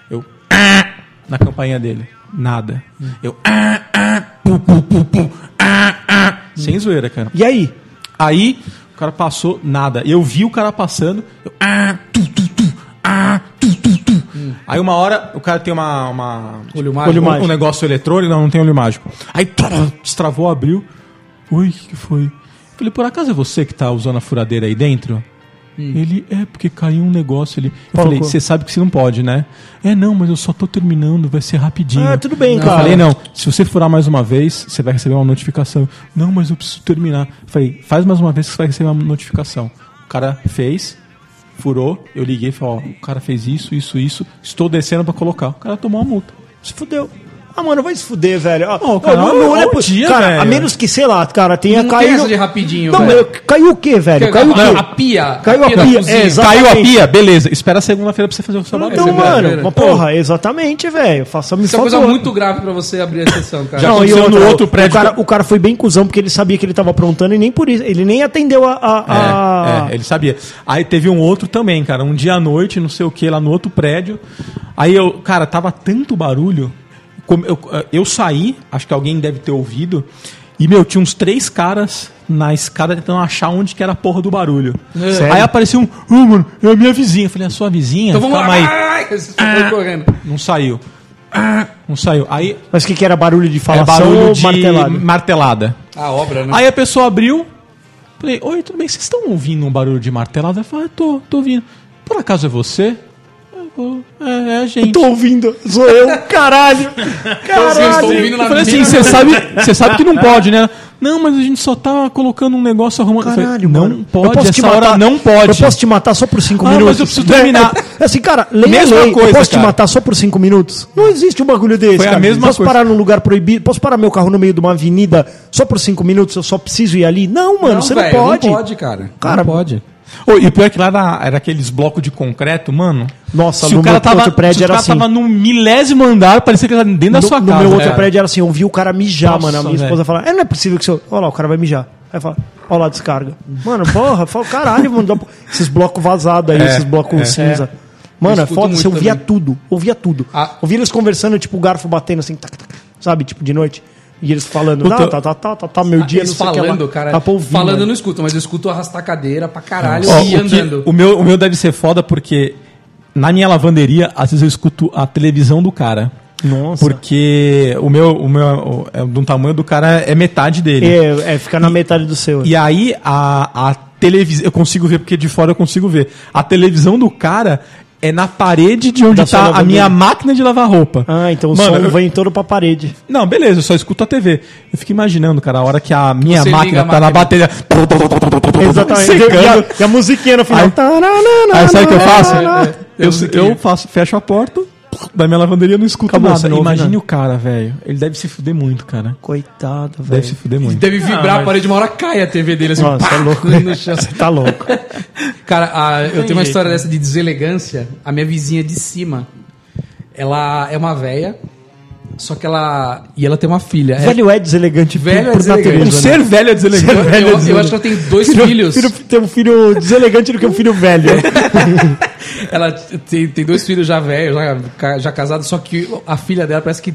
Speaker 5: Eu, "Ah", na campainha dele, nada. Eu, "Ah, ah, pu, pu, pu, pu, ah, ah", sem zoeira, cara.
Speaker 3: E aí?
Speaker 5: Aí o cara passou, nada. Eu vi o cara passando, eu, ah, tu, tu, tu, ah, tu, tu, tu. Aí uma hora o cara tem uma. uma
Speaker 4: Olho mágico.
Speaker 5: um- Um negócio eletrônico, não, não tem olho mágico. Aí tra- destravou, abriu. Ui, o que, que foi? Eu Falei, por acaso é você que tá usando a furadeira aí dentro?
Speaker 4: Hum.
Speaker 5: Ele, é, porque caiu um negócio ali. Eu falei, você sabe que você não pode, né? É, não, mas eu só tô terminando, vai ser rapidinho.
Speaker 3: Ah, tudo bem,
Speaker 5: Eu
Speaker 3: cara.
Speaker 5: falei, não, se você furar mais uma vez, você vai receber uma notificação. Não, mas eu preciso terminar. Eu falei, faz mais uma vez que você vai receber uma notificação. O cara fez, furou, eu liguei e falei, ó, o cara fez isso, isso, isso, estou descendo pra colocar. O cara tomou uma multa.
Speaker 3: Se fudeu. Ah, mano, vai se fuder, velho. Ó,
Speaker 5: Ô,
Speaker 3: ó,
Speaker 5: cara,
Speaker 3: não, não olha
Speaker 5: ó,
Speaker 3: pro-
Speaker 5: dia,
Speaker 3: cara,
Speaker 5: velho.
Speaker 3: a menos que, sei lá, cara, tenha
Speaker 4: Não tem
Speaker 3: caído.
Speaker 4: essa de rapidinho,
Speaker 3: não,
Speaker 4: velho.
Speaker 3: mas caiu o quê, velho? Caiu o
Speaker 4: a,
Speaker 3: quê?
Speaker 4: a pia.
Speaker 3: Caiu a
Speaker 4: da
Speaker 3: pia,
Speaker 4: cozinha.
Speaker 3: é, exato.
Speaker 5: Caiu a pia, beleza. Espera segunda-feira pra você fazer o seu bagulho.
Speaker 3: Então,
Speaker 4: Essa
Speaker 3: mano,
Speaker 4: é a
Speaker 3: uma porra, exatamente, velho. Faça me
Speaker 4: Isso é uma coisa muito grave pra você abrir a exceção, cara.
Speaker 5: Já
Speaker 3: não, e
Speaker 5: aconteceu
Speaker 3: outra,
Speaker 5: no outro
Speaker 3: o-
Speaker 5: prédio.
Speaker 3: O cara, o cara foi bem cuzão porque ele sabia que ele tava aprontando e nem por isso. Ele nem atendeu a. a- a-
Speaker 4: Ah.
Speaker 5: É, é, ele sabia. Aí teve um outro também, cara. Um dia à noite, não sei o que, lá no outro prédio. Aí eu, cara, eh, tava tanto barulho. como Eu, eu saí, acho que alguém deve ter ouvido. E E, meu, tinha uns três caras na escada tentando achar onde que era a porra do barulho.
Speaker 4: É. Sério?
Speaker 5: Aí apareceu um, "Ah, mano, é a minha vizinha. Eu falei, a sua vizinha?
Speaker 4: Então vamos
Speaker 5: Calma
Speaker 4: lá. Ah.
Speaker 5: aí.
Speaker 4: Ai, você foi correndo.
Speaker 5: Não saiu. Não saiu. Aí
Speaker 3: Mas o que, que era barulho de
Speaker 5: é
Speaker 3: falação
Speaker 5: barulho
Speaker 3: ou
Speaker 5: de
Speaker 3: martelada?
Speaker 5: martelada.
Speaker 4: A obra, né?
Speaker 5: Aí a pessoa abriu. Falei, oi, tudo bem? Vocês estão ouvindo um barulho de martelada? Ela falou, ah, tô, tô ouvindo. Por acaso é você? Eu falei, É, é a gente.
Speaker 3: Tô ouvindo, sou eu, caralho.
Speaker 4: Vocês estão
Speaker 3: Caralho.
Speaker 4: ouvindo na
Speaker 5: Eu falei assim,
Speaker 4: mesma-
Speaker 3: né?
Speaker 5: você sabe, você sabe que não pode, né? Não, mas a gente só tá colocando um negócio arrumando. Eu falei,
Speaker 3: Caralho,
Speaker 5: não
Speaker 3: mano.
Speaker 5: pode,
Speaker 3: posso
Speaker 5: essa
Speaker 3: te matar-
Speaker 5: hora não pode.
Speaker 3: Eu posso te matar só por cinco
Speaker 5: Ah,
Speaker 3: minutos.
Speaker 5: mas eu preciso terminar.
Speaker 3: É, assim, cara, leia
Speaker 5: Mesma
Speaker 3: a lei.
Speaker 5: coisa,
Speaker 3: eu posso
Speaker 5: cara.
Speaker 3: te matar só por cinco minutos? Não existe um bagulho desse,
Speaker 5: Foi a
Speaker 3: cara.
Speaker 5: mesma
Speaker 3: posso
Speaker 5: coisa.
Speaker 3: parar num lugar proibido? Posso parar meu carro no meio de uma avenida só por cinco minutos? Eu só preciso ir ali? Não, mano, você
Speaker 4: velho,
Speaker 3: não pode.
Speaker 4: Não pode, cara.
Speaker 3: Cara,
Speaker 4: não pode.
Speaker 5: Ô, e o pior é que lá era, era aqueles blocos de concreto, mano.
Speaker 3: Nossa,
Speaker 5: se
Speaker 3: no
Speaker 5: o cara
Speaker 3: meu
Speaker 5: tava,
Speaker 3: outro prédio
Speaker 5: se o
Speaker 3: era
Speaker 5: cara
Speaker 3: assim.
Speaker 5: tava no milésimo andar, parecia que ele tava dentro da
Speaker 3: no,
Speaker 5: sua
Speaker 3: no
Speaker 5: casa. É.
Speaker 3: meu outro
Speaker 5: cara.
Speaker 3: prédio era assim, eu vi o cara mijar,
Speaker 5: Nossa,
Speaker 3: mano. A minha
Speaker 5: velho.
Speaker 3: esposa fala, é, não é possível que o senhor. Olha lá, o cara vai mijar. Aí fala, olha lá, a descarga. Mano, porra, fala, caralho, mano. dá- Esses blocos vazados aí, esses blocos cinza. Mano,
Speaker 4: Eu
Speaker 3: é
Speaker 4: escuto
Speaker 3: foda, você
Speaker 4: muito
Speaker 3: ouvia
Speaker 4: também.
Speaker 3: tudo, ouvia tudo.
Speaker 4: Ah.
Speaker 3: Ouvia eles conversando, tipo, o garfo batendo assim, tac, tac, sabe, tipo, de noite. E eles falando,
Speaker 5: Puta.
Speaker 3: tá, tá, tá, tá, tá, tá, meu dia,
Speaker 4: Eles
Speaker 3: não sei o que lá.
Speaker 4: falando, cara.
Speaker 3: Dá Tá pra ouvir,
Speaker 4: falando eu
Speaker 3: mano.
Speaker 4: não escuto, mas eu escuto arrastar cadeira pra caralho
Speaker 3: assim.
Speaker 5: Ó,
Speaker 4: e
Speaker 5: o, que-
Speaker 4: andando.
Speaker 5: o meu, o meu deve ser foda porque na minha lavanderia, às vezes eu escuto a televisão do cara.
Speaker 3: Nossa.
Speaker 5: Porque o meu, o meu o- é do tamanho do cara é metade dele.
Speaker 3: É, é, fica na metade do seu.
Speaker 5: E aí a, a televisão. Eu consigo ver, porque de fora eu consigo ver. A televisão do cara é na parede de onde
Speaker 3: Da sua
Speaker 5: tá a minha
Speaker 3: lavanderia.
Speaker 5: máquina de lavar roupa.
Speaker 3: Ah, então o
Speaker 5: Mano,
Speaker 3: som
Speaker 5: eu-
Speaker 3: vem todo pra parede.
Speaker 5: Não, beleza, eu só escuto a TV. Eu fico imaginando, cara, a hora que a minha
Speaker 4: Você liga
Speaker 5: máquina
Speaker 4: a
Speaker 5: tá na bateria.
Speaker 3: Exatamente. E a, tá e a musiquinha no final.
Speaker 5: Aí-
Speaker 3: Taranana,
Speaker 5: Aí sabe o que eu faço?
Speaker 3: taranana.
Speaker 5: Eu, eu faço, fecho a porta da minha lavanderia e não escuto
Speaker 3: Acabou,
Speaker 5: nada.
Speaker 3: você não ouve
Speaker 5: Imagine
Speaker 3: nada.
Speaker 5: o cara, velho. Ele deve se fuder muito, cara.
Speaker 3: Coitado,
Speaker 5: Deve se
Speaker 3: velho.
Speaker 5: fuder muito.
Speaker 4: Deve vibrar a parede, uma hora cai a TV dele assim.
Speaker 3: Ah, Nossa,
Speaker 4: pá,
Speaker 3: é louco.
Speaker 4: no chão.
Speaker 3: Você tá louco.
Speaker 4: Cara, a- eu tenho uma
Speaker 3: jeito, né?
Speaker 4: história dessa de deselegância. A minha vizinha de cima, ela é uma véia, só que ela. E ela tem uma filha. É-
Speaker 3: Velho é deselegante por-
Speaker 4: Velho é
Speaker 3: por
Speaker 4: deselegante.
Speaker 3: natureza,
Speaker 4: Um
Speaker 3: né?
Speaker 5: Ser velho é
Speaker 4: eu,
Speaker 5: deselegante.
Speaker 4: eu-
Speaker 3: velho,
Speaker 4: eu
Speaker 3: Zulu.
Speaker 4: acho que ela tem dois
Speaker 3: Filho-
Speaker 4: filhos. É.
Speaker 3: filho- tem um filho deselegante do que um filho velho.
Speaker 4: Ela tem, tem dois filhos já velhos, já, ca- já casados, só que a filha dela parece que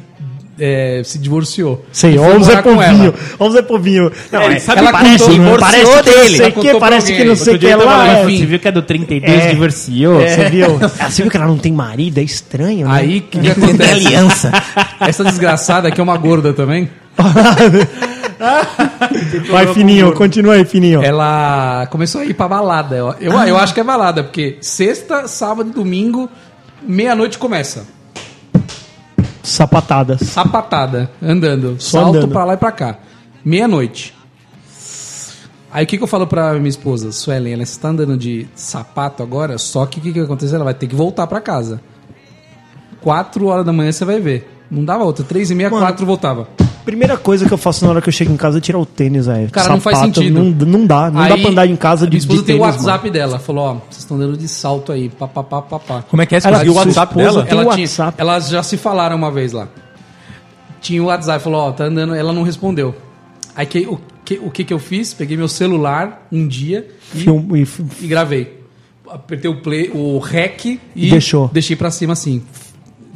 Speaker 4: é, se divorciou.
Speaker 3: Sei,
Speaker 4: E foi
Speaker 3: ó o Zé
Speaker 4: morar com
Speaker 3: é Povinho.
Speaker 4: ela.
Speaker 3: Ó o Zé Povinho. Não, é,
Speaker 11: sabe
Speaker 4: ela
Speaker 11: que
Speaker 4: contou-
Speaker 11: isso, né?
Speaker 3: parece que não sei o que,
Speaker 4: Ela
Speaker 3: parece que
Speaker 4: contou
Speaker 3: não
Speaker 4: pra
Speaker 3: sei o que lá.
Speaker 4: tava
Speaker 3: é.
Speaker 4: lá, enfim.
Speaker 11: Você viu que é do 32
Speaker 3: É.
Speaker 11: divorciou?
Speaker 3: Você viu? Ah, Você viu que ela não tem marido? É estranho, né?
Speaker 4: Aí o que, que acontece? aliança. Essa desgraçada que é uma gorda também.
Speaker 3: Vai, Fininho. Continua aí, Fininho.
Speaker 4: É. Ela começou a ir pra balada. Eu, eu, eu acho que é balada, porque sexta, sábado e domingo, meia-noite começa.
Speaker 3: Sapatadas.
Speaker 4: Sapatada, andando.
Speaker 3: Só
Speaker 4: salto
Speaker 3: andando.
Speaker 4: pra lá e pra cá. Meia-noite. Aí o que, que eu falo pra minha esposa? Suelen, ela está andando de sapato agora, só que o que, que vai acontecer? Ela vai ter que voltar pra casa. Quatro horas da manhã você vai ver. Não dava outra. Três e meia,
Speaker 3: Mano,
Speaker 4: quatro voltava.
Speaker 3: Primeira coisa que eu faço na hora que eu chego em casa é tirar o tênis, velho.
Speaker 4: Cara, não faz
Speaker 3: Sapato,
Speaker 4: sentido.
Speaker 3: Não, não dá. Ah, Não dá pra andar em casa
Speaker 4: a
Speaker 3: de,
Speaker 4: minha
Speaker 3: de
Speaker 4: esposa
Speaker 3: tênis,
Speaker 4: tem o
Speaker 3: mano.
Speaker 4: WhatsApp dela. Falou, ó, vocês estão andando de salto aí. Pá, pá, pá, pá, pá.
Speaker 5: Como é que é? Você
Speaker 3: Ela-
Speaker 5: conseguiu o
Speaker 3: sua
Speaker 5: WhatsApp
Speaker 3: esposa
Speaker 5: dela?
Speaker 3: tem
Speaker 4: Ela
Speaker 3: o
Speaker 4: tinha-
Speaker 3: WhatsApp.
Speaker 4: Elas já se falaram uma vez lá. Tinha o WhatsApp, falou, ó, tá andando, ela não respondeu. Aí que, o, que, o que que eu fiz? Peguei meu celular um dia e,
Speaker 3: Filmo e f-
Speaker 4: e gravei. Apertei o play, o rec e
Speaker 3: Deixou.
Speaker 4: deixei pra cima assim.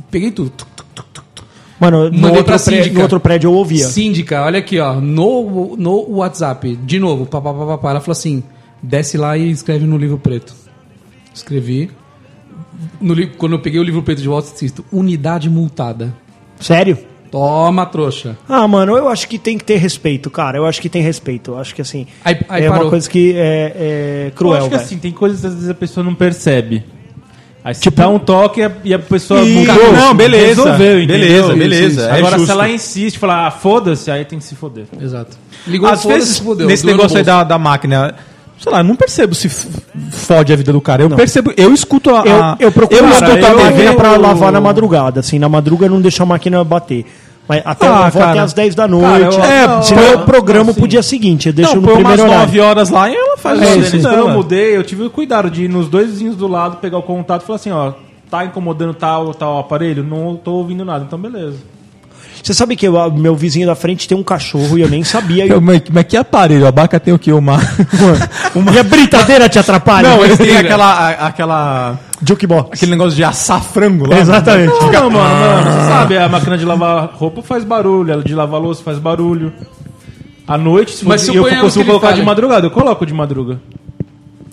Speaker 4: Peguei tudo. Tuc, tuc, tuc, tuc.
Speaker 3: Mano, no
Speaker 4: Mandei
Speaker 3: outro,
Speaker 4: pra
Speaker 3: pré-
Speaker 4: síndica.
Speaker 3: no outro prédio eu ouvia.
Speaker 4: Síndica, olha aqui, ó, no, no WhatsApp, de novo, papapá, ela falou assim, desce lá e escreve no livro preto. Escrevi. No, li- quando eu peguei o livro preto de volta, assisto, unidade multada.
Speaker 3: Sério?
Speaker 4: Toma, trouxa.
Speaker 3: Ah, mano, eu acho que tem que ter respeito, cara. Eu acho que tem respeito. Eu acho que assim.
Speaker 4: Aí- aí
Speaker 3: é
Speaker 4: parou.
Speaker 3: uma coisa que é, é
Speaker 11: Eu
Speaker 3: cruel,
Speaker 11: acho que
Speaker 3: velho.
Speaker 11: assim, tem coisas que às vezes a pessoa não percebe. Aí tipo, dá um toque e a, e a pessoa
Speaker 5: Isso.
Speaker 11: mudou,
Speaker 5: Não, beleza.
Speaker 11: Resolveu, entendeu?
Speaker 5: Beleza, beleza, é
Speaker 11: Agora, se
Speaker 5: justo.
Speaker 11: ela insiste, fala, ah, foda-se, aí tem que se foder.
Speaker 4: Exato. Ligou
Speaker 5: Às
Speaker 4: foda-se,
Speaker 5: vezes,
Speaker 4: fudeu,
Speaker 5: nesse
Speaker 4: doeu no
Speaker 5: negócio aí
Speaker 4: bolso.
Speaker 5: da, da máquina, sei lá, eu não percebo se f- fode a vida do cara. Eu percebo, eu escuto a. a-
Speaker 3: Ah, Eu, eu procuro
Speaker 5: eu
Speaker 3: cara,
Speaker 5: escuto a
Speaker 3: eu
Speaker 5: TV.
Speaker 3: máquina pra
Speaker 5: eu-
Speaker 3: lavar na madrugada, assim. Na madruga eu não deixo a máquina bater. Mas até,
Speaker 5: Ah,
Speaker 3: eu vou até
Speaker 5: cara.
Speaker 3: às 10 da
Speaker 5: Cara,
Speaker 3: noite.
Speaker 5: eu- é,
Speaker 3: senão
Speaker 5: eu-
Speaker 3: eu programo pro dia seguinte. Eu deixo
Speaker 5: Não,
Speaker 3: no
Speaker 5: põe umas
Speaker 3: primeiro horário.
Speaker 5: 9 horas lá e ela faz
Speaker 11: Mas,
Speaker 5: o
Speaker 11: ô,
Speaker 5: serviço
Speaker 11: Denis, quando eu
Speaker 5: dela.
Speaker 11: mudei, eu tive o cuidado de ir nos dois vizinhos do lado, pegar o contato e falar assim, ó, tá incomodando tal tal aparelho? Não tô ouvindo nada, então beleza.
Speaker 3: Você sabe que eu- meu vizinho da frente tem um cachorro e eu nem sabia. E
Speaker 5: Eu, mas, mas que aparelho? A barca tem o quê? Uma.
Speaker 3: E a britadeira te atrapalha?
Speaker 5: Não, eles têm aquela, a- aquela.
Speaker 3: Jukebox.
Speaker 5: aquele negócio de assar frango
Speaker 10: né?
Speaker 5: lá.
Speaker 3: Exatamente.
Speaker 11: Não, não, mano,
Speaker 10: Ah.
Speaker 11: mano, você sabe, a máquina de lavar roupa faz barulho, a de lavar louça faz barulho.
Speaker 5: À noite, se
Speaker 4: Mas
Speaker 5: você- eu
Speaker 4: suponhamos que
Speaker 5: consigo
Speaker 4: ele
Speaker 5: colocar
Speaker 4: fale.
Speaker 5: de madrugada, eu coloco de madruga.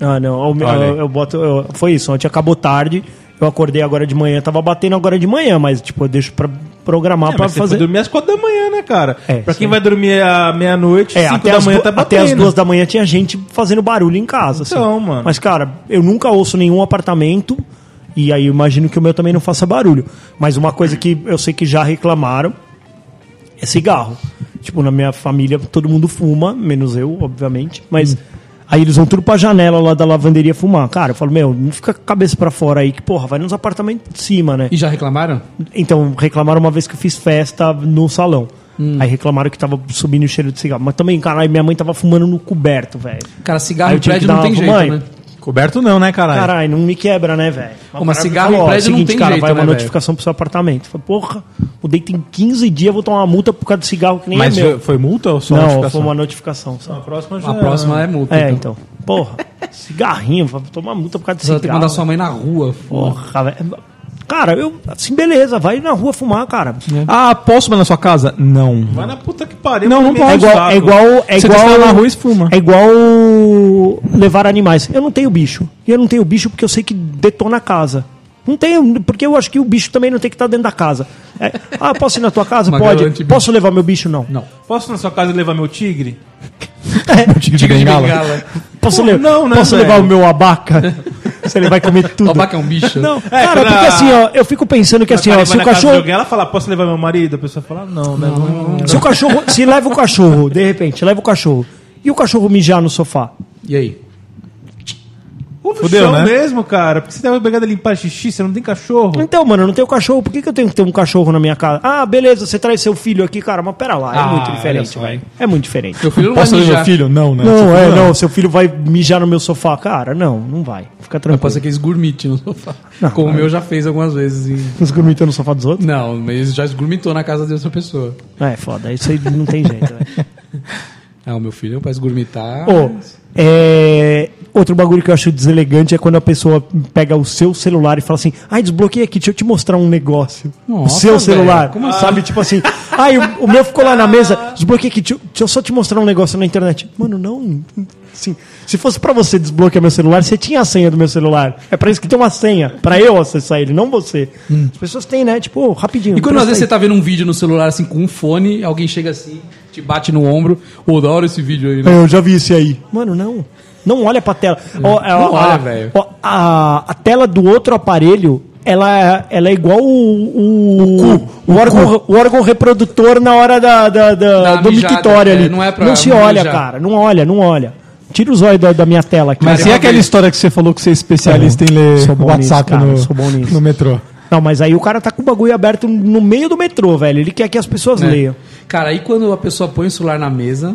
Speaker 3: Ah, não. Eu,
Speaker 5: Olha
Speaker 3: eu,
Speaker 5: aí.
Speaker 3: eu boto. eu- foi isso. Ontem acabou tarde. Eu acordei agora de manhã. Tava batendo agora de manhã, mas, tipo, eu deixo pra programar
Speaker 5: É,
Speaker 3: pra
Speaker 5: mas você foi
Speaker 3: fazer.
Speaker 5: dormir às quatro da manhã, né, cara?
Speaker 3: É,
Speaker 5: pra quem
Speaker 3: sim.
Speaker 5: vai dormir à meia-noite,
Speaker 3: É,
Speaker 5: cinco
Speaker 3: até,
Speaker 5: da
Speaker 3: as
Speaker 5: manhã
Speaker 3: du-
Speaker 5: tá
Speaker 3: até
Speaker 5: batendo.
Speaker 3: as duas da manhã tinha gente fazendo barulho em casa. assim.
Speaker 5: Então, mano.
Speaker 3: Mas, cara, eu nunca ouço nenhum apartamento. E aí eu imagino que o meu também não faça barulho. Mas uma coisa que eu sei que já reclamaram é cigarro. Tipo, na minha família todo mundo fuma, menos eu, obviamente. Mas aí eles vão tudo pra janela lá da lavanderia fumar. Cara, eu falo, meu, não fica com a cabeça pra fora aí, que porra, vai nos apartamentos de cima, né?
Speaker 4: E já reclamaram?
Speaker 3: Então, reclamaram uma vez que eu fiz festa no salão.
Speaker 4: Hum.
Speaker 3: Aí reclamaram que tava subindo o cheiro de cigarro. Mas também, caralho, minha mãe tava fumando no coberto, velho.
Speaker 4: Cara, cigarro
Speaker 3: Aí
Speaker 4: em
Speaker 3: eu tive que
Speaker 4: prédio
Speaker 3: dar
Speaker 4: não
Speaker 3: uma
Speaker 4: tem jeito,
Speaker 3: mãe.
Speaker 4: né?
Speaker 10: Coberto não, né, caralho?
Speaker 3: Caralho, não me quebra, né, velho?
Speaker 4: Pô, mas
Speaker 3: parada
Speaker 4: cigarro
Speaker 3: me
Speaker 4: em
Speaker 3: ó,
Speaker 4: prédio não
Speaker 3: seguinte,
Speaker 4: tem
Speaker 3: cara,
Speaker 4: jeito,
Speaker 3: vai uma
Speaker 4: né,
Speaker 3: notificação pro seu apartamento. Eu Falei, porra, mudei tem 15 dias, vou tomar uma multa por causa de cigarro que nem
Speaker 10: Mas
Speaker 3: é meu.
Speaker 10: foi- foi multa ou só
Speaker 3: Não,
Speaker 10: notificação? né?
Speaker 3: foi uma notificação só.
Speaker 5: próxima já
Speaker 4: A próxima é multa.
Speaker 3: É, então. Porra, cigarrinho, vou tomar multa por causa de
Speaker 4: Você vai
Speaker 3: cigarro.
Speaker 4: ter que mandar sua mãe na rua.
Speaker 3: Porra, velho. Cara, eu, assim, beleza, vai na rua fumar, cara.
Speaker 4: É.
Speaker 10: Ah, posso mandar na sua casa? Não.
Speaker 5: Vai na puta que pariu.
Speaker 10: Não,
Speaker 5: pra
Speaker 10: não
Speaker 5: mim
Speaker 10: pode.
Speaker 3: É igual,
Speaker 5: saco.
Speaker 3: é igual, é
Speaker 10: Você
Speaker 3: igual
Speaker 10: tá na rua e fuma.
Speaker 3: É igual levar animais. Eu não tenho bicho. E eu não tenho bicho porque eu sei que detona a casa. Não tenho, porque eu acho que o bicho também não tem que estar dentro da casa. É, ah, posso ir na tua casa?
Speaker 4: Uma
Speaker 3: Pode.
Speaker 4: garante-
Speaker 3: Posso levar meu bicho? Não.
Speaker 4: Não.
Speaker 5: Posso ir na sua casa levar meu tigre?
Speaker 10: Tigre de bengala.
Speaker 3: Posso,
Speaker 5: Porra,
Speaker 3: le-
Speaker 5: não, né,
Speaker 3: posso
Speaker 5: velho?
Speaker 3: levar o meu abaca? Se ele vai comer tudo.
Speaker 4: O abaca é um bicho.
Speaker 3: Não,
Speaker 5: É,
Speaker 3: cara,
Speaker 5: quando
Speaker 3: porque
Speaker 5: a-
Speaker 3: assim, ó, eu fico pensando que assim,
Speaker 5: Vai
Speaker 3: ó,
Speaker 5: levar
Speaker 3: se o
Speaker 5: na casa de
Speaker 3: cachorro.
Speaker 5: alguém, ela fala, posso levar meu marido? A pessoa fala, não, né? Não,
Speaker 3: Se o cachorro. Se leva o cachorro, de repente, leva o cachorro. E o cachorro mijar no sofá?
Speaker 4: E aí?
Speaker 5: Ouve o
Speaker 10: Fudeu,
Speaker 5: chão
Speaker 10: né?
Speaker 5: mesmo, cara. Porque você tá obrigado a limpar xixi, você não tem cachorro.
Speaker 3: Então, mano, eu não tenho cachorro, por que, que eu tenho que ter um cachorro na minha casa? Ah, beleza, você traz seu filho aqui, cara, mas pera lá, é muito diferente, velho. É muito diferente.
Speaker 4: Meu filho não
Speaker 10: Posso
Speaker 4: vai
Speaker 10: ler
Speaker 4: mijar.
Speaker 10: meu filho? Não, né?
Speaker 3: Não, é, não, seu filho vai mijar no meu sofá. Cara, não, não vai. Fica
Speaker 4: Vai
Speaker 3: tranquilo.
Speaker 4: passar aqueles gourmet no sofá.
Speaker 3: Não,
Speaker 4: Como o
Speaker 3: cara.
Speaker 4: meu já fez algumas vezes. e-
Speaker 3: Os gourmetão no sofá dos outros?
Speaker 4: Não, mas já esgurmitou na casa de outra pessoa.
Speaker 3: É, foda, isso aí não tem jeito, velho.
Speaker 4: Ah, o meu filho vai esgurmitar.
Speaker 3: Ô, é, Outro bagulho que eu acho deselegante é quando a pessoa pega o seu celular e fala assim: ai, desbloqueia aqui, deixa eu te mostrar um negócio. o
Speaker 4: Nossa,
Speaker 3: seu
Speaker 4: velho,
Speaker 3: celular.
Speaker 4: como
Speaker 3: Sabe, tipo assim: ai, o, o meu ficou lá na mesa, desbloqueia aqui, deixa eu- deixa eu só te mostrar um negócio na internet. Mano, não. Sim. Se fosse pra você desbloquear meu celular, você tinha a senha do meu celular. É pra isso que tem uma senha. Pra eu acessar ele, não você. As pessoas têm, né? Tipo, ô, rapidinho.
Speaker 4: Hum. E quando às
Speaker 3: presta
Speaker 4: vezes você
Speaker 3: aí.
Speaker 4: tá vendo um vídeo no celular assim com um fone, alguém chega assim, te bate no ombro, ô, da hora esse vídeo aí, né?
Speaker 3: É, eu já vi esse aí. Mano, não. Não olha pra tela. Ó, é, ó,
Speaker 4: Não olha,
Speaker 3: a-
Speaker 4: velho.
Speaker 3: ó, A, a tela do outro aparelho, ela, é- ela é igual o. O, o órgão, o órgão reprodutor na hora da, da, da-
Speaker 4: Da
Speaker 3: do
Speaker 4: mijada,
Speaker 3: mictório
Speaker 4: é,
Speaker 3: ali.
Speaker 4: não é pra
Speaker 3: se olha,
Speaker 4: mijar.
Speaker 3: cara. Não olha, não olha. Tira os olhos da, da minha tela aqui.
Speaker 10: Mas
Speaker 4: Cara,
Speaker 10: e
Speaker 4: eu
Speaker 10: aquela
Speaker 4: amei.
Speaker 10: história que você falou que você é especialista em ler
Speaker 3: Sou bom nisso,
Speaker 10: WhatsApp
Speaker 3: cara,
Speaker 10: no-
Speaker 3: sou bom nisso.
Speaker 10: no metrô?
Speaker 3: Não, mas aí o cara tá com o bagulho aberto no meio do metrô, velho. Ele quer que as pessoas
Speaker 4: né?
Speaker 3: leiam.
Speaker 4: Cara, aí quando a pessoa põe o celular na mesa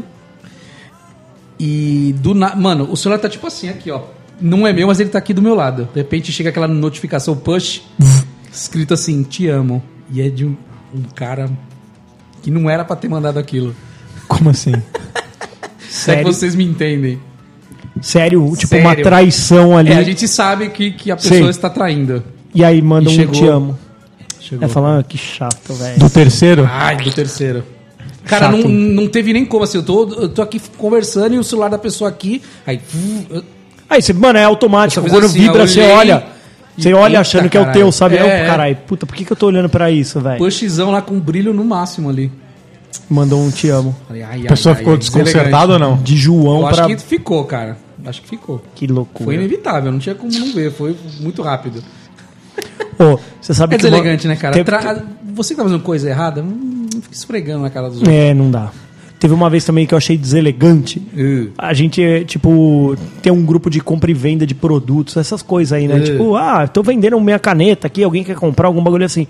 Speaker 4: e do nada. Mano, o celular tá tipo assim, aqui, ó. Não é meu, mas ele tá aqui do meu lado. De repente chega aquela notificação push, escrito assim, te amo. E é de um, um cara que não era pra ter mandado aquilo.
Speaker 10: Como assim?
Speaker 4: É que
Speaker 3: Sério,
Speaker 4: vocês me entendem.
Speaker 3: sério tipo uma
Speaker 4: Sério.
Speaker 3: traição ali.
Speaker 4: É, a gente sabe que, que a pessoa
Speaker 3: Sim.
Speaker 4: está traindo.
Speaker 3: E aí manda
Speaker 4: E
Speaker 3: um
Speaker 4: chegou.
Speaker 3: te amo.
Speaker 4: Chegou.
Speaker 3: É falar, "Ah, que chato, velho.
Speaker 10: Do terceiro?
Speaker 4: Ai, do terceiro. Cara, não,
Speaker 3: Chato.
Speaker 4: não teve nem como, assim, eu tô, eu tô aqui conversando e o celular da pessoa aqui, aí... vum, eu-
Speaker 3: Aí você, mano, é automático.
Speaker 4: Eu só
Speaker 3: Quando
Speaker 4: fiz assim,
Speaker 3: vibra,
Speaker 4: eu
Speaker 3: você
Speaker 4: olhei
Speaker 3: olha.
Speaker 4: e-
Speaker 3: Você olha
Speaker 4: Eita,
Speaker 3: achando que é o
Speaker 4: caralho.
Speaker 3: teu, sabe? É,
Speaker 4: É, é.
Speaker 3: o caralho, puta, por que, que eu tô olhando pra isso, velho?
Speaker 4: Pushzão É lá com brilho no máximo ali.
Speaker 3: Mandou um te amo.
Speaker 4: Falei, ai, ai,
Speaker 10: A pessoa
Speaker 4: ai,
Speaker 10: ficou
Speaker 4: ai,
Speaker 10: desconcertada ou
Speaker 4: é deselegante.
Speaker 10: não?
Speaker 3: De
Speaker 4: Eu
Speaker 3: João
Speaker 4: acho
Speaker 3: pra.
Speaker 4: que
Speaker 3: Que...
Speaker 4: ficou, cara. Acho que ficou. Foi
Speaker 3: loucura.
Speaker 4: inevitável, não tinha como não ver, foi muito rápido.
Speaker 3: Pô, você sabe
Speaker 4: É
Speaker 3: que. uma-
Speaker 4: deselegante, né, cara?
Speaker 3: Teve-
Speaker 4: Tra- Você que tá fazendo coisa errada, hum, não fica esfregando na cara dos outros.
Speaker 3: É, não dá. Teve uma vez também que eu achei deselegante.
Speaker 4: Uh.
Speaker 3: A gente, é, tipo, tem um grupo de compra e venda de produtos, essas coisas aí, né?
Speaker 4: É.
Speaker 3: Tipo, ah, tô vendendo minha caneta aqui, alguém quer comprar algum bagulho assim.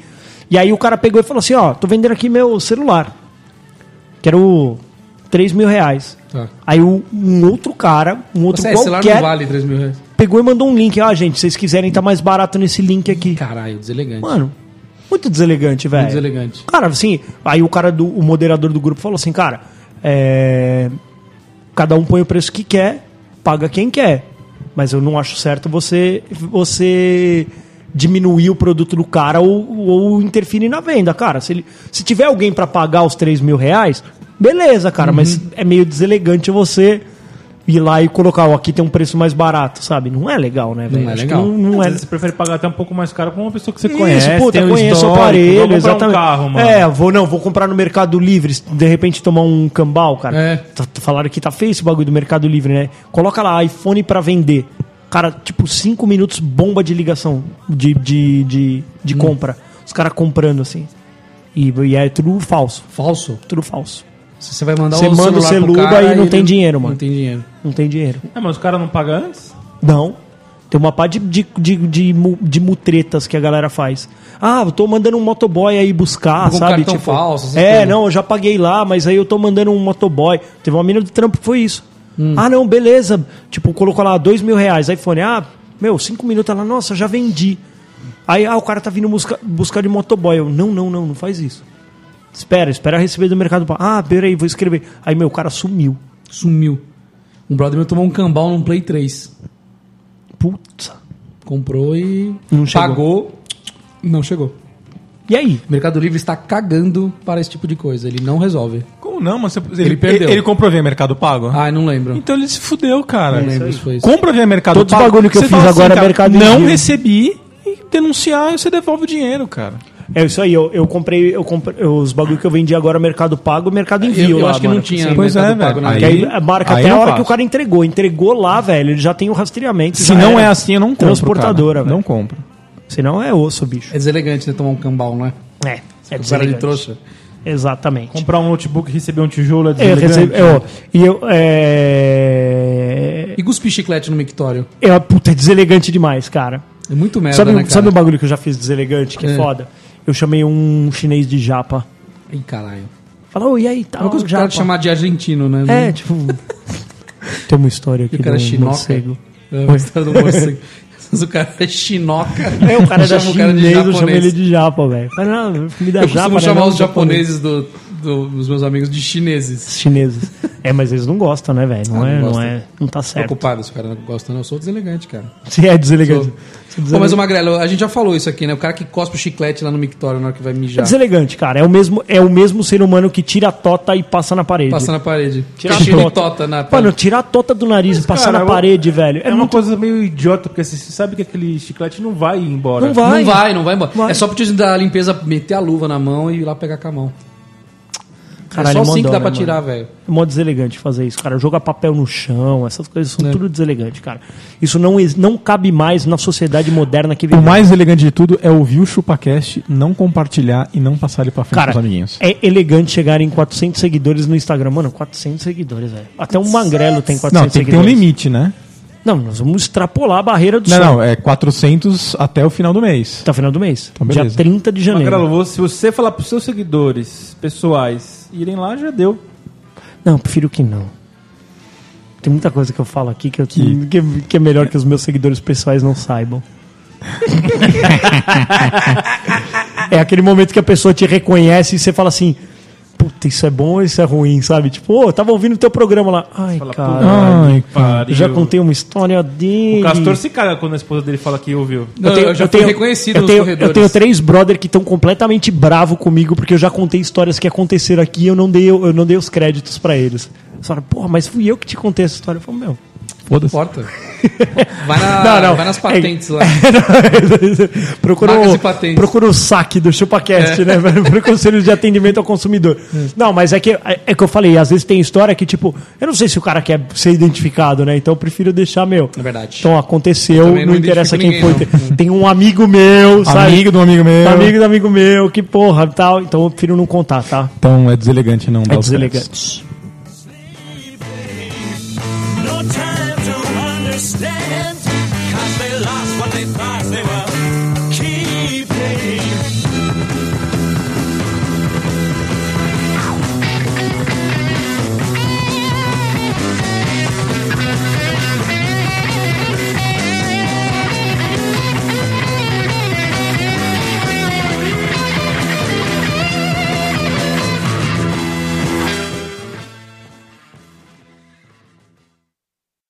Speaker 3: E aí o cara pegou e falou assim, ó, tô vendendo aqui meu celular. Quero 3 mil reais.
Speaker 4: Tá.
Speaker 3: Aí um, um outro cara, um outro
Speaker 4: Você, é, celular
Speaker 3: qualquer,
Speaker 4: não vale 3 mil reais.
Speaker 3: pegou e mandou um link. Ah, gente, se vocês quiserem, tá mais barato nesse link aqui.
Speaker 4: Caralho, deselegante.
Speaker 3: Mano, é. muito deselegante, velho.
Speaker 4: deselegante.
Speaker 3: Cara, assim, aí o cara do o moderador do grupo falou assim, cara, é, cada um põe o preço que quer, paga quem quer. Mas eu não acho certo você você diminuir o produto do cara ou, ou interferir na venda, cara. Se, ele, se tiver alguém pra pagar os 3 mil reais, beleza, cara, mas
Speaker 4: Uhum.
Speaker 3: é meio deselegante você ir lá e colocar, ó, aqui tem um preço mais barato, sabe? Não é legal, né, velho?
Speaker 4: é
Speaker 3: Acho que
Speaker 4: legal.
Speaker 3: Não, não é...
Speaker 5: Você prefere pagar até um pouco mais caro com uma pessoa que você
Speaker 3: Isso,
Speaker 5: conhece.
Speaker 3: puta,
Speaker 5: tem um
Speaker 3: conheço o
Speaker 5: histórico, vou
Speaker 3: aparelho,
Speaker 5: comprar
Speaker 3: exatamente.
Speaker 5: Um carro, mano.
Speaker 3: É, vou não, vou comprar no Mercado Livre, de repente tomar um cambal, cara.
Speaker 4: É.
Speaker 3: Tá- tá- Falaram que tá feio esse bagulho do Mercado Livre, né? Coloca lá iPhone pra vender. Cara, tipo, cinco minutos bomba de ligação de, de, de,
Speaker 5: Hum.
Speaker 3: de compra. Os caras comprando assim. E, e é tudo falso,
Speaker 4: Falso.
Speaker 3: tudo falso.
Speaker 4: Se Você vai mandar
Speaker 3: Você manda o
Speaker 4: celular pro
Speaker 3: celuba
Speaker 4: cara
Speaker 3: e não
Speaker 4: ele-
Speaker 3: tem dinheiro, mano.
Speaker 4: Não tem dinheiro.
Speaker 3: Não tem dinheiro.
Speaker 5: Ah, mas o cara não paga antes?
Speaker 3: Não. Tem uma pá de, de, de, de, mu- de mutretas que a galera faz. Ah, eu tô mandando um motoboy aí buscar,
Speaker 4: Com
Speaker 3: sabe?
Speaker 4: cartão falso, essas
Speaker 3: é,
Speaker 4: coisas.
Speaker 3: não, eu já paguei lá, mas aí eu tô mandando um motoboy. Teve uma mina do trampo que foi isso.
Speaker 4: Hum.
Speaker 3: Ah, não, beleza. Tipo, colocou lá dois mil reais, iPhone. Ah, meu, cinco minutos. Ela, nossa, já vendi. Aí, ah, o cara tá vindo busca, buscar de motoboy. Eu, não, não, não, não faz isso. Espera, espera receber do mercado. Ah, peraí, vou escrever. Aí, meu, o cara sumiu.
Speaker 4: Sumiu. Um brother meu tomou um cambal num Play 3.
Speaker 3: Puta.
Speaker 4: Comprou e
Speaker 3: Não chegou.
Speaker 4: pagou. Não chegou.
Speaker 3: E aí?
Speaker 4: O Mercado Livre está cagando para esse tipo de coisa. Ele não resolve.
Speaker 10: Como não? Mas você- ele,
Speaker 4: perdeu.
Speaker 10: Ele comprou via Mercado Pago?
Speaker 4: Ah, não lembro.
Speaker 10: Então ele se fudeu, cara.
Speaker 4: Não lembro se foi isso.
Speaker 10: Compra via Mercado
Speaker 3: É, Todos os
Speaker 10: Pago.
Speaker 3: bagulho que eu
Speaker 10: Você
Speaker 3: fiz
Speaker 10: fala assim,
Speaker 3: agora é
Speaker 10: cara,
Speaker 3: Mercado
Speaker 10: Não
Speaker 3: Livre.
Speaker 10: recebi e denunciar você devolve o dinheiro, cara.
Speaker 3: É isso aí, eu, eu comprei, eu comprei os bagulho que eu vendi agora Mercado Pago, Mercado
Speaker 4: Eu,
Speaker 3: Envio
Speaker 4: eu
Speaker 3: lá,
Speaker 4: acho que
Speaker 3: mano.
Speaker 4: não tinha
Speaker 3: Sim.
Speaker 10: Pois é,
Speaker 4: Mercado
Speaker 10: velho.
Speaker 4: Pago na
Speaker 10: Aí-
Speaker 3: Que
Speaker 4: época.
Speaker 3: aí marca
Speaker 10: aí
Speaker 3: até a
Speaker 10: eu
Speaker 3: hora
Speaker 10: faço.
Speaker 3: que o cara entregou. Entregou lá, velho, ele já tem o rastreamento.
Speaker 10: Se
Speaker 3: já
Speaker 10: não
Speaker 3: era.
Speaker 10: é assim, eu não compro.
Speaker 3: Transportadora,
Speaker 10: cara.
Speaker 3: velho.
Speaker 10: Não compro.
Speaker 3: Se não é osso, bicho.
Speaker 4: É deselegante, né? Tomar um cambal, não é?
Speaker 3: É, é
Speaker 4: O cara de
Speaker 3: deselegante.
Speaker 4: trouxa.
Speaker 3: Exatamente.
Speaker 5: Comprar um notebook e receber um tijolo é
Speaker 3: Eu
Speaker 5: deselegante.
Speaker 3: recebi, eu,
Speaker 4: né?
Speaker 3: e eu, é...
Speaker 4: E cuspir chiclete no mictório.
Speaker 3: Eu, puta, é deselegante demais, cara.
Speaker 4: É muito merda,
Speaker 3: sabe,
Speaker 4: né,
Speaker 3: um-
Speaker 4: cara?
Speaker 3: sabe um bagulho que eu já fiz deselegante, que é,
Speaker 4: É.
Speaker 3: foda? Eu chamei um chinês de japa.
Speaker 4: Ih, caralho.
Speaker 3: Falou, e aí,
Speaker 4: É
Speaker 3: tal,
Speaker 4: uma coisa que o
Speaker 3: japa.
Speaker 4: cara te chamar de argentino, né?
Speaker 3: É, tipo. Tem uma história aqui
Speaker 4: o cara é
Speaker 3: de um
Speaker 4: chinoca.
Speaker 3: morcego.
Speaker 4: É, uma história do morcego. Mas o cara é chinoca.
Speaker 3: É, o cara da
Speaker 4: Chama o cara de
Speaker 3: chinês, eu chamo
Speaker 4: japonês.
Speaker 3: ele de japa, velho. Mas não, comida
Speaker 4: Eu
Speaker 3: japa,
Speaker 4: costumo
Speaker 3: né?
Speaker 4: chamar
Speaker 3: Não,
Speaker 4: os
Speaker 3: japonês.
Speaker 4: japoneses do, do- dos meus amigos de chineses.
Speaker 3: Os chineses. É, mas eles não gostam, né, velho? Não,
Speaker 4: Ah,
Speaker 3: é,
Speaker 4: não
Speaker 3: não
Speaker 4: gostam.
Speaker 3: é. Não tá certo.
Speaker 4: Preocupado se o cara não gosta, não. Eu sou deselegante, cara.
Speaker 3: Se é deselegante. Se é
Speaker 4: Pô, mas
Speaker 3: deselegante.
Speaker 4: o Magrelo, a gente já falou isso aqui, né? O cara que cospe o chiclete lá no mictório na hora que vai
Speaker 3: É
Speaker 4: mijar.
Speaker 3: deselegante, cara. É o, mesmo, é o mesmo ser humano que tira a tota e passa na parede.
Speaker 4: Passa na parede.
Speaker 3: Tira a
Speaker 4: Cheio de
Speaker 3: tota.
Speaker 4: tota na
Speaker 3: Mano, tirar a tota do nariz e passar
Speaker 5: cara,
Speaker 3: na
Speaker 5: eu-
Speaker 3: parede, velho.
Speaker 5: É,
Speaker 3: É,
Speaker 5: uma
Speaker 3: muito.
Speaker 5: coisa meio idiota, porque assim, você sabe que aquele chiclete não vai embora.
Speaker 3: Não vai.
Speaker 4: Não vai, não vai embora.
Speaker 3: Vai.
Speaker 4: É só pro tiozinho da limpeza meter a luva na mão e ir lá pegar com a mão.
Speaker 3: Caralho,
Speaker 4: é só assim
Speaker 3: mandou,
Speaker 4: que dá
Speaker 3: né,
Speaker 4: pra
Speaker 3: mano?
Speaker 4: tirar, velho.
Speaker 3: É mó deselegante fazer isso, cara. Jogar papel no chão, essas coisas são
Speaker 10: É.
Speaker 3: tudo deselegante, cara. Isso não, ex- não cabe mais na sociedade moderna que
Speaker 10: O
Speaker 3: vivemos.
Speaker 10: mais elegante de tudo é ouvir o ChupaCast, não compartilhar e não passar ele pra frente
Speaker 3: Cara,
Speaker 10: pros amiguinhos.
Speaker 3: é elegante chegar em 400 seguidores no Instagram. Mano, 400 seguidores, velho. Até um magrelo tem 400
Speaker 10: Não, tem que ter um
Speaker 3: seguidores.
Speaker 10: limite, né?
Speaker 3: Não, nós vamos extrapolar a barreira do
Speaker 10: Não,
Speaker 3: sonho.
Speaker 10: não, é 400 até o final do mês.
Speaker 3: Até o final do mês. dia
Speaker 10: Então, beleza.
Speaker 3: 30 de janeiro.
Speaker 5: Magrelo, você- se você falar pros seus seguidores pessoais irem lá, já deu.
Speaker 3: Não, prefiro que não. Tem muita coisa que eu falo aqui que, eu, que... Que, é melhor que os meus seguidores pessoais não saibam. é aquele momento que a pessoa te reconhece e você fala assim: Puta, isso é bom ou isso é ruim, sabe? Tipo, ô, eu tava ouvindo teu programa lá. Ai, cara.
Speaker 10: Ai,
Speaker 3: eu já contei uma história dele.
Speaker 5: O Castor se caga quando a esposa dele fala que ouviu.
Speaker 4: Não, eu, já fui reconhecido
Speaker 3: eu
Speaker 4: nos
Speaker 3: tenho,
Speaker 4: corredores.
Speaker 3: eu tenho três brother que estão completamente bravo comigo porque eu já contei histórias que aconteceram aqui e eu não dei, eu não dei os créditos pra eles. Eles falaram, porra, mas fui eu que te contei essa história. Eu falei, meu.
Speaker 10: foda-se.
Speaker 4: Porta. Vai, na-
Speaker 3: Não, não.
Speaker 4: vai nas
Speaker 3: É-
Speaker 4: patentes lá.
Speaker 3: procura,
Speaker 4: Marcas
Speaker 3: o,
Speaker 4: e patentes. É.
Speaker 3: procura o saque do ChupaCast, né? Procura o conselho de atendimento ao consumidor. Não, mas é que, é, é que eu falei, às vezes tem história que, tipo, eu não sei se o cara quer ser identificado, né? Então eu prefiro deixar meu.
Speaker 4: É verdade.
Speaker 3: Então aconteceu,
Speaker 4: também
Speaker 3: não,
Speaker 4: não
Speaker 3: interessa quem
Speaker 4: identifico
Speaker 3: foi.
Speaker 4: ninguém, não.
Speaker 3: Tem um amigo meu, sabe?
Speaker 10: Amigo de um amigo meu.
Speaker 3: Amigo do amigo meu, que porra, tal. Então eu prefiro não contar, tá?
Speaker 10: Então é deselegante não
Speaker 3: É
Speaker 10: dar os créditos.
Speaker 1: No time to understand.